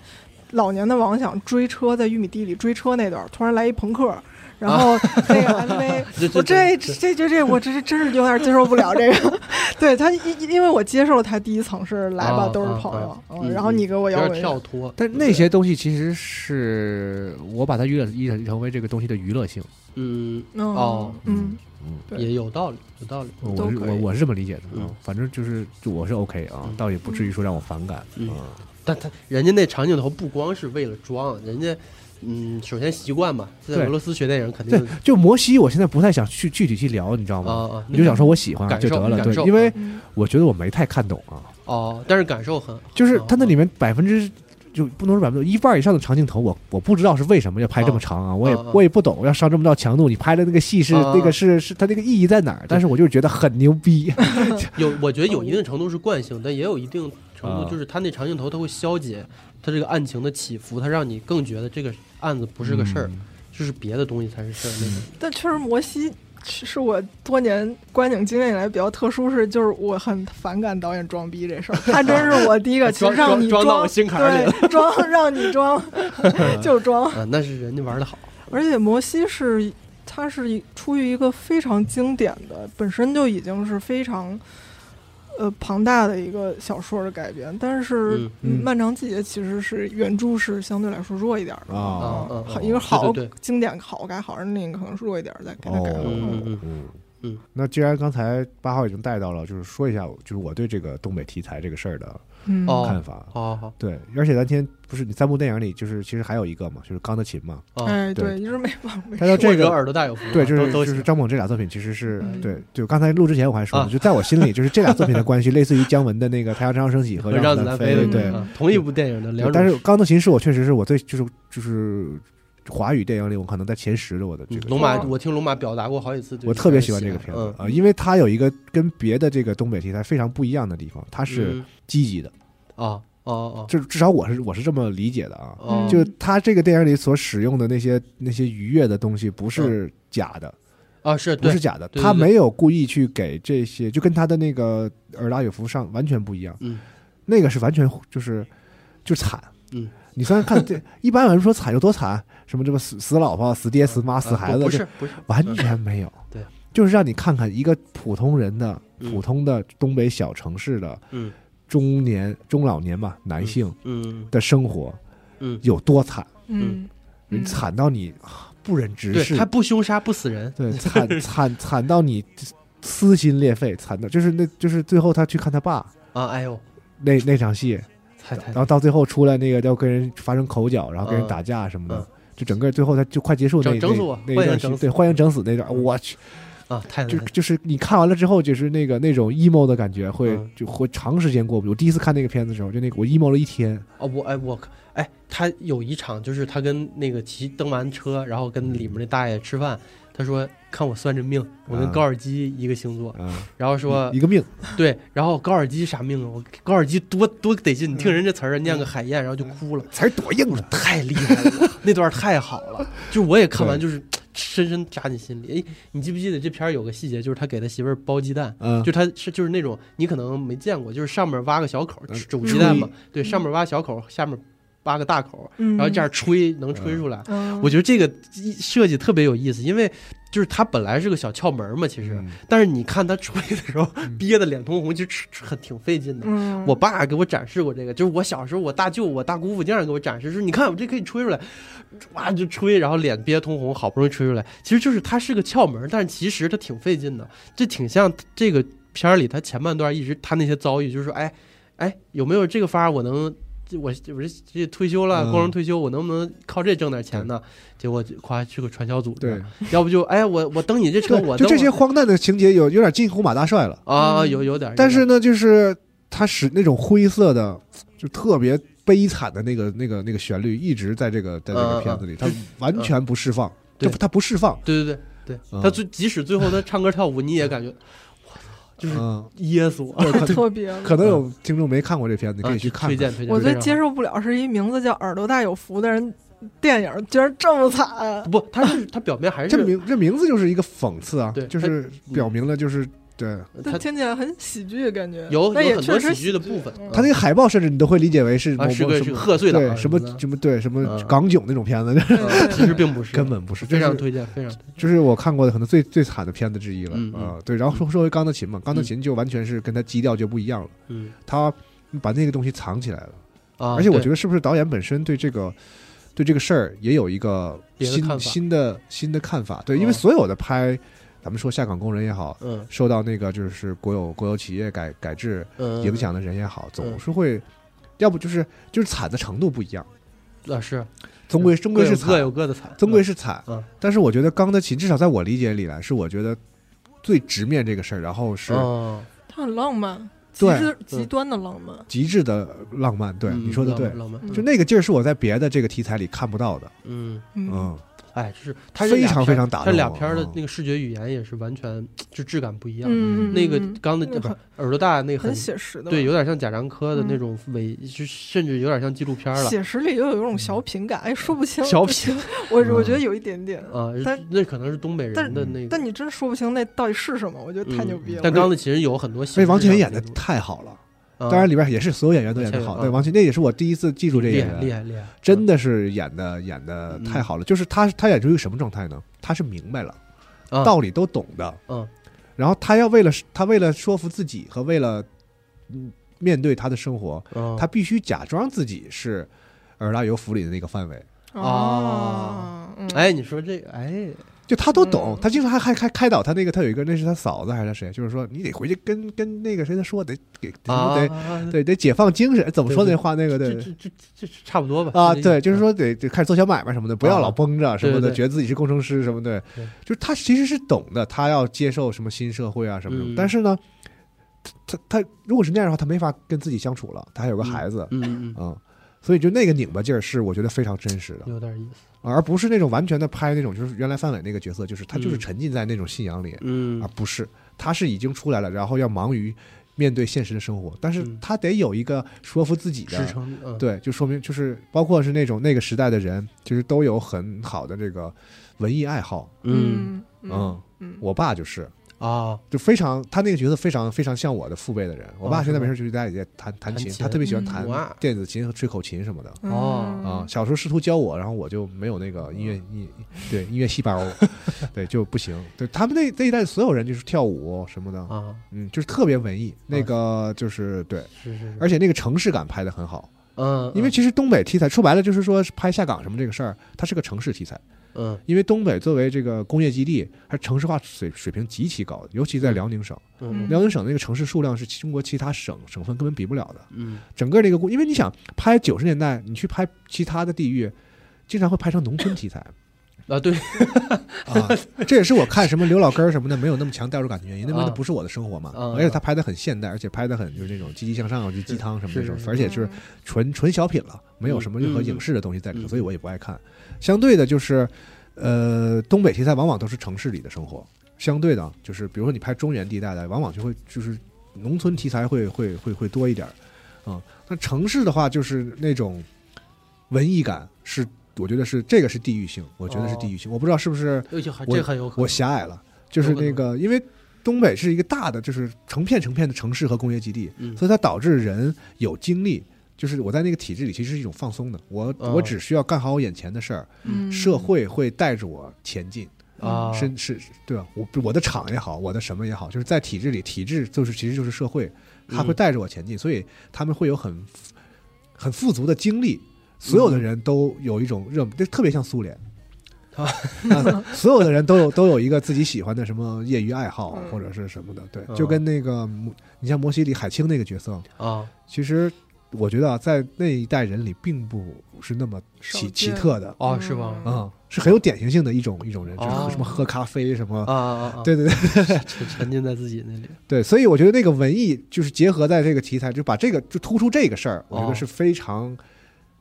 S3: 老年的王想追车，在玉米地里追车那段，突然来一朋克，然后
S2: 啊
S3: 那个 MV，、我这这这这我这是真是有点接受不了这个。 对他，因因为我接受了他第一层是来吧
S2: 啊
S3: 都是
S2: 啊
S3: 朋
S2: 啊
S3: 友，
S2: 嗯
S3: 嗯然后你给我
S2: 有
S3: 摇
S2: 点
S3: 滚乐，
S2: 跳脱，
S4: 但那些东西其实是我把它娱乐一成为这个东西的娱乐性，
S2: 嗯，
S3: 嗯
S2: 哦
S3: 嗯，
S4: 嗯，
S3: 对
S2: 也有道理，有道 理，
S3: 都
S4: 我是
S3: 可
S4: 我
S3: 以
S4: 我是这么理解的，
S2: 嗯
S4: 嗯，反正就是就我是 OK 啊
S2: 嗯，
S4: 倒也不至于说让我反感，
S2: 嗯
S4: 嗯，
S2: 但他人家那长镜头不光是为了装，人家嗯，首先习惯嘛，在
S4: 对
S2: 俄罗斯学电影肯定
S4: 对，就摩西，我现在不太想去具体去聊，你知道
S2: 啊
S4: 吗？
S2: 啊，
S4: 你就想说我喜欢
S2: 感
S4: 就
S2: 受
S4: 得了，
S2: 感受
S4: 对，因为
S3: 嗯
S4: 我觉得我没太看懂啊，
S2: 哦，但是感受很
S4: 就是
S2: 哦
S4: 它那里面百分之。就不能说百分之一半以上的长镜头，我我不知道是为什么要拍这么长啊，我也
S2: 啊啊
S4: 我也不懂要上这么大强度，你拍的那个戏是
S2: 啊啊
S4: 那个是是它那个意义在哪儿？但是我就是觉得很 牛逼，
S2: 有，我觉得有一定程度是惯性，但也有一定程
S4: 啊
S2: 度就是他那长镜头它会消解他这个案情的起伏，他让你更觉得这个案子不是个事儿，
S4: 嗯
S2: 就是别的东西才是事儿那种。
S3: 但确实摩西。是是我多年观影经验以来比较特殊，是就是我很反感导演装逼 这事儿，他真是我第一个，其
S2: 装
S3: 实让你
S2: 装装到我心坎儿里
S3: 对，装让你 装就装，
S4: 嗯
S2: 啊，那是人家玩的好，
S3: 而且摩西是，它是一出于一个非常经典的，本身就已经是非常，呃庞大的一个小说的改编。但是《
S2: 嗯
S4: 嗯
S3: 漫长季节》其实是原著是相对来说弱一点儿的，
S4: 啊
S2: 啊啊
S3: 好一个好
S2: 对对对
S3: 经典好改好，而另一个可能是弱一点儿，再给它改好。
S2: 嗯嗯嗯
S4: 嗯
S2: 嗯
S4: 那既然刚才八号已经带到了，就是说一下，就是我对这个东北题材这个事儿的
S3: 嗯
S2: 哦
S4: 看法。
S2: 好好
S4: 对，而且咱今天不是你三部电影里，就是其实还有一个嘛，就是《钢的琴》 嘛。
S2: 好啊，
S3: 哎，
S4: 对
S3: 对，一直没忘没
S4: 他
S3: 说。
S4: 说嗯这
S2: 或者
S4: 个，
S2: 耳朵大哦有福啊，
S4: 对，就是
S2: 都都
S4: 就
S2: 行
S4: 是张猛这俩作品其实是
S3: 嗯
S4: 对，就刚才录之前我还说呢，
S2: 啊
S4: 就在我心里，就是这俩作品的关系，类似于姜文的那个《太阳照常升起》
S2: 和
S4: 和《
S2: 让
S4: 让
S2: 子
S4: 子
S2: 弹
S4: 弹
S2: 飞
S4: 飞
S3: 对》
S2: 对
S4: 对
S3: 嗯。
S2: 啊同一部电影的两种，
S4: 但是《钢的琴师》，我确实是我最就是就是华语电影里，我可能在前十的我的这
S2: 嗯
S4: 个。
S2: 龙马
S3: 哦，
S2: 我听龙马表达过好几次对
S4: 我
S2: 个
S4: 特
S2: 喜欢，
S4: 别喜欢这个片子
S2: 嗯
S4: 啊、呃因为它有一个跟别的这个东北题材非常不一样的地方，它是
S2: 嗯
S4: 积极的，
S2: 啊啊啊
S4: 就是至少我是我是这么理解的啊。
S2: 啊，
S3: 嗯
S4: 就它这个电影里所使用的那些那些愉悦的东西，不
S2: 嗯
S4: 是假的，
S2: 啊是
S4: 不
S2: 对
S4: 是假的，
S2: 对对
S4: 他没有故意去给这些，就跟他的那个尔达有福上完全不一样，
S2: 嗯
S4: 那个是完全就是就惨，
S2: 嗯，
S4: 你虽然看这一般有人说惨有多惨，什么这么死死老婆、死爹、死妈、死
S2: 啊
S4: 孩
S2: 不
S4: 子，
S2: 不
S4: 这
S2: 是不是
S4: 完全没有，
S2: 对，
S4: 就是让你看看一个普通人的
S2: 嗯
S4: 普通的东北小城市的
S2: 嗯
S4: 中年中老年吧男性
S2: 嗯
S4: 的生活
S2: 嗯，
S4: 有多惨。
S3: 嗯，
S4: 人
S3: 嗯
S4: 惨到你啊不忍直视
S2: 对，他不凶杀不死人，
S4: 对，惨惨惨到你撕心裂肺，惨到就是那就是最后他去看他爸
S2: 啊哎呦，
S4: 那那场
S2: 哎
S4: 戏，
S2: 太太
S4: 然后到最后出来那个要跟人发生口角，然后跟人
S2: 嗯
S4: 打架什么
S2: 嗯
S4: 的，就整个最后他就快结束那
S2: 整整死我
S4: 那那一
S2: 欢迎
S4: 段
S2: 整
S4: 戏，
S2: 死
S4: 对，欢迎整死那段，我去，
S2: 啊太
S4: 就
S2: 太
S4: 就是你看完了之后，就是那个那种 emo 的感觉会
S2: 嗯
S4: 就会长时间过不去。我第一次看那个片子的时候，就那个我 emo 了一天，
S2: 哦，我哎我可哎，他有一场就是他跟那个骑蹬完车，然后跟里面那大爷吃饭，他说看我算这命，我跟
S4: 啊
S2: 高尔基一个星座，
S4: 嗯，
S2: 然后说
S4: 一一个命，
S2: 对，然后高尔基啥命啊，我高尔基多多得劲，你听人这词儿啊，
S4: 嗯
S2: 念个海燕，然后就哭了，
S4: 词儿多硬啊！
S2: 太厉害了， 那段太好了，就是我也看完就是深深扎进心里。哎，你记不记得这片儿有个细节，就是他给他媳妇儿包鸡蛋。
S4: 嗯，
S2: 就他是就是那种你可能没见过，就是上面挖个小口
S4: 嗯
S2: 煮鸡蛋嘛
S4: 吹，
S2: 对，上面挖小口，下面挖个大口，
S3: 嗯
S2: 然后这样，吹能吹出来。
S3: 嗯
S2: 我觉得这个一设计特别有意思，因为就是它本来是个小窍门嘛，其实，
S4: 嗯
S2: 但是你看他吹的时候
S4: 嗯
S2: 憋得脸通红，其实很挺费劲的。
S3: 嗯，
S2: 我爸给我展示过这个，就是我小时候，我大舅、我大姑父经常给我展示，说你看我这可以吹出来，哇就吹，然后脸憋通红，好不容易吹出来。其实就是它是个窍门，但是其实它挺费劲的，这挺像这个片儿里他前半段一直他那些遭遇，就是说，哎哎，有没有这个法儿我能？这我这我这这退休了，
S4: 嗯
S2: 光荣退休，我能不能靠这挣点钱呢？结果就夸去个传销组织，
S4: 对，
S2: 要不就哎我我蹬你这车，我
S4: 对，就
S2: 蹬
S4: 这些
S2: 我
S4: 荒诞的情节有有点近乎马大帅了。
S2: 啊有有点儿，
S4: 但是呢，就是它使那种灰色的，就特别悲惨的那个、那个、那个旋律，一直在这个在这个片子里，它完全不释放，就
S2: 呃对
S4: 它不释放。
S2: 对对对对，
S4: 嗯
S2: 他最即使最后他唱歌跳舞，你也感觉，我操，就是
S4: 嗯，
S2: 噎死我。
S3: 特别
S4: 可能有听众没看过这片子，你可以去看
S2: 嗯啊推
S4: 看。
S2: 荐推荐。
S3: 我最
S2: 非常
S3: 接受不了是一名字叫耳朵大有福的人，电影居然这么惨。
S2: 不，它是它表面还
S4: 这
S2: 是
S4: 名这名字就是一个讽刺啊
S2: 对，嗯
S4: 就是表明了就是对
S3: 但
S2: 它
S3: 听起来很喜剧，感觉
S2: 有
S3: 但也
S2: 有很
S3: 确
S2: 多
S3: 实
S2: 喜剧的部分。嗯
S4: 他那个海报，甚至你都会理解为是某
S2: 啊
S4: 某
S2: 是
S4: 什
S2: 个是个
S4: 么
S2: 贺岁档啊
S4: 对什么
S2: 什么的
S4: 什么对什么
S2: 嗯
S4: 港囧那种片子，
S3: 对对嗯对
S2: 其实并不是，
S4: 根本不是，
S2: 非常
S4: 就是
S2: 推荐，非常推荐
S4: 就是我看过的可能最最惨的片子之一了
S2: 嗯嗯
S4: 啊、对，然后说说回钢的琴嘛，钢的琴就完全是跟他基调就不一样了，
S2: 嗯
S4: 他把那个东西藏起来了，
S2: 啊，
S4: 而且我觉
S2: 得
S4: 得是不是导演本身对这个对这个事儿也有一个
S2: 别的
S4: 新
S2: 看法
S4: 新的新的看法？对，因
S2: 嗯
S4: 为所有的拍，咱们说下岗工人也好，
S2: 嗯
S4: 受到那个就是国有国有企业改改制
S2: 嗯
S4: 影响的人也好，总
S2: 嗯
S4: 是会，要不就是就是惨的程度不一样，
S2: 啊是，
S4: 终归终归
S2: 各
S4: 是
S2: 有各
S4: 惨，
S2: 有各的惨，
S4: 终归是惨
S2: 嗯。
S4: 但是我觉得钢的琴，至少在我理解里来，是我觉得最直面这个事儿，然后是
S2: 哦，
S3: 它很浪漫，极
S4: 对
S3: 致极端的浪漫。
S4: 极致的浪漫。对，
S2: 嗯
S4: 你说的对，
S2: 浪漫，浪漫
S4: 就那个劲儿是我在别的这个题材里看不到的。
S2: 嗯，
S3: 嗯，
S4: 嗯，
S2: 哎，就是它这
S4: 非
S2: 俩
S4: 常
S2: 片
S4: 非。常打
S2: 它
S4: 动我。
S2: 俩片儿的
S4: 嗯
S2: 那个视觉语言也是完全就质感不一样。
S3: 嗯，
S2: 那个
S3: 嗯嗯
S2: 刚的
S3: 那个
S2: 不是
S3: 很
S2: 耳朵大那个
S3: 很写实的吧，嗯
S2: 对，有点像贾樟柯的那种伪，就甚至有点像纪录片了嗯
S3: 写实里又有一种小品感，哎，说不清。
S2: 小品，
S3: 我
S4: 嗯
S3: 我觉得有一点点，
S2: 啊
S3: 但。
S2: 那可能是东北人的那个，
S3: 但你真说不清那到底是什么，我觉得太
S2: 嗯
S3: 牛逼了。
S2: 但钢的琴人有很多形
S4: 所以
S2: 式上
S4: 哎王
S2: 的那种，
S4: 千演的太好了，
S2: 啊，
S4: 当然里边也是所有演员都演的
S2: 王千
S4: 好。
S2: 源
S4: 对，
S2: 啊
S4: 王千那也是我第一次记住这
S2: 厉
S4: 演
S2: 害厉
S4: 员，
S2: 害厉害，
S4: 真的是演的演的
S2: 嗯
S4: 太好了。就是他他演出一个什么状态呢？他是明白了，
S2: 啊
S4: 道理都懂的。
S2: 嗯，
S4: 然后他要为了他为了说服自己和为了嗯面对他的生活，
S2: 嗯
S4: 他必须假装自己是尔拉尤弗里的那个范围。
S3: 哦，嗯，
S2: 哎，你说这个哎，
S4: 就他都懂
S3: 嗯，
S4: 他经常还还还开导他那个，他有一个那是他嫂子还是谁，就是说你得回去跟跟那个谁他说得给得
S2: 啊，
S4: 得对，得解放精神，怎么说那话？那个
S2: 这
S4: 对
S2: 这这这这差不多吧？
S4: 啊，
S2: 这
S4: 对，就是，说得得开始做小买卖什么的，不要老绷着什么
S2: 啊对对
S4: 的，
S2: 对
S4: 觉得自己是工程师什么的
S2: 对，
S4: 就是他其实是懂的，他要接受什么新社会啊什么什么
S2: 嗯，
S4: 但是呢，他他他如果是那样的话，他没法跟自己相处了，他还有个
S2: 嗯
S4: 孩子，
S2: 嗯嗯
S4: 嗯，所以就那个拧巴劲儿是我觉得非常真实的
S2: 嗯，，有点意思，
S4: 而不是那种完全的拍那种就是原来范伟那个角色，就是他就是
S2: 嗯
S4: 沉浸在那种信仰里，
S2: 嗯
S4: 啊，不是，他是已经出来了，然后要忙于面对现实的生活，但是
S2: 嗯
S4: 他得有一个说服自己
S2: 支
S4: 的，
S2: 撑，嗯，
S4: 对，就说明就是包括是那种那个时代的人，就是都有很好的这个文艺爱好，
S2: 嗯
S3: 嗯嗯，
S4: 我爸就是。
S2: 啊，
S4: 就非常，他那个角色非常非常像我的父辈的人。我
S2: 哦
S4: 爸
S2: 是
S4: 现在没
S2: 吗
S4: 事就在家里在弹弹
S2: 弹
S4: 琴，
S2: 琴
S4: 他特别喜欢
S3: 嗯
S4: 弹
S2: 哇
S4: 电子琴和吹口琴什么的。
S2: 哦
S4: 啊，小时候试图教我，然后我就没有那个音乐
S2: 嗯
S4: 音对音乐细胞，对就不行。对他们那那一代所有人就是跳舞什么的，
S2: 啊，
S4: 嗯，就是特别文艺。那个就是对，
S2: 是是是，
S4: 而且那个城市感拍的很好，
S2: 嗯，
S4: 因为其实东北题材说白了就是说是拍下岗什么这个事儿，它是个城市题材。
S2: 嗯
S4: 因为东北作为这个工业基地，它城市化水水平极其高，尤其在辽宁省，
S2: 嗯
S4: 辽宁省那个城市数量是中国其他省省份根本比不了的。
S2: 嗯
S4: 整个这个故，因为你想拍九十年代，你去拍其他的地域，经常会拍成农 村题材
S2: 嗯啊，对，
S4: 啊。这也是我看什么刘老根儿什么的没有那么强代入感的原因，因为
S2: 啊
S4: 那不是我的生活嘛。
S2: 啊
S4: 而且他拍的很现代，而且拍的很就是那种积极向上，就鸡汤什么那种
S2: 是，是
S4: 而且就是纯纯小品了，没有什么任何
S2: 嗯嗯
S4: 影视的东西在里头，
S2: 嗯
S4: 所以我也不爱看。相对的，就是呃，东北题材往往都是城市里的生活，相对的，就是比如说你拍中原地带的，往往就会就是农村题材会会会会多一点儿啊。那、城市的话，就是那种文艺感是，我觉得是这个是地域性，我觉得是
S2: 哦
S4: 地域性，我不知道是不是
S2: 尤其还
S4: 我
S2: 这很有可能，
S4: 我狭隘了，就是那个因为。东北是一个大的，就是成片成片的城市和工业基地，
S2: 嗯
S4: 所以它导致人有精力，就是我在那个体制里其实是一种放松的，我、
S2: 哦
S4: 我只需要干好我眼前的事儿，
S3: 嗯
S4: 社会会带着我前进，
S2: 啊，
S4: 是是，对吧？我我的厂也好，我的什么也好，就是在体制里，体制就是其实就是社会，它会
S2: 嗯
S4: 带着我前进，所以他们会有很很富足的精力。所有的人都有一种热，就特别像苏联，
S2: 啊
S4: 啊，所有的人都有都有一个自己喜欢的什么业余爱好
S3: 嗯
S4: 或者是什么的，对，
S2: 嗯
S4: 就跟那个摩你像摩西里海清那个角色，
S2: 啊，
S4: 其实我觉得啊，在那一代人里并不是那么
S3: 少
S4: 奇
S3: 见
S4: 奇特的
S2: 哦，是吗？
S4: 啊、是很有典型性的一种一种人，就是
S2: 哦
S4: 喝什么喝咖啡什么
S2: 啊啊啊，
S4: 对对对
S2: 沉，沉浸在自己那里，
S4: 对，所以我觉得那个文艺就是结合在这个题材，就把这个就突出这个事儿，我觉
S2: 哦
S4: 得是非常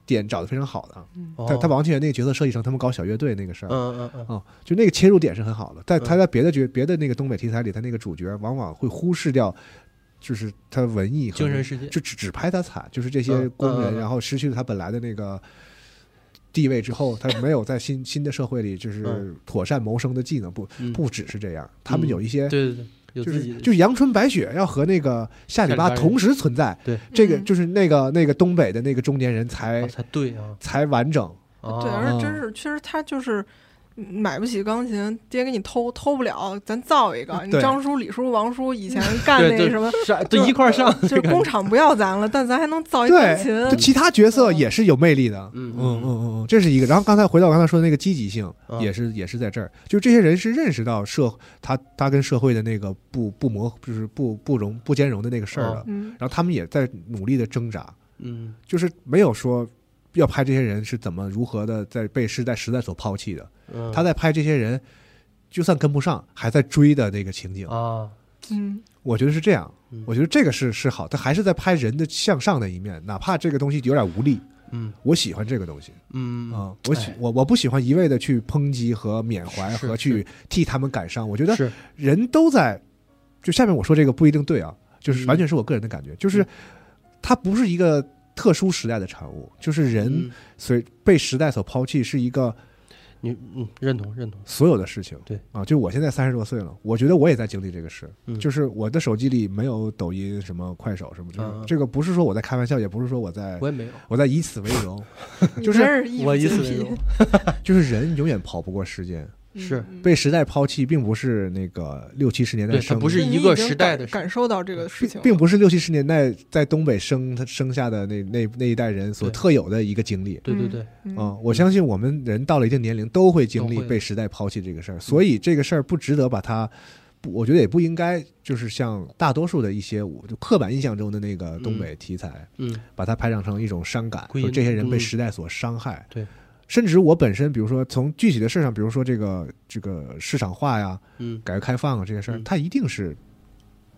S4: 点找的非常好的啊。
S2: 哦
S4: 他他把王千源那个角色设计成他们搞小乐队那个事儿，
S2: 嗯嗯嗯
S4: 哦，就那个切入点是很好的，但
S2: 嗯
S4: 他在别的角、别的那个东北题材里，他那个主角往往会忽视掉，就是他文艺和
S2: 精神世界
S4: 就只只拍他惨，就是这些
S2: 嗯
S4: 工
S2: 嗯
S4: 人，
S2: 嗯嗯
S4: 然后失去了他本来的那个地位之后，他没有在新新的社会里就是
S2: 嗯
S4: 妥善谋生的技能，不
S2: 嗯
S4: 不只是这样，他们有一些
S2: 对对对，有
S4: 就
S2: 自
S4: 是
S2: 己的
S4: 就是阳春白雪要和那个下里巴
S2: 下里巴人
S4: 同时存在，
S2: 对
S4: 这个
S3: 嗯
S4: 就是那个那个东北的那个中年人才、
S2: 啊才对啊，
S4: 才完整，
S2: 啊
S3: 对，而且真是，确实他就是嗯买不起钢琴，爹给你偷，偷不了，咱造一个。你
S4: 对
S3: 张叔、李叔、王叔以前干
S2: 对
S3: 那
S2: 对
S3: 个 什么，
S2: 是啊对一块儿上，
S3: 就是工厂不要咱了，但咱还能造一钢
S4: 对，
S3: 琴。
S4: 就其他角
S3: 嗯
S4: 色也是有魅力的。
S2: 嗯
S4: 嗯嗯嗯，这是一个。然后刚才回到我刚才说的那个积极性，
S2: 嗯
S4: 也是也是在这儿，就这些人是认识到社他他跟社会的那个不不磨，就是不不容不兼容的那个事
S2: 哦
S4: 儿了。
S3: 嗯，
S4: 然后他们也在努力的挣扎，
S2: 嗯
S4: 就是没有说要拍这些人是怎么如何的在被时代时代所抛弃的。
S2: 嗯，
S4: 他在拍这些人，就算跟不上，还在追的那个情景，
S2: 啊，
S3: 嗯，
S4: 我觉得是这样
S2: 嗯。
S4: 我觉得这个是是好，他还是在拍人的向上的一面，哪怕这个东西有点无力，
S2: 嗯
S4: 我喜欢这个东西。
S2: 嗯
S4: 啊、我喜
S2: 哎
S4: 我我不喜欢一味的去抨击和缅怀
S2: 是
S4: 和
S2: 是
S4: 去替他们感伤。我觉得
S2: 是
S4: 人都在，就下面我说这个不一定对啊，就
S2: 嗯
S4: 是完全是我个人的感觉，就是
S2: 嗯
S4: 它不是一个特殊时代的产物，就是人
S2: 嗯
S4: 随被时代所抛弃是一个
S2: 你嗯认同认同，
S4: 所有的事情。
S2: 对
S4: 啊，就我现在三十多岁了，我觉得我也在经历这个事，
S2: 嗯
S4: 就是我的手机里没有抖音、什么快手什么，就是
S2: 嗯嗯
S4: 这个不是说我在开玩笑，也不是说我在
S2: 我也没有，
S4: 我在以此为 荣，
S3: 你
S4: 就是
S3: 真是义
S2: 我
S3: 无
S2: 以此
S3: 金
S2: 为
S3: 匹
S2: 荣，
S4: 就是人永远跑不过时间。
S3: 嗯
S2: 是
S3: 嗯
S4: 被时代抛弃，并不是那个六七十年代
S2: 对
S4: 生
S2: 它
S4: 的，
S2: 不是
S3: 你
S2: 一个
S3: 已经
S2: 时代
S3: 感
S2: 的事
S3: 感受到这个事情
S4: 并
S3: 了，
S4: 并不是六七十年代在东北生他生下的那那那一代人所
S2: 对
S4: 特有的一个经历
S2: 对对
S3: 嗯
S2: 对，
S3: 嗯
S4: 啊、我相信我们人到了一定年龄都会经历
S2: 都会嗯
S4: 被时代抛弃这个事儿，所以这个事儿不值得把它。不，我觉得也不应该，就是像大多数的一些我就刻板印象中的那个东北题材，
S2: 嗯
S4: 把它拍长成一种伤感，
S2: 归因
S4: 说这些人被
S2: 嗯
S4: 时代所伤害。
S2: 对，
S4: 甚至我本身，比如说从具体的事上，比如说这个这个市场化呀，
S2: 嗯
S4: 改革开放啊这些事儿，
S2: 嗯
S4: 它一定是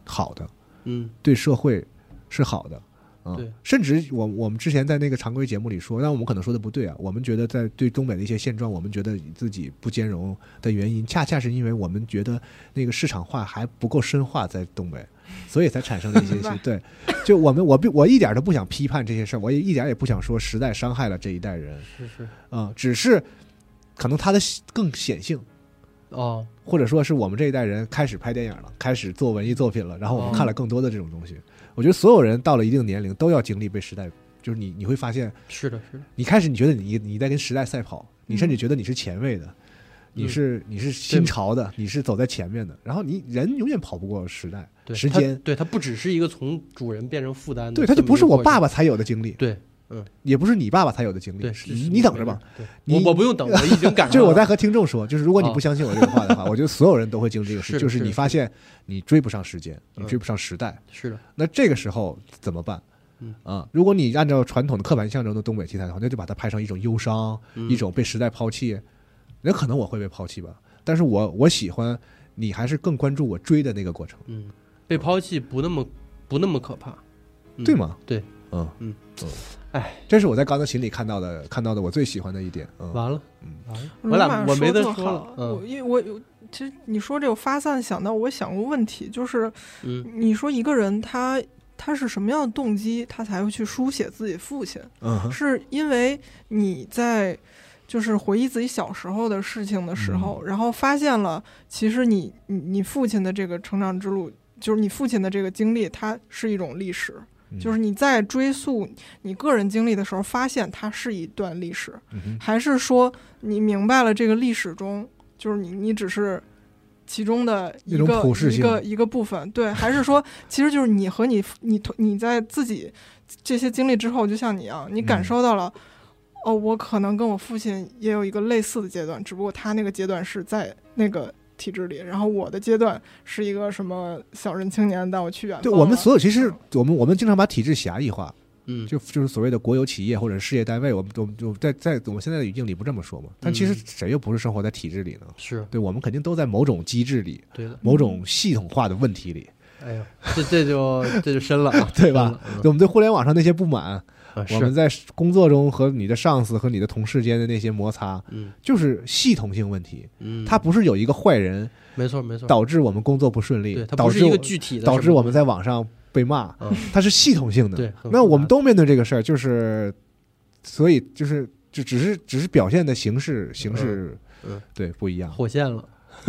S4: 好的，
S2: 嗯
S4: 对社会是好的。啊、
S2: 对
S4: 甚至我我们之前在那个常规节目里说，但我们可能说的不对啊。我们觉得在对东北的一些现状，我们觉得自己不兼容的原因，恰恰是因为我们觉得那个市场化还不够深化在东北，所以才产生了一些
S3: 明白
S4: 对。就我们我并我一点都不想批判这些事儿，我也一点也不想说时代伤害了这一代人
S2: 是是
S4: 啊、只是可能它的更显性，
S2: 哦
S4: 或者说是我们这一代人开始拍电影了，开始做文艺作品了，然后我们
S2: 哦
S4: 看了更多的这种东西。我觉得所有人到了一定年龄都要经历被时代，就是你你会发现，
S2: 是的是的，
S4: 你开始你觉得你你在跟时代赛跑，你
S3: 嗯
S4: 甚至觉得你是前卫的，
S2: 嗯
S4: 你是你是新潮的，你是走在前面的，然后你人永远跑不过时代
S2: 对
S4: 时
S2: 它
S4: 间，
S2: 对它不只是一个从主人变成负担的，
S4: 对，他就不是我爸
S2: 爸，
S4: 爸才有的经历，
S2: 对
S4: 也不是你爸爸才有的经历
S2: 对，，
S4: 你
S2: 是是
S4: 你等着吧。
S2: 没事儿，
S4: 你
S2: 对我我不用等，我已 经赶
S4: 就是
S2: 上
S4: 我
S2: 了，
S4: 在和听众说，就是如果你
S2: 啊
S4: 不相信我这个话的话，我觉得所有人都会经历这个
S2: 是
S4: 事，
S2: 的
S4: 就是
S2: 是
S4: 你
S2: 的
S4: 发现你追不上时间，你
S2: 嗯
S4: 追不上时代，
S2: 是的，
S4: 那这个时候怎么办？
S2: 嗯
S4: 啊，如果你按照传统的刻板印象中的东北题材的话，那就把它拍成一种忧伤，
S2: 嗯
S4: 一种被时代抛弃。那可能我会被抛弃吧，但是我我喜欢你，还是更关注我追的那个过程，
S2: 嗯被抛弃不那么不那么可怕，嗯
S4: 对吗？
S2: 对，
S4: 嗯
S2: 嗯
S4: 嗯，
S2: 哎，
S4: 这是我在钢的琴里看到的，看到的我最喜欢的一点。嗯，
S2: 完了
S4: 嗯
S2: 完了，我
S3: 罗马
S2: 俩我
S3: 说
S2: 没得
S3: 特
S2: 说了
S3: 好，我
S2: 嗯
S3: 因为我有，其实你说这个发散，想到我想过问题，就是
S2: 嗯
S3: 你说一个人他他是什么样的动机，他才会去书写自己父亲？
S4: 嗯哼，
S3: 是因为你在就是回忆自己小时候的事情的时
S2: 嗯
S3: 候，然后发现了其实你你你父亲的这个成长之路，就是你父亲的这个经历，它是一种历史。
S2: 嗯
S3: 就是你在追溯你个人经历的时候，发现它是一段历史，
S4: 嗯哼
S3: 还是说你明白了这个历史中，就是你你只是其中的一
S4: 一种
S3: 个
S4: 普世
S3: 一
S4: 性
S3: 个一个部分？对，还是说其实就是你和你你你在自己这些经历之后，就像你一样，你感
S4: 嗯
S3: 受到了、哦，我可能跟我父亲也有一个类似的阶段，只不过他那个阶段是在那个。体制里，然后我的阶段是一个什么小镇青年带我去远方了。
S4: 对我们所有，其实我们我们经常把体制狭义化，
S2: 呃嗯，
S4: 就就是所谓的国有企业或者是事业单位，我们我们就在在我们现在的语境里不这么说嘛。但其实
S2: 嗯
S4: 谁又不是生活在体制里呢？
S2: 是
S4: 对我们肯定都在某种机制里、
S2: 对的，
S4: 某种系统化的问题里，，
S2: 哎呦，这这就这就深了啊
S4: 对吧
S2: 深了？嗯
S4: 对我们对互联网上那些不满，
S2: 啊
S4: 我
S2: 是
S4: 们在工作中和你的上司和你的同事间的那些摩擦，
S2: 嗯
S4: 就是系统性问题。
S2: 嗯，
S4: 它不是有一个坏人
S2: 没错没错，
S4: 导致我们工作不顺利
S2: 对，它
S4: 导
S2: 不
S4: 致
S2: 是一个
S4: 我
S2: 具体的
S4: 导
S2: 什
S4: 致
S2: 么
S4: 我们在网上被骂，
S2: 嗯
S4: 它是系统性的。
S2: 对很复杂
S4: 那我们都面对这个事儿，就是所以就是就只是只是表现的形式形式，
S2: 嗯嗯
S4: 对不一样。
S2: 火线了，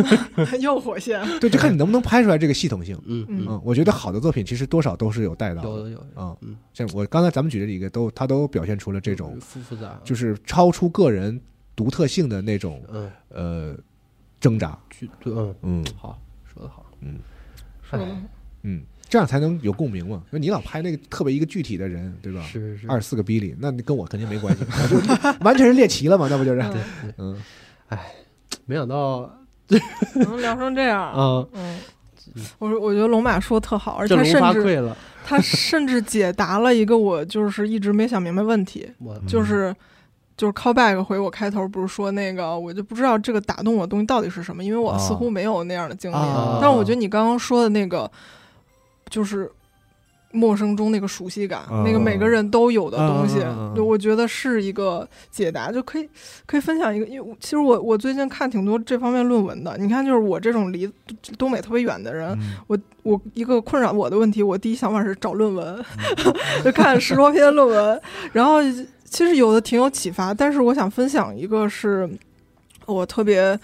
S3: 又火 线，
S4: 对，就看你能不能拍出来这个系统性。
S2: 嗯
S3: 嗯
S2: 嗯，
S4: 嗯，我觉得好的作品其实多少都是有带到
S2: 有
S4: 的。
S2: 的有的
S4: 嗯
S2: 嗯，
S4: 像我刚才咱们举的几个都，它都表现出了这种
S2: 复复杂，
S4: 就是超出个人独特性的那种
S2: 嗯
S4: 呃挣扎。
S2: 具对嗯
S4: 嗯
S2: 好说的好，哎
S4: 嗯
S3: 说的
S4: 嗯，这样才能有共鸣嘛。那你老拍那个特别一个具体的人，对吧？
S2: 哎是是是
S4: 二十四个逼里，那你跟我肯定没关 系，我就完全是猎奇了嘛，那不就是？
S3: 嗯
S4: 嗯，
S2: 没想到
S3: 嗯能聊成这样。
S2: 啊，
S3: 嗯，我说我觉得龙马说的特好，而且
S2: 振聋发
S3: 他甚至
S2: 聩了，
S3: 他甚至解答了一个我就是一直没想明白问题，
S2: 我
S3: 就是就是 callback 回我开头不是说那个，我就不知道这个打动我的东西到底是什么，因为我
S4: 啊
S3: 似乎没有那样的经历。
S2: 哦
S4: 啊
S3: 但是我觉得你刚刚说的那个，就是陌生中那个熟悉感，
S4: 啊
S3: 那个每个人都有的东西，
S4: 啊啊啊啊
S3: 就我觉得是一个解答，就可以可以分享一个。因为我其实我我最近看挺多这方面论文的，你看就是我这种离东北特别远的人，我我一个困扰我的问题，我第一想法是找论文，就看十多篇论文，然后其实有的挺有启发，但是我想分享一个是我特别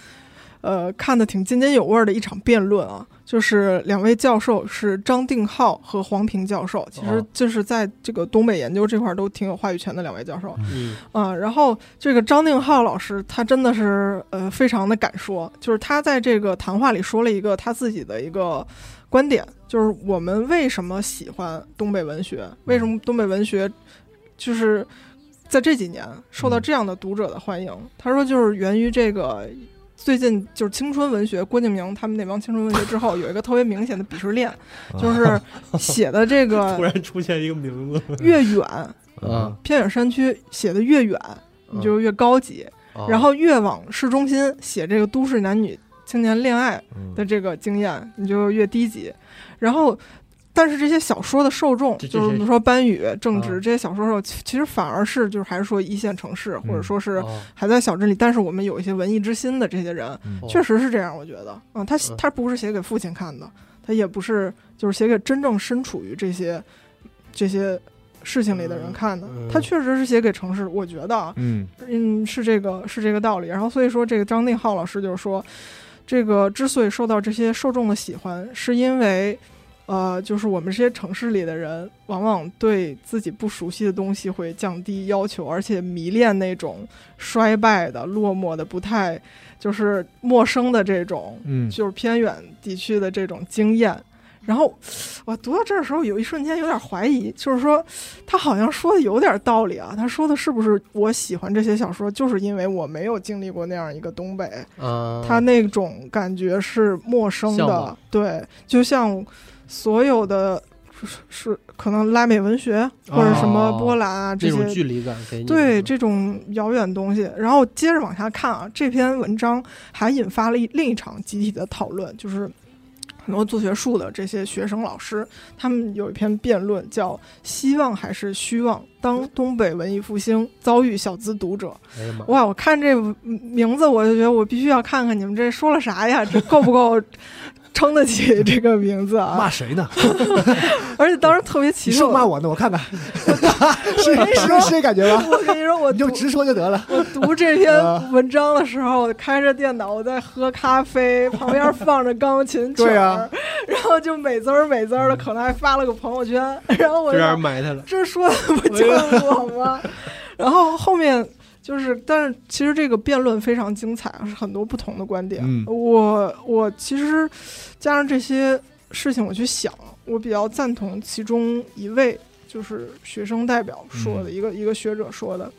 S3: 呃看的挺津津有味儿的一场辩论啊，就是两位教授是张定浩和黄平教授，其实
S2: 哦
S3: 就是在这个东北研究这块儿都挺有话语权的两位教授，
S2: 嗯
S3: 啊，然后这个张定浩老师，他真的是呃非常的敢说，就是他在这个谈话里说了一个他自己的一个观点，就是我们为什么喜欢东北文学，为什么东北文学就是在这几年受
S2: 嗯
S3: 到这样的读者的欢迎。他说就是源于这个。最近就是青春文学，郭敬明他们那帮青春文学之后，有一个特别明显的鄙 视链，就是写的这
S2: 啊突
S3: 个
S2: 然出现一个名字
S3: 越远、
S4: 嗯
S2: 啊，
S3: 偏远山区写的越远，
S2: 嗯
S3: 你就越高级。
S2: 啊
S3: 然后越往市中心写这个都市男女青年恋爱
S4: 嗯
S3: 的这个经验，你就越低级。然后，但是这些小说的受众，
S2: 这
S3: 就
S2: 这
S3: 是我们说班宇、正
S2: 啊
S3: 直这些小说受，其其实反而是就是还是说一线城市，或者说是
S2: 啊
S3: 还在小镇里，但是我们有一些文艺之心的这些人，
S4: 嗯
S3: 确实是这样，我觉得，嗯，他
S2: 哦嗯
S3: 他不是写给父亲看的，他也不是就是写给真正身处于这些这些事情里的人看的
S2: 嗯嗯，
S3: 他确实是写给城市，我觉得啊，
S4: 嗯
S3: 嗯，是这个是这个道理。然后所以说，这个张定浩老师就是说，这个之所以受到这些受众的喜欢，是因为，呃，就是我们这些城市里的人，往往对自己不熟悉的东西会降低要求，而且迷恋那种衰败的、落寞的、不太就是陌生的这种，
S4: 嗯
S3: 就是偏远地区的这种经验。然后我读到这儿的时候，有一瞬间有点怀疑，就是说他好像说的有点道理啊。他说的是不是我喜欢这些小说，就是因为我没有经历过那样一个东北，
S2: 啊，
S3: 他那种感觉是陌生
S2: 向
S3: 的
S2: 往。
S3: 对，就像所有的是是可能拉美文学或者什么
S2: 哦
S3: 波兰啊、这
S2: 这种
S3: 些
S2: 距离感给你
S3: 对这种遥远东西。然后接着往下看啊，这篇文章还引发了一另一场集体的讨论，就是很多做学术的这些学生老师，他们有一篇辩论叫《希望还是虚妄》，当东北文艺复兴遭遇小资读者。
S2: 哎呀妈
S3: 哇，我看这嗯名字我就觉得我必须要看看你们这说了啥呀，这够不够撑得起这个名字啊？
S4: 嗯骂谁呢？
S3: 而且当时特别奇
S4: 你
S3: 怪，
S4: 是骂我呢，我看 看，是是是这感觉吧？
S3: 我跟你说，我
S4: 你就
S3: 读
S4: 直说就得了。
S3: 我读这
S4: 啊
S3: 篇文章的时候，开着电脑，我在喝咖啡，旁边放着钢琴曲儿，
S4: 对啊嗯
S3: 然后就美滋儿美滋儿的，可能还发了个朋友圈，然后我
S2: 就
S3: 就
S2: 让人埋汰 了，
S3: 这说的不就是我吗？然后后面就是，但是其实这个辩论非常精彩，是很多不同的观点。
S4: 嗯
S3: 我我其实加上这些事情，我去想，我比较赞同其中一位就是学生代表说的、
S4: 嗯
S3: 一个一个学者说的，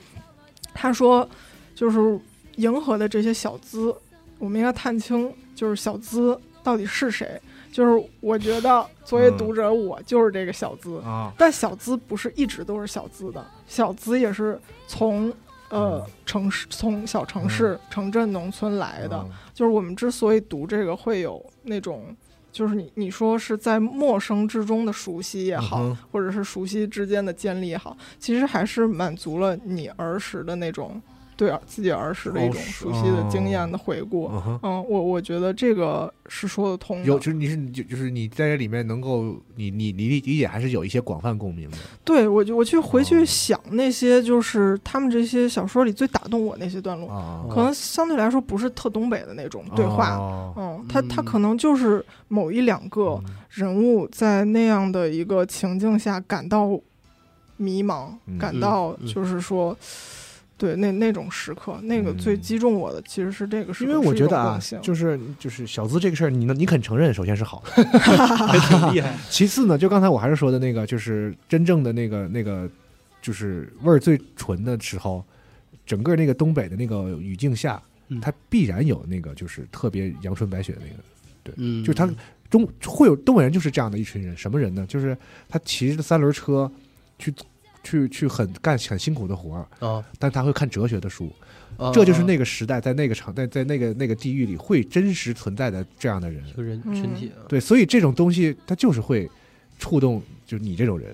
S3: 他说就是迎合的这些小资，我们应该探清就是小资到底是谁。就是我觉得作为
S4: 嗯
S3: 读者，我就是这个小资。
S4: 啊，
S3: 但小资不是一直都是小资的，小资也是从呃
S4: 嗯
S3: 城市、从小
S4: 哎嗯
S3: 城市、城镇、农村来的。就是我们之所以读这个会有那种就是你你说是在陌生之中的熟悉也好，
S4: 嗯哼
S3: 或者是熟悉之间的建立也好，其实还是满足了你儿时的那种对儿自己儿时的一
S4: 哦
S3: 种
S4: 是
S3: 熟悉的经验的回顾。
S4: 嗯哼，
S3: 嗯，我我觉得这个是说得通的。
S4: 有就是你是就就是你在这里面能够你你你理理解还是有一些广泛共鸣的，
S3: 对我就我去回
S4: 哦
S3: 去想那些就是他们这些小说里最打动我那些段落，
S4: 啊
S3: 可能相对来说不是特东北的那种哦对话。
S4: 哦
S3: 嗯，他他
S2: 嗯
S3: 可能就是某一两个
S4: 嗯
S3: 人物在那样的一个情境下感到迷茫，
S4: 嗯
S3: 感到
S2: 嗯嗯
S3: 就是说，对那那种时刻，那个最
S4: 嗯
S3: 击中我的其实是这个时
S4: 因
S3: 刻，
S4: 为我
S3: 是一
S4: 觉得
S3: 种
S4: 啊
S3: 共性，
S4: 就是就是小资这个事儿，你能你肯承认，首先是好的。啊
S2: 还挺厉害。
S4: 其次呢，就刚才我还是说的那个，就是真正的那个那个，就是味儿最纯的时候，整个那个东北的那个语境下
S2: 嗯，
S4: 它必然有那个就是特别阳春白雪的那个。
S2: 嗯，
S4: 就是他中会有东北人就是这样的一群人，什么人呢？就是他骑着三轮车去去去很干很辛苦的活儿，
S2: 啊，
S4: 但他会看哲学的书，
S2: 啊
S4: 这就是那个时代在那个场在在那个那个地域里会真实存在的这样的人
S2: 一。个人
S3: 嗯
S2: 群体啊，
S4: 对，所以这种东西它就是会触动，就是你这种人。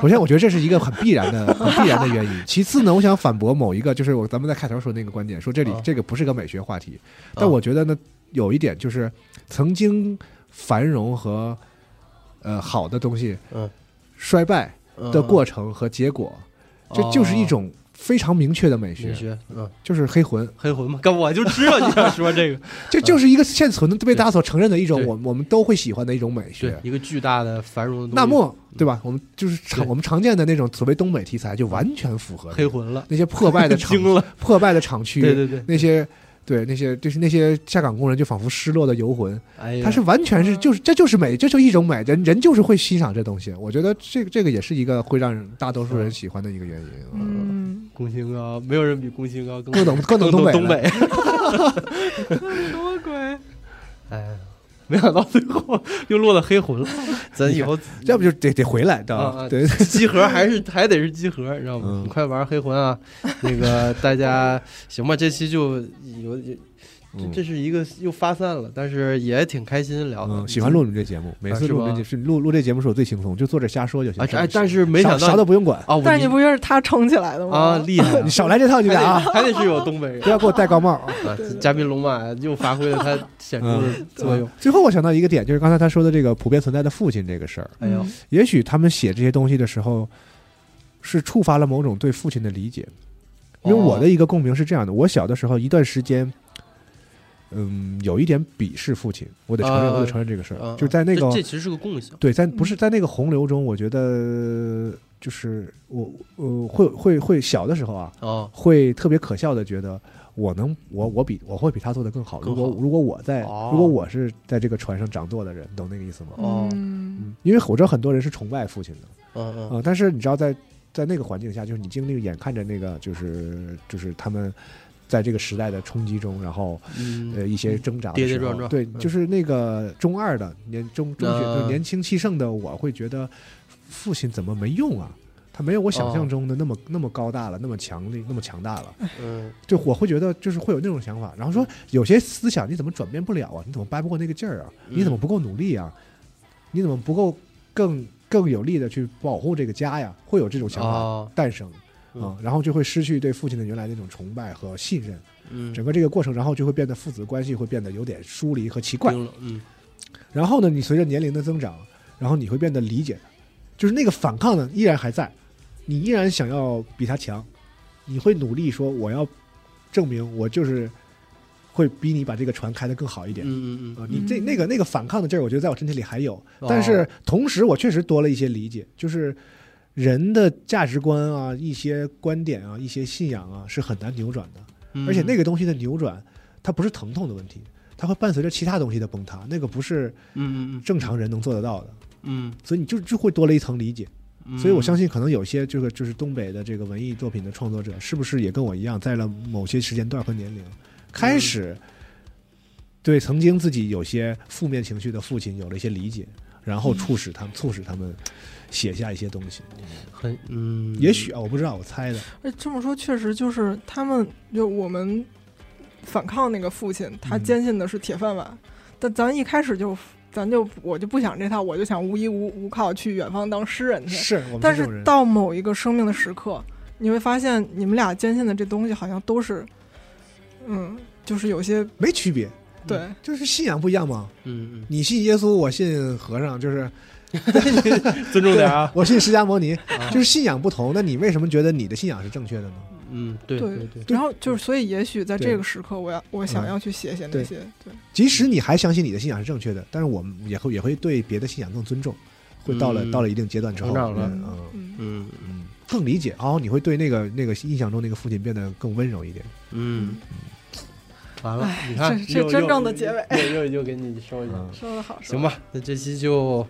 S4: 首 先，我觉得这是一个很必 然的、很必然的原因。其次呢，我想反驳某一个，就是我咱们在开头说那个观点，说这里
S2: 啊
S4: 这个不是个美学话题，
S2: 啊
S4: 但我觉得呢，有一点就是曾经繁荣和呃好的东西，
S2: 嗯，
S4: 衰败的过
S2: 嗯
S4: 程和结果，
S2: 嗯
S4: 这就是一
S2: 哦
S4: 种非常明确的美
S2: 美
S4: 学，
S2: 学，嗯，
S4: 就是黑魂。
S2: 黑魂嘛，刚我就知道你要说这 个，
S4: 这就是一个现存的被大家所承认的一
S2: 嗯
S4: 种
S2: 对
S4: 我我们都会喜欢的一种美学
S2: 对，。一个巨大的繁荣的东西
S4: 那么，对吧？我们就是
S2: 嗯
S4: 常
S2: 对
S4: 我们常见的那种所谓东北题材，就完全符合
S2: 黑魂了，
S4: 那些 破败的厂、
S2: 惊了，
S4: 破败的厂区，
S2: 对对对，
S4: 那些对那些就是那些下岗工人，就仿佛失落的游魂，
S2: 哎呀，
S4: 它是完全是
S3: 嗯
S4: 就是这就是美，这就是一种美，人人就是会欣赏这东西。我觉得这个这个也是一个会让人大多数人喜欢的一个原因。
S3: 嗯，
S2: 宫崎英高，没有人比宫崎英高更
S4: 更懂更懂
S2: 更懂
S4: 北了，
S2: 东北。
S3: 什么鬼？
S2: 哎呀，没想到最后又落到黑 魂了，咱以后
S4: 要不就得得回来，知道
S2: 啊
S4: 吧？
S2: 啊
S4: 对，
S2: 集合还是还得是集合，你知道吗？
S4: 嗯
S2: 你快玩黑魂啊！那 个大家行吧，这期就有有这
S4: 嗯
S2: 这是一个又发散了，但是也挺开心聊的。
S4: 嗯，喜欢录你们这节目，每次
S2: 啊是
S4: 录
S2: 吧
S4: 这节是录录这节目是我最轻松，就坐着瞎说就行
S2: 啊，。这哎，但是没
S4: 啥
S2: 想
S4: 啥
S2: 到
S4: 都不用管，
S2: 啊，我
S3: 但是你不也是他撑起来的吗？
S2: 啊厉害啊，
S4: 你少来这套，你
S2: 还
S4: 俩
S2: 得
S4: 啊，
S2: 还得是有东 北人
S4: 不。要给我戴高帽啊。
S2: 啊，嘉宾龙马又发挥了他 显著的
S4: 嗯
S2: 作用。
S4: 最后我想到一个点，就是刚才他说的这个普遍存在的父亲这个事儿，
S2: 哎呦，
S4: 也许他们写这些东西的时候，是触发了某种对父亲的理解。因为我的一个共鸣是这样的，我小的时候一段时间。嗯，有一点鄙视父亲，我得承认，
S2: 啊
S4: 我得承认这个事儿，
S2: 啊
S4: 嗯就是在那个
S2: 这这其实是个共性。
S4: 对，在不是在那个洪流中，我觉得就是我呃会会会小的时候啊，
S2: 哦
S4: 会特别可笑的觉得我能我我比我会比他做的更好。
S2: 更
S4: 如
S2: 好
S4: 果如果我在、
S2: 哦
S4: 如果我是在这个船上掌舵的人，懂那个意思吗？
S2: 哦
S3: 嗯，
S4: 嗯，因为我知道很多人是崇拜父亲的
S2: 嗯
S4: 啊、
S2: 嗯
S4: 但是你知道在在那个环境下，就是你经历眼看着那个就是就是他们在这个时代的冲击中，然后
S2: 嗯，
S4: 呃一些挣扎的
S2: 跌跌
S4: 时候
S2: 撞撞
S4: 对，
S2: 嗯
S4: 就是那个中二的年中中学、
S2: 嗯
S4: 年轻气盛的，我会觉得父亲怎么没用啊？他没有我想
S2: 哦
S4: 象中的那么、那么高大了，那么强力，那么强大了。
S2: 嗯
S4: 对，我会觉得就是会有那种想法，然后说有些思想你怎么转变不了啊？你怎么掰不过那个劲儿啊？
S2: 嗯
S4: 你怎么不够努力啊？你怎么不够更更有力的去保护这个家呀？会有这种想法
S2: 哦，
S4: 诞生
S2: 嗯
S4: 啊，然后就会失去对父亲的原来那种崇拜和信任，
S2: 嗯，
S4: 整个这个过程，然后就会变得父子关系会变得有点疏离和奇怪。
S2: 冰冷，嗯
S4: 然后呢，你随着年龄的增长，然后你会变得理解他，就是那个反抗呢依然还在，你依然想要比他强，你会努力说我要证明我就是会比你把这个船开得更好一点。
S2: 嗯嗯
S4: 啊、
S2: 嗯，
S4: 你这
S3: 嗯
S4: 那个那个反抗的劲儿，我觉得在我身体里还有，
S2: 哦
S4: 但是同时我确实多了一些理解，就是人的价值观啊、一些观点啊、一些信仰啊是很难扭转的。而且那
S2: 个
S4: 个东西的扭转，它不是疼痛的问题，它会伴随着其他东西的崩塌，那个不是
S2: 嗯嗯
S4: 正常人能做得到的。
S2: 嗯
S4: 所以你就就会多了一层理解，
S2: 嗯，
S4: 所以我相
S2: 信
S4: 信可能有些这个就是东北的这个文艺作品的创作者，是不是也跟我一样，在了某些时间段和年龄，开始
S3: 嗯
S4: 对曾经自己有些负面情绪的父亲有了一些理解，然
S3: 嗯
S4: 后促使他们促使他们写下一些东西。
S2: 很嗯，
S4: 也许啊，我不知道，我猜的。
S3: 哎，这么说确实就是他们就我们反抗那个父亲，他
S4: 嗯
S3: 坚信的是铁饭碗，但咱一开始就咱就我就不想这套，我就想无依无无靠去远方当诗人去。
S4: 是我们
S3: 但
S4: 这种
S3: 是
S4: 人
S3: 到某一个生命的时刻，你会发现你们俩坚信的这东西好像都是，嗯，就是有些
S4: 没区别，
S3: 对，
S4: 就是信仰不一样嘛。
S2: 嗯
S4: 你信耶稣，我信和尚，就是
S2: 嗯，尊重点啊，
S4: 我信释迦 牟尼，
S2: 啊
S4: 就是信仰不同。那你为什么觉得你的信仰是正确的呢？
S2: 嗯，对
S3: 对
S2: 对，
S3: 然后就是，所以也许在
S4: 对嗯
S3: 这个时刻，我要我想要去写写那
S4: 对
S3: 些，对，
S4: 即使你还相信你的信仰是正确的，但是我们也会也会对别的信仰更尊重，会到了、
S2: 嗯
S4: 到了一定阶段之
S2: 成
S4: 后，
S2: 长了
S4: 嗯嗯
S3: 嗯，
S2: 嗯
S4: 嗯，更理解，然后你会对那个那个印象中那个父亲变得更温柔一点。
S2: 嗯，完了，你
S3: 这
S2: 看，
S3: 是这
S2: 又
S3: 真正的结尾，
S2: 又又又又给你收一下，
S4: 嗯，
S3: 说的好，
S2: 行，吧，那这期就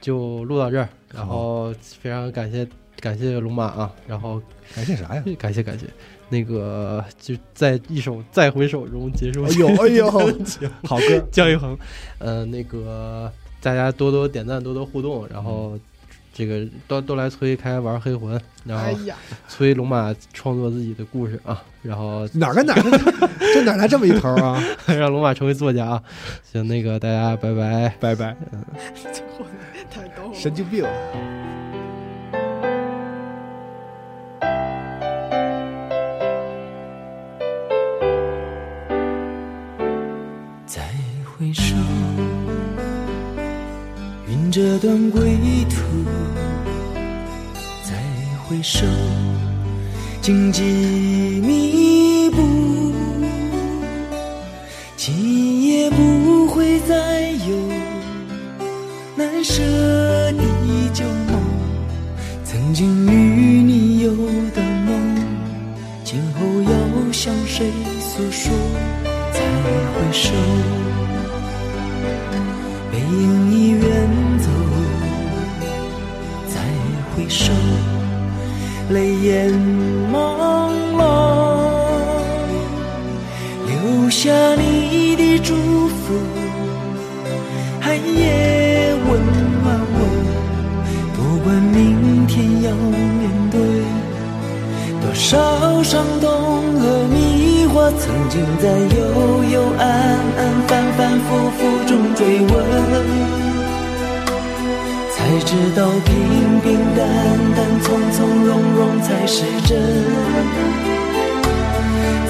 S2: 就录到这儿，然后非常感谢感谢龙马啊，然后
S4: 感谢啥呀？
S2: 感谢感谢，那个就在一首《再回首》中结束。
S4: 哎呦哎呦
S2: 节目
S4: 好 歌，
S2: 姜育恒，呃，那个大家多多点赞，多多互动，然
S4: 嗯
S2: 后这个都都来催开玩黑魂，然
S3: 哎
S2: 后
S3: 呀，
S2: 催龙马创作自己的故事啊，然后
S4: 哪儿跟哪儿，这哪来这么一头啊？
S2: 让龙马成为作家啊。行，那个大家拜拜。
S4: 拜拜，
S3: 太逗了。
S4: 神经病。
S1: 再回首，云遮断归途；再回首，荆棘密布，今夜不会再有难舍的旧梦。曾经与你有的梦，今后要向谁诉说？再回首，背影已远走；再回首，泪眼朦胧，留下你的祝福，寒夜温暖我。不管明天要面对。多少伤痛和迷惑，曾经在幽幽暗暗、反反复复中追问，才知道平平淡淡、从从容容才是真。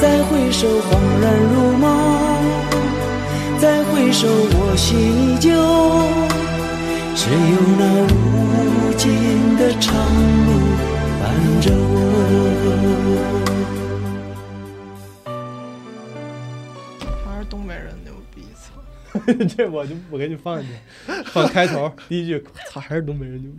S1: 再回首，恍然如梦；再回首，我心依旧。只有那无尽的长路伴着我。
S3: 还是东北人牛逼，操！
S2: 这我就我给你放进去，放开头第一句，操，还是东北人牛逼。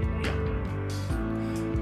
S5: 模样。